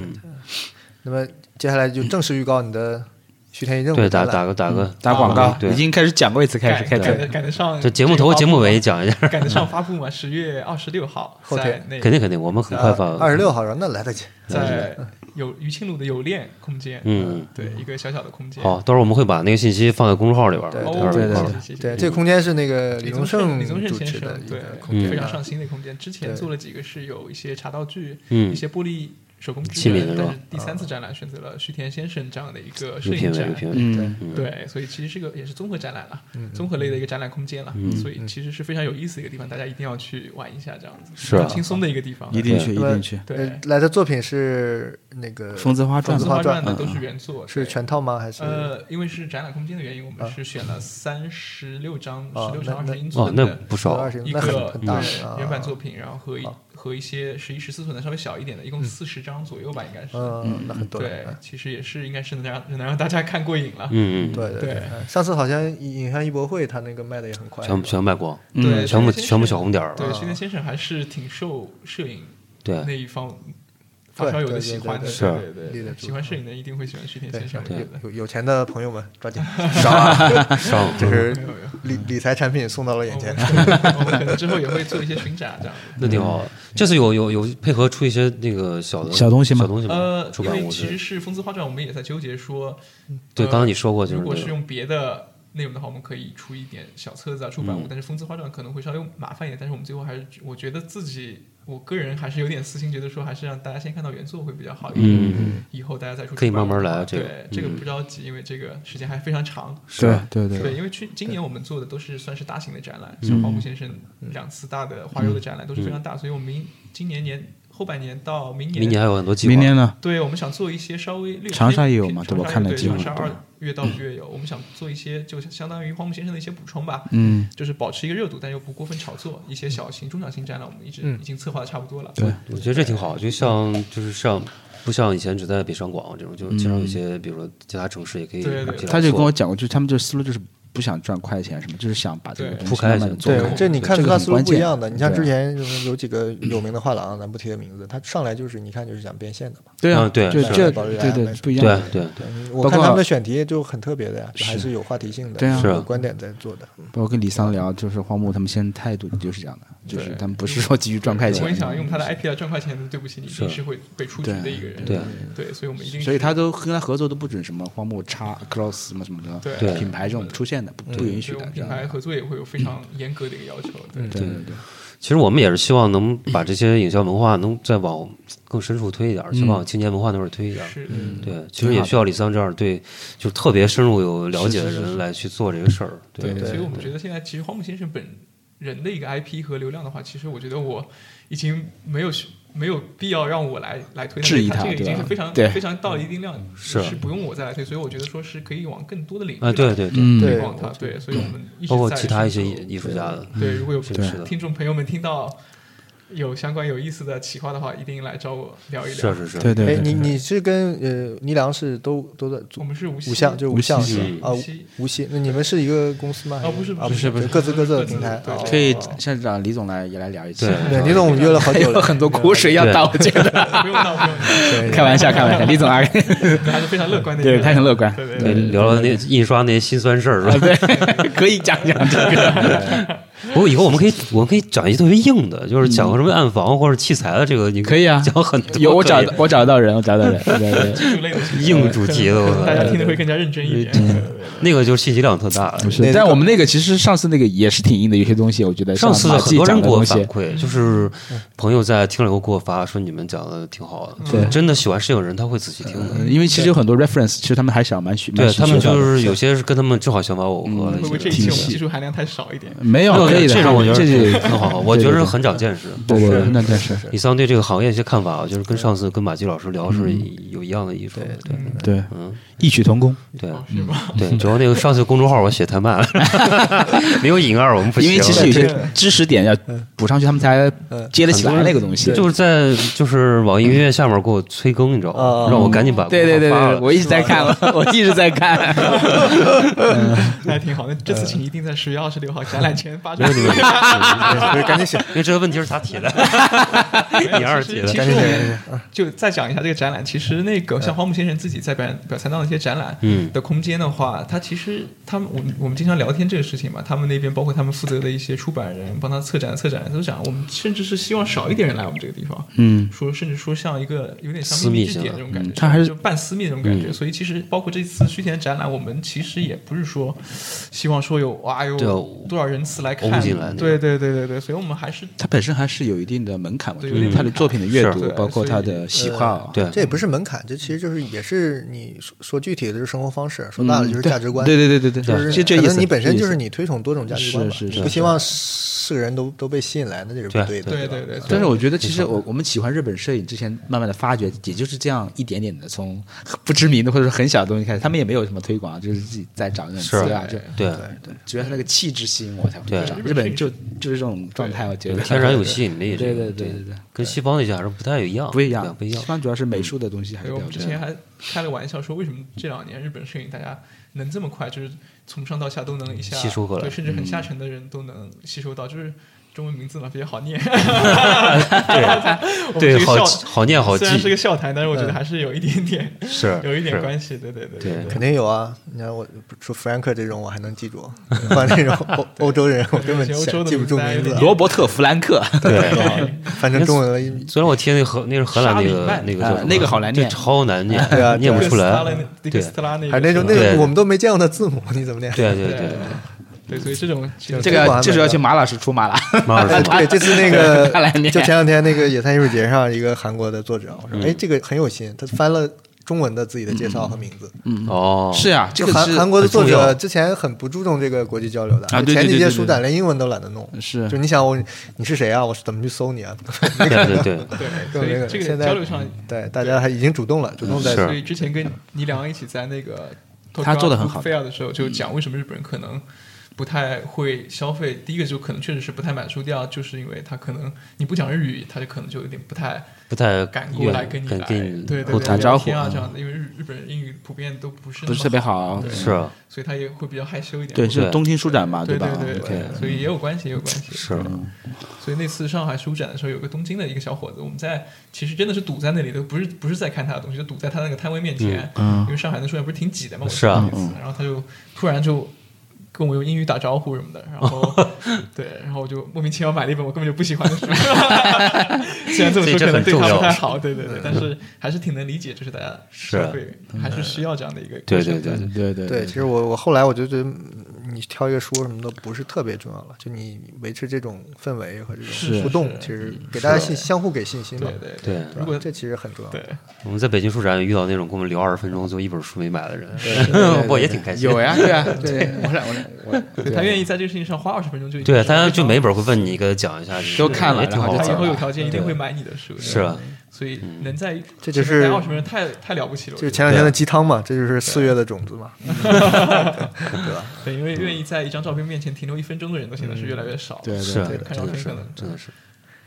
[SPEAKER 4] 那么接下来就正式预告你的徐天一任务
[SPEAKER 5] 对，
[SPEAKER 4] 展
[SPEAKER 5] 打
[SPEAKER 4] 览
[SPEAKER 5] 打个打个
[SPEAKER 6] 打广告
[SPEAKER 5] 嗯，对
[SPEAKER 6] 已经开始讲过一次，开
[SPEAKER 3] 赶
[SPEAKER 6] 始开
[SPEAKER 3] 赶得
[SPEAKER 6] 始。
[SPEAKER 3] 赶得上
[SPEAKER 5] 这节目头
[SPEAKER 3] 这
[SPEAKER 5] 节
[SPEAKER 3] 个发布
[SPEAKER 5] 目
[SPEAKER 3] 吗
[SPEAKER 5] 尾讲一下，
[SPEAKER 3] (laughs) 赶得上发布嘛？十月二十六号，
[SPEAKER 4] 后
[SPEAKER 3] 在
[SPEAKER 4] 天
[SPEAKER 3] 那
[SPEAKER 5] 肯定肯定，我们很快发。
[SPEAKER 4] 呃二十六号，然后那来得及。
[SPEAKER 3] 在有余庆路的有恋空间，
[SPEAKER 5] 嗯，
[SPEAKER 3] 对，一个小小的空间。
[SPEAKER 5] 好，到时候我们会把那个信息放在公众号里边儿。
[SPEAKER 4] 对
[SPEAKER 5] 到
[SPEAKER 3] 哦，
[SPEAKER 5] 时候
[SPEAKER 6] 对对
[SPEAKER 5] 放
[SPEAKER 6] 对
[SPEAKER 3] 谢谢谢谢
[SPEAKER 4] 对，这个空间是那个
[SPEAKER 3] 李
[SPEAKER 4] 宗
[SPEAKER 3] 盛，
[SPEAKER 4] 盛
[SPEAKER 3] 李宗盛
[SPEAKER 4] 主
[SPEAKER 3] 先
[SPEAKER 4] 持
[SPEAKER 3] 生
[SPEAKER 4] 的一
[SPEAKER 3] 对
[SPEAKER 4] 个空间
[SPEAKER 3] 非常
[SPEAKER 4] 啊
[SPEAKER 3] 上新的空间。之前
[SPEAKER 4] 对
[SPEAKER 3] 做了几个是有一些茶道具，
[SPEAKER 5] 嗯
[SPEAKER 3] 一些玻璃手工制
[SPEAKER 5] 器皿
[SPEAKER 3] 品，
[SPEAKER 5] 是吧
[SPEAKER 3] 但是第三次展览选择了徐田先生这样的一个
[SPEAKER 5] 有
[SPEAKER 3] 摄
[SPEAKER 5] 品
[SPEAKER 3] 影
[SPEAKER 5] 位，有
[SPEAKER 3] 展。
[SPEAKER 5] 品位。
[SPEAKER 6] 嗯，
[SPEAKER 3] 对，所以其实是个也是综合展览了，
[SPEAKER 4] 嗯
[SPEAKER 3] 综合类的一个展览空间了，所以其实是非常有意思的一个地方，大家一定要去玩一下，这样子
[SPEAKER 5] 是啊
[SPEAKER 3] 很轻松的一个地方。
[SPEAKER 6] 一定去，一定去。
[SPEAKER 4] 呃
[SPEAKER 3] 对，，
[SPEAKER 4] 来的作品是那个
[SPEAKER 6] 风姿花
[SPEAKER 3] 《
[SPEAKER 4] 风
[SPEAKER 6] 传
[SPEAKER 4] 姿
[SPEAKER 3] 自
[SPEAKER 4] 花
[SPEAKER 3] 画
[SPEAKER 5] 嗯
[SPEAKER 4] 传嗯
[SPEAKER 3] 传》的都是原作，对
[SPEAKER 4] 是全套吗？还是啊
[SPEAKER 3] 呃，因为是展览空间的原因，我们是选了三十六张、
[SPEAKER 4] 哦
[SPEAKER 3] 十六张二
[SPEAKER 4] 那
[SPEAKER 3] 十英
[SPEAKER 5] 哦，
[SPEAKER 3] 寸
[SPEAKER 5] 那
[SPEAKER 3] 的
[SPEAKER 5] 不嗯少
[SPEAKER 4] 二。十
[SPEAKER 3] 一
[SPEAKER 4] 那很
[SPEAKER 3] 个
[SPEAKER 4] 很大了
[SPEAKER 3] 对
[SPEAKER 4] 啊
[SPEAKER 5] 嗯
[SPEAKER 3] 原版作品，然后和一和一些十一、十四寸的稍微小一点的，一共四十张左右吧，应该是。
[SPEAKER 4] 嗯，那很多
[SPEAKER 3] 对
[SPEAKER 4] 人。嗯，
[SPEAKER 3] 其实也是应该是能让能让大家看过瘾了。
[SPEAKER 5] 嗯嗯，
[SPEAKER 4] 对对
[SPEAKER 3] 对
[SPEAKER 4] 嗯上次好像影像艺博会，他那个卖的也很快，
[SPEAKER 5] 全部全卖光，
[SPEAKER 6] 嗯
[SPEAKER 3] 对，
[SPEAKER 5] 全部
[SPEAKER 3] 徐天先生
[SPEAKER 5] 全部小红点儿，
[SPEAKER 3] 对，徐
[SPEAKER 4] 啊
[SPEAKER 3] 天先生还是挺受摄影
[SPEAKER 5] 对
[SPEAKER 3] 那一方发烧友的喜欢的，
[SPEAKER 4] 对
[SPEAKER 5] 对对
[SPEAKER 3] 对对
[SPEAKER 4] 立得
[SPEAKER 3] 对，
[SPEAKER 4] 住
[SPEAKER 3] 喜欢摄影的一定会喜欢徐天
[SPEAKER 4] 嗯对
[SPEAKER 3] 先生，我觉
[SPEAKER 4] 有
[SPEAKER 3] 得。
[SPEAKER 4] 有有钱的朋友们抓紧上啊！ (laughs)
[SPEAKER 5] 上
[SPEAKER 4] 就是
[SPEAKER 3] 没有没有哦
[SPEAKER 4] 理理财产品送到了眼前。
[SPEAKER 3] 我
[SPEAKER 4] (laughs)
[SPEAKER 3] 们可能之后也会做一些巡展这样子。
[SPEAKER 5] 那挺好。这次有有有配合出一些那个小的
[SPEAKER 6] 小东西吗
[SPEAKER 5] 小东西吗？
[SPEAKER 3] 呃，
[SPEAKER 5] 出
[SPEAKER 3] 因
[SPEAKER 5] 版
[SPEAKER 3] 为
[SPEAKER 5] 物
[SPEAKER 3] 其
[SPEAKER 5] 质
[SPEAKER 3] 实是风姿画传，我们也在纠结说，
[SPEAKER 5] 对，
[SPEAKER 3] 呃
[SPEAKER 5] 刚刚你说过就是
[SPEAKER 3] 如果
[SPEAKER 5] 那
[SPEAKER 3] 是
[SPEAKER 5] 个
[SPEAKER 3] 用别的内容的话，我们可以出一点小册子啊、出版物
[SPEAKER 5] 嗯，
[SPEAKER 3] 但是风姿画传可能会稍微麻烦一点。但是我们最后还是，我觉得自己，我个人还是有点私心，觉得说还是让大家先看到原作会比较好一点。
[SPEAKER 5] 嗯，
[SPEAKER 3] 以后大家再出
[SPEAKER 5] 可以
[SPEAKER 3] 出版
[SPEAKER 5] 慢慢
[SPEAKER 3] 物的话
[SPEAKER 5] 来这个
[SPEAKER 3] 对，这个
[SPEAKER 5] 嗯
[SPEAKER 3] 不着急，因为这个时间还非常长。
[SPEAKER 6] 对对对
[SPEAKER 3] 对，因为去今年我们做的都是算是大型的展览，
[SPEAKER 5] 嗯
[SPEAKER 3] 像黄木先生两次大的花肉的展览都是非常大，所以我们明今年年后半年到明年，
[SPEAKER 5] 明年还有很多计划。
[SPEAKER 6] 明年呢？
[SPEAKER 3] 对我们想做一些稍微略
[SPEAKER 6] 长沙也有嘛对
[SPEAKER 3] 长
[SPEAKER 6] 吧
[SPEAKER 3] 沙
[SPEAKER 6] 看了
[SPEAKER 3] 对
[SPEAKER 6] 几
[SPEAKER 3] 长
[SPEAKER 6] 晚
[SPEAKER 3] 沙
[SPEAKER 6] 对
[SPEAKER 3] 二月到五月有，我们想做一些就相当于黄木先生的一些补充吧，
[SPEAKER 6] 嗯，
[SPEAKER 3] 就是保持一个热度，但又不过分炒作，一些小型、中小型展览我们一直
[SPEAKER 4] 嗯
[SPEAKER 3] 已经策划的差不多了。
[SPEAKER 6] 对，
[SPEAKER 5] 我觉得这挺好，就像就是像不像以前只在北上广这种，就经常有些，比如说其他城市也可以
[SPEAKER 3] 对对
[SPEAKER 5] 进来
[SPEAKER 6] 他就跟
[SPEAKER 5] 做
[SPEAKER 6] 我讲过，就是他们这思路就是不想赚快钱什么，就是想把这个
[SPEAKER 3] 对
[SPEAKER 6] 东
[SPEAKER 5] 铺
[SPEAKER 6] 西
[SPEAKER 5] 开
[SPEAKER 6] 慢
[SPEAKER 5] 一下
[SPEAKER 6] 慢地做
[SPEAKER 4] 对
[SPEAKER 6] 好。，
[SPEAKER 4] 这你看
[SPEAKER 6] 这
[SPEAKER 4] 出
[SPEAKER 6] 个
[SPEAKER 4] 他
[SPEAKER 6] 很
[SPEAKER 4] 思路
[SPEAKER 6] 关
[SPEAKER 4] 不一
[SPEAKER 6] 键
[SPEAKER 4] 样的。你像
[SPEAKER 6] 对
[SPEAKER 4] 之前就是有几个有名的画廊，咱不提的名字，他上来就是你看就是讲变现的嘛。
[SPEAKER 6] 对啊，
[SPEAKER 5] 嗯对
[SPEAKER 6] 就是这
[SPEAKER 4] 保留
[SPEAKER 6] 对
[SPEAKER 4] 原来
[SPEAKER 6] 对
[SPEAKER 4] 的
[SPEAKER 6] 不一样
[SPEAKER 5] 对
[SPEAKER 6] 的。
[SPEAKER 5] 对对，
[SPEAKER 4] 嗯
[SPEAKER 6] 包
[SPEAKER 4] 我看
[SPEAKER 6] 括
[SPEAKER 4] 他们的选题就很特别的呀，就还
[SPEAKER 6] 是
[SPEAKER 4] 是有话题性的，
[SPEAKER 6] 对啊
[SPEAKER 4] 是有
[SPEAKER 5] 是
[SPEAKER 4] 观点在做的。嗯
[SPEAKER 6] 包括跟李桑聊，就是荒木他们现在态度就是这样的，就是他们不是说急于赚快
[SPEAKER 3] 我
[SPEAKER 6] 钱
[SPEAKER 3] 跟你，讲，用他的 IP 来赚快钱的，对不起，你一定是会被出局的一个人。
[SPEAKER 5] 对
[SPEAKER 3] 对，所以我们一定
[SPEAKER 6] 所以他都跟他合作都不准什么荒木叉 cross 什么什么的，
[SPEAKER 3] 对
[SPEAKER 6] 品牌这种出现的不不允许
[SPEAKER 3] 对我
[SPEAKER 6] 的
[SPEAKER 3] 们品
[SPEAKER 6] 这样的
[SPEAKER 3] 牌。合作也会有非常严格的一个要求。对，
[SPEAKER 6] 对对对，
[SPEAKER 5] 其实我们也是希望能把这些影像文化能再往更深处推一点儿，去往青年文化那块儿推一点儿。
[SPEAKER 3] 是
[SPEAKER 5] 对，其实也需要李桑这样对，就是特别深入有了解的人来去做这个事儿。对
[SPEAKER 3] 所以我们觉得现在其实荒木先生本人的一个 IP 和流量的话，其实我觉得我已经没有需没有必要让我来来推
[SPEAKER 6] 质疑
[SPEAKER 3] 他，
[SPEAKER 6] 他
[SPEAKER 3] 这个已经
[SPEAKER 6] 对
[SPEAKER 3] 是
[SPEAKER 6] 吧
[SPEAKER 3] 非常
[SPEAKER 6] 对
[SPEAKER 3] 非常到了一定量，
[SPEAKER 5] 嗯是
[SPEAKER 3] 是不用我再来推，所以我觉得说是可以往更多的领域
[SPEAKER 5] 啊，对对对，
[SPEAKER 6] 嗯
[SPEAKER 3] 推
[SPEAKER 4] 对
[SPEAKER 3] 广它。对，所以我们一直
[SPEAKER 5] 包括
[SPEAKER 3] 在
[SPEAKER 5] 其他一些
[SPEAKER 3] 寻
[SPEAKER 5] 艺艺术家的，
[SPEAKER 3] 求对，如果有
[SPEAKER 5] 是的
[SPEAKER 3] 听众朋友们听到有相关有意思的企划的话，一定来找我聊一
[SPEAKER 5] 是。
[SPEAKER 3] 聊
[SPEAKER 5] 是是，
[SPEAKER 6] 对对
[SPEAKER 4] 哎
[SPEAKER 6] 对，，
[SPEAKER 4] 你你是跟呃倪良是都都在做
[SPEAKER 3] 我们是无锡
[SPEAKER 4] 无相，就是无相
[SPEAKER 6] 无锡
[SPEAKER 4] 是吧
[SPEAKER 5] 嗯
[SPEAKER 4] 啊，无无锡，那你们是一个公司吗？
[SPEAKER 3] 哦不是
[SPEAKER 4] 啊
[SPEAKER 3] 不是
[SPEAKER 4] 不
[SPEAKER 3] 不是
[SPEAKER 4] 各自各自的
[SPEAKER 3] 各自
[SPEAKER 4] 平台
[SPEAKER 3] 对
[SPEAKER 4] 啊。
[SPEAKER 3] 对
[SPEAKER 6] 可以下次找李总来也来聊一期。
[SPEAKER 5] 对
[SPEAKER 6] (laughs)
[SPEAKER 4] 对，李总我们约了好久了，
[SPEAKER 6] 很多苦水要倒，我觉得。
[SPEAKER 3] 不用闹，不
[SPEAKER 5] (laughs)
[SPEAKER 3] 用闹，
[SPEAKER 6] 开玩笑，开玩笑，李总啊，
[SPEAKER 3] 还是非常乐观的一个
[SPEAKER 6] 对
[SPEAKER 3] 人。
[SPEAKER 6] 他很乐观，
[SPEAKER 3] 对对
[SPEAKER 5] 对聊聊那印刷那些辛酸事儿是吧？
[SPEAKER 6] 对，可以讲讲这个，
[SPEAKER 5] 不过以后我们可以，我们可以讲一些特别硬的，就是讲个什么暗房或者器材的这个，你
[SPEAKER 6] 可以啊
[SPEAKER 5] 讲很多
[SPEAKER 6] 有我
[SPEAKER 5] 可
[SPEAKER 6] 找
[SPEAKER 5] 以
[SPEAKER 6] 我找到人，我找到人，对对对
[SPEAKER 3] 技术类的事情
[SPEAKER 5] 硬主题的，我
[SPEAKER 3] 大家
[SPEAKER 5] 操，
[SPEAKER 3] 听的会更加认真一点。对对对
[SPEAKER 5] 那个就是信息量特大。
[SPEAKER 6] 不
[SPEAKER 4] 那
[SPEAKER 6] 是，
[SPEAKER 4] 个
[SPEAKER 6] 但我们那个其实上次那个也是挺硬的，有些东西我觉得
[SPEAKER 5] 上次
[SPEAKER 6] 马
[SPEAKER 5] 很
[SPEAKER 6] 季
[SPEAKER 5] 多人
[SPEAKER 6] 讲的
[SPEAKER 5] 给我
[SPEAKER 6] 东
[SPEAKER 5] 反
[SPEAKER 6] 西，嗯
[SPEAKER 5] 馈，就是朋友在听了以后给我发说你们讲的挺好的，
[SPEAKER 6] 对
[SPEAKER 5] 真的喜欢摄影人他会仔细听的。
[SPEAKER 6] 嗯因为其实有很多 reference，其实他们还想蛮需，
[SPEAKER 5] 对
[SPEAKER 6] 蛮需
[SPEAKER 5] 他们
[SPEAKER 6] 求到
[SPEAKER 5] 就
[SPEAKER 6] 的
[SPEAKER 5] 是有些是跟他们正好相反耦合的
[SPEAKER 3] 会不会这
[SPEAKER 5] 一
[SPEAKER 3] 一
[SPEAKER 5] 些
[SPEAKER 3] 期
[SPEAKER 5] 人。
[SPEAKER 3] 我们技术含量太少 (laughs) 一点？
[SPEAKER 6] 没有可以的，
[SPEAKER 5] 这种我觉得
[SPEAKER 6] 这是
[SPEAKER 5] 挺好，我觉得很长见识。
[SPEAKER 6] 对对，对那真是
[SPEAKER 5] 李桑对这个行业一些看法，啊就是跟上次跟马季老师聊是有一样的艺术。对
[SPEAKER 6] 嗯对
[SPEAKER 5] 嗯，
[SPEAKER 6] 异曲同工，
[SPEAKER 5] 对
[SPEAKER 3] 哦，是吗？
[SPEAKER 5] 对，主要那个上次公众号我写太
[SPEAKER 6] (laughs)
[SPEAKER 5] 慢了，没有引二我们不行。
[SPEAKER 6] 因为其实有些知识点要
[SPEAKER 4] 嗯
[SPEAKER 6] 补上去，他们才接得起来那个东西。
[SPEAKER 5] 就是在就是网易云音乐下面给我催更，你知道吗？
[SPEAKER 4] 嗯
[SPEAKER 5] 让我赶紧把
[SPEAKER 6] 啊对对对
[SPEAKER 5] 公众号发
[SPEAKER 6] 对，
[SPEAKER 5] 了
[SPEAKER 6] 我一直在看，我一直在看。
[SPEAKER 4] (laughs)
[SPEAKER 3] 那还挺好。那这次请一定在十月二十六 (laughs) 号展览前发出
[SPEAKER 5] 没有
[SPEAKER 3] 来。
[SPEAKER 5] 你们，
[SPEAKER 4] 对赶紧写，
[SPEAKER 5] 因为这个问题是他提的， (laughs) 你二提的嗯
[SPEAKER 3] 其。实我们就再讲一下这个展览。其实那个像荒木先生自己在表演表参道的一些展览
[SPEAKER 5] 嗯
[SPEAKER 3] 的空间的话，他其实他们我们我们经常聊天这个事情嘛，他们那边包括他们负责的一些出版人，帮他策展的策展人都讲，我们甚至是希望少一点人来我们这个地方，
[SPEAKER 6] 嗯，
[SPEAKER 3] 说甚至说像一个有点
[SPEAKER 5] 私
[SPEAKER 3] 像
[SPEAKER 5] 密
[SPEAKER 3] 秘密据
[SPEAKER 5] 性嗯
[SPEAKER 3] 点这种感觉，
[SPEAKER 6] 它还是
[SPEAKER 3] 就半私密的那种感觉。所以其实包括这次虚田的展览，我们其实也不是说希望说有哇有
[SPEAKER 5] 对
[SPEAKER 3] 多少人次来看
[SPEAKER 5] 欧进来那种，
[SPEAKER 3] 对对对对对，所以我们还是
[SPEAKER 6] 他本身还是有一定的门槛，我觉
[SPEAKER 3] 对有
[SPEAKER 6] 得
[SPEAKER 3] 点
[SPEAKER 6] 他的作品的阅
[SPEAKER 5] 是
[SPEAKER 6] 读
[SPEAKER 3] 对，
[SPEAKER 6] 包括他的喜
[SPEAKER 4] 呃
[SPEAKER 6] 好，啊
[SPEAKER 5] 对
[SPEAKER 4] 这也不是门槛，这其实就是也是你说说具体的就是生活方式，说大了就是价值观。
[SPEAKER 6] 嗯对对对
[SPEAKER 4] 就
[SPEAKER 6] 对对，
[SPEAKER 4] 是
[SPEAKER 6] 其实这
[SPEAKER 4] 可
[SPEAKER 6] 意
[SPEAKER 4] 能
[SPEAKER 6] 思。
[SPEAKER 4] 你本身就是
[SPEAKER 6] 这意思，
[SPEAKER 4] 你推崇多种价值观嘛，
[SPEAKER 6] 是是是
[SPEAKER 4] 你不希望是个人都都被吸引来，那这是不
[SPEAKER 5] 对
[SPEAKER 4] 的。
[SPEAKER 3] 对
[SPEAKER 4] 吧啊
[SPEAKER 3] 对对对
[SPEAKER 6] 但是我觉得其实我我们喜欢日本摄影之前，慢慢的发掘，也就是这样一点点的从不知名的或者说很小的东西开始，他啊们也没有什么推广，就是自己在找那种
[SPEAKER 5] 是
[SPEAKER 6] 资料，就
[SPEAKER 5] 对
[SPEAKER 6] 主要是那个气质吸引我才会
[SPEAKER 5] 对
[SPEAKER 6] 去找。
[SPEAKER 3] 日
[SPEAKER 6] 日本就就是这种状态，我觉得
[SPEAKER 5] 非常有吸引力，这
[SPEAKER 6] 对对
[SPEAKER 5] 个
[SPEAKER 6] 对对对，
[SPEAKER 5] 跟西方那些还是不太一样，
[SPEAKER 6] 不一
[SPEAKER 5] 对
[SPEAKER 6] 样，
[SPEAKER 5] 不一样
[SPEAKER 6] 西。方主要是美术的东西还
[SPEAKER 5] 哎
[SPEAKER 6] 是
[SPEAKER 3] 对，哎
[SPEAKER 6] 比
[SPEAKER 3] 我
[SPEAKER 6] 较
[SPEAKER 3] 们之
[SPEAKER 6] 多
[SPEAKER 3] 前。还开了玩笑说，为什么这两年日本摄影大家能这么快，就是从上到下都能一下
[SPEAKER 5] 嗯吸收过来嗯
[SPEAKER 3] 对，甚至很下沉的人都能吸收到，就是中文名字呢比较好
[SPEAKER 5] (laughs)
[SPEAKER 3] 念。我们这
[SPEAKER 5] 对，
[SPEAKER 3] 个
[SPEAKER 5] 好
[SPEAKER 3] 笑
[SPEAKER 5] 好念好记嗯
[SPEAKER 3] 虽，然是个笑谈，但是我觉得还是有一点点，
[SPEAKER 5] 是
[SPEAKER 3] (laughs) 有一点
[SPEAKER 5] 是
[SPEAKER 3] 关系。对对对
[SPEAKER 5] 对
[SPEAKER 4] 肯定有啊！你看我说 Frank 这种我还能记住，换那
[SPEAKER 3] (laughs)
[SPEAKER 4] 种欧欧洲人我根本
[SPEAKER 3] 有些欧洲
[SPEAKER 4] 想
[SPEAKER 3] 的
[SPEAKER 4] 记不住
[SPEAKER 3] 名字
[SPEAKER 4] 名字
[SPEAKER 3] 还，
[SPEAKER 6] 罗伯特·弗兰克，
[SPEAKER 5] 对。
[SPEAKER 4] 翻成中文了一米。
[SPEAKER 5] 虽然我听那荷那是荷兰那个
[SPEAKER 6] 沙里曼
[SPEAKER 5] 那个叫什么
[SPEAKER 6] 啊那个好难念
[SPEAKER 5] 这超难念，
[SPEAKER 4] 对啊
[SPEAKER 5] 念不出来。
[SPEAKER 3] 迪克
[SPEAKER 5] 对
[SPEAKER 3] 斯特拉那个，
[SPEAKER 4] 还有那种那
[SPEAKER 5] 对
[SPEAKER 4] 种我们都没见过的字母，你怎么念？
[SPEAKER 5] 对对
[SPEAKER 3] 对
[SPEAKER 5] 对，
[SPEAKER 3] 对，所以这种这种
[SPEAKER 4] 这
[SPEAKER 6] 这
[SPEAKER 4] 个
[SPEAKER 6] 个
[SPEAKER 4] 还
[SPEAKER 6] 这是
[SPEAKER 4] 没
[SPEAKER 6] 要
[SPEAKER 4] 到
[SPEAKER 6] 请马老师出马了。
[SPEAKER 5] 马老
[SPEAKER 4] 哎
[SPEAKER 5] 师
[SPEAKER 6] (laughs)
[SPEAKER 4] 对，这次那个
[SPEAKER 6] 看来你
[SPEAKER 4] 就前两天那个野餐艺术节上，一个韩国的作者，我
[SPEAKER 6] 嗯
[SPEAKER 4] 说哎，这个很有心，他翻了中文的自己的介绍和名字。
[SPEAKER 5] 哦，
[SPEAKER 6] 是啊，嗯这
[SPEAKER 4] 就
[SPEAKER 6] 个
[SPEAKER 4] 韩
[SPEAKER 6] 是
[SPEAKER 4] 韩国的作
[SPEAKER 5] 很重
[SPEAKER 4] 者
[SPEAKER 5] 要
[SPEAKER 4] 之前很不注重这个国际交流的，
[SPEAKER 6] 啊对对
[SPEAKER 4] 前几
[SPEAKER 6] 对对
[SPEAKER 4] 届
[SPEAKER 6] 对
[SPEAKER 4] 书展连英文都懒得弄。
[SPEAKER 6] 是
[SPEAKER 4] 就你想我你是谁啊？我是怎么去搜你啊？ (laughs)
[SPEAKER 5] 对对对，
[SPEAKER 3] 对，
[SPEAKER 4] 更
[SPEAKER 3] 所
[SPEAKER 4] 那个
[SPEAKER 3] 以这
[SPEAKER 4] 现
[SPEAKER 3] 个
[SPEAKER 4] 在嗯
[SPEAKER 3] 交流上，
[SPEAKER 4] 对，大家还已经主动了，主动在
[SPEAKER 5] 是
[SPEAKER 3] 所以之前跟倪良一起在那个
[SPEAKER 6] 他做得很好的
[SPEAKER 3] 菲尔的时候，就讲为什么日本人可能不太会消费。第一个就可能确实是不太买书店，就是因为他可能你不讲日语，他就可能就有点不太
[SPEAKER 5] 不太
[SPEAKER 3] 敢过来跟你
[SPEAKER 5] 敢
[SPEAKER 3] 来
[SPEAKER 5] 跟你
[SPEAKER 3] 对对
[SPEAKER 6] 互
[SPEAKER 3] 对
[SPEAKER 6] 打
[SPEAKER 3] 聊
[SPEAKER 6] 招呼
[SPEAKER 3] 天啊
[SPEAKER 6] 嗯
[SPEAKER 3] 这样的，因为日日本人英语普遍都不是
[SPEAKER 6] 不是特别好
[SPEAKER 3] 对，
[SPEAKER 5] 是啊
[SPEAKER 3] 所以他也会比较害羞一点。
[SPEAKER 6] 对，是
[SPEAKER 5] 对嗯
[SPEAKER 6] 东京书展嘛，
[SPEAKER 3] 对
[SPEAKER 6] 吧
[SPEAKER 3] 对
[SPEAKER 6] ？OK，
[SPEAKER 3] 对，所以也有关系，也有关系。嗯
[SPEAKER 5] 是
[SPEAKER 3] 所以那次上海书展的时候，有个东京的一个小伙子，我们在其实真的是堵在那里的，不是不是在看他的东西，就堵在他那个摊位面前，
[SPEAKER 6] 嗯
[SPEAKER 3] 因为上海的书展不是挺挤的嘛，我
[SPEAKER 5] 是啊
[SPEAKER 3] 记得那次然后他就突然就。跟我用英语打招呼什么的，然后
[SPEAKER 5] (laughs)
[SPEAKER 3] 对，然后我就莫名其妙买了一本我根本就不喜欢的书， (laughs) 虽然这么说
[SPEAKER 5] 这
[SPEAKER 3] 可能
[SPEAKER 5] 很
[SPEAKER 3] 对
[SPEAKER 5] 重
[SPEAKER 3] 他
[SPEAKER 5] 要嗯
[SPEAKER 3] 不太好，对对对，但是还是挺能理解，就是大家
[SPEAKER 5] 是嗯
[SPEAKER 3] 消费还是需要这样的一个
[SPEAKER 5] 对
[SPEAKER 3] 过
[SPEAKER 5] 对
[SPEAKER 3] 程
[SPEAKER 5] 对
[SPEAKER 3] 的
[SPEAKER 6] 对对
[SPEAKER 4] 对，其实我我后来我就觉得，嗯你挑一个书什么的不是特别重要了，就你维持这种氛围和这
[SPEAKER 6] 是
[SPEAKER 4] 种互动，其实给大家信相互给信心嘛
[SPEAKER 3] 对。对
[SPEAKER 5] 对。
[SPEAKER 4] 对吧
[SPEAKER 3] 如果
[SPEAKER 4] 这其实很重要。
[SPEAKER 3] 对
[SPEAKER 5] 我们在北京书展也遇到那种跟我们聊二十分钟就一本书没买的人，
[SPEAKER 6] 对
[SPEAKER 5] 我也挺开心。
[SPEAKER 6] 有呀，对呀，对， (laughs) 我俩我俩我
[SPEAKER 3] 对他愿意在这个事情上花二十分钟就已经
[SPEAKER 5] 对，
[SPEAKER 3] 是
[SPEAKER 5] 大家
[SPEAKER 3] 非
[SPEAKER 5] 就
[SPEAKER 3] 常
[SPEAKER 5] 每本会问你一个讲一下，
[SPEAKER 6] 都看了
[SPEAKER 5] 也挺
[SPEAKER 6] 然
[SPEAKER 5] 好
[SPEAKER 6] 后
[SPEAKER 3] 他
[SPEAKER 5] 玩
[SPEAKER 3] 以后有
[SPEAKER 5] 的。
[SPEAKER 3] 条件一定会买你的书，
[SPEAKER 5] 是啊，
[SPEAKER 3] 所以能在
[SPEAKER 4] 这就是
[SPEAKER 3] 二十分钟太太了不起了，我
[SPEAKER 4] 就是
[SPEAKER 3] 觉
[SPEAKER 4] 前两天的鸡汤嘛，这就是四月的种子嘛。
[SPEAKER 3] 得对，因为愿意在一张照片面前停留一分钟的人，都现在是越来越少，
[SPEAKER 6] 对
[SPEAKER 5] 是啊
[SPEAKER 3] 对，看照
[SPEAKER 5] 真的
[SPEAKER 3] 片
[SPEAKER 5] 是
[SPEAKER 3] 可能
[SPEAKER 5] 真的是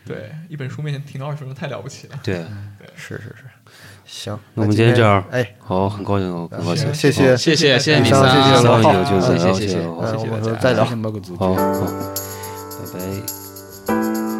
[SPEAKER 3] 对，一本书面前停留二十分钟太了不起了，
[SPEAKER 5] 对。
[SPEAKER 4] 是是是，行，
[SPEAKER 5] 那我们今
[SPEAKER 4] 今
[SPEAKER 5] 天这样，
[SPEAKER 4] 哎，
[SPEAKER 5] 好，很高兴，很高兴，
[SPEAKER 4] 谢谢，
[SPEAKER 6] 谢谢哎谢谢
[SPEAKER 4] 李
[SPEAKER 6] 李
[SPEAKER 4] 桑谢谢
[SPEAKER 6] 桑
[SPEAKER 4] 老
[SPEAKER 5] 有
[SPEAKER 4] 郝
[SPEAKER 5] 就
[SPEAKER 6] 谢谢
[SPEAKER 5] 是
[SPEAKER 6] 谢谢
[SPEAKER 5] 好
[SPEAKER 4] 嗯，
[SPEAKER 3] 谢谢
[SPEAKER 4] 我
[SPEAKER 3] 大
[SPEAKER 4] 们
[SPEAKER 3] 家
[SPEAKER 4] 再聊
[SPEAKER 6] 谢谢。蘑菇组织
[SPEAKER 5] 好，好，拜拜。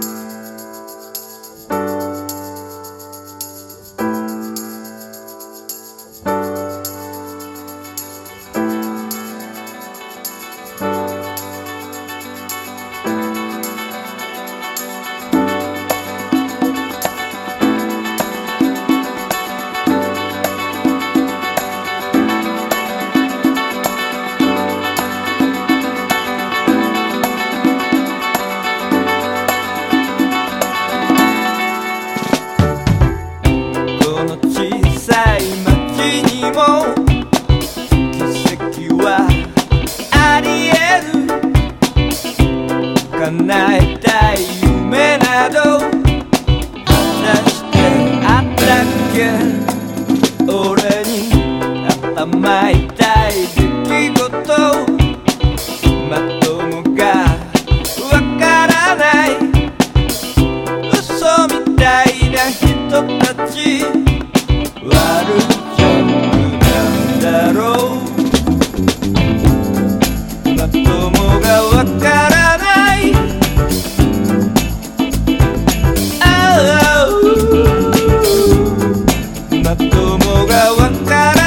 [SPEAKER 1] この小さい町にも奇跡はありえる叶えたい夢など果たしてあったっけ俺に頭痛い出来事まともがわからない嘘みたいな人たち悪じゃなんだろうまともがわからないああまともがわから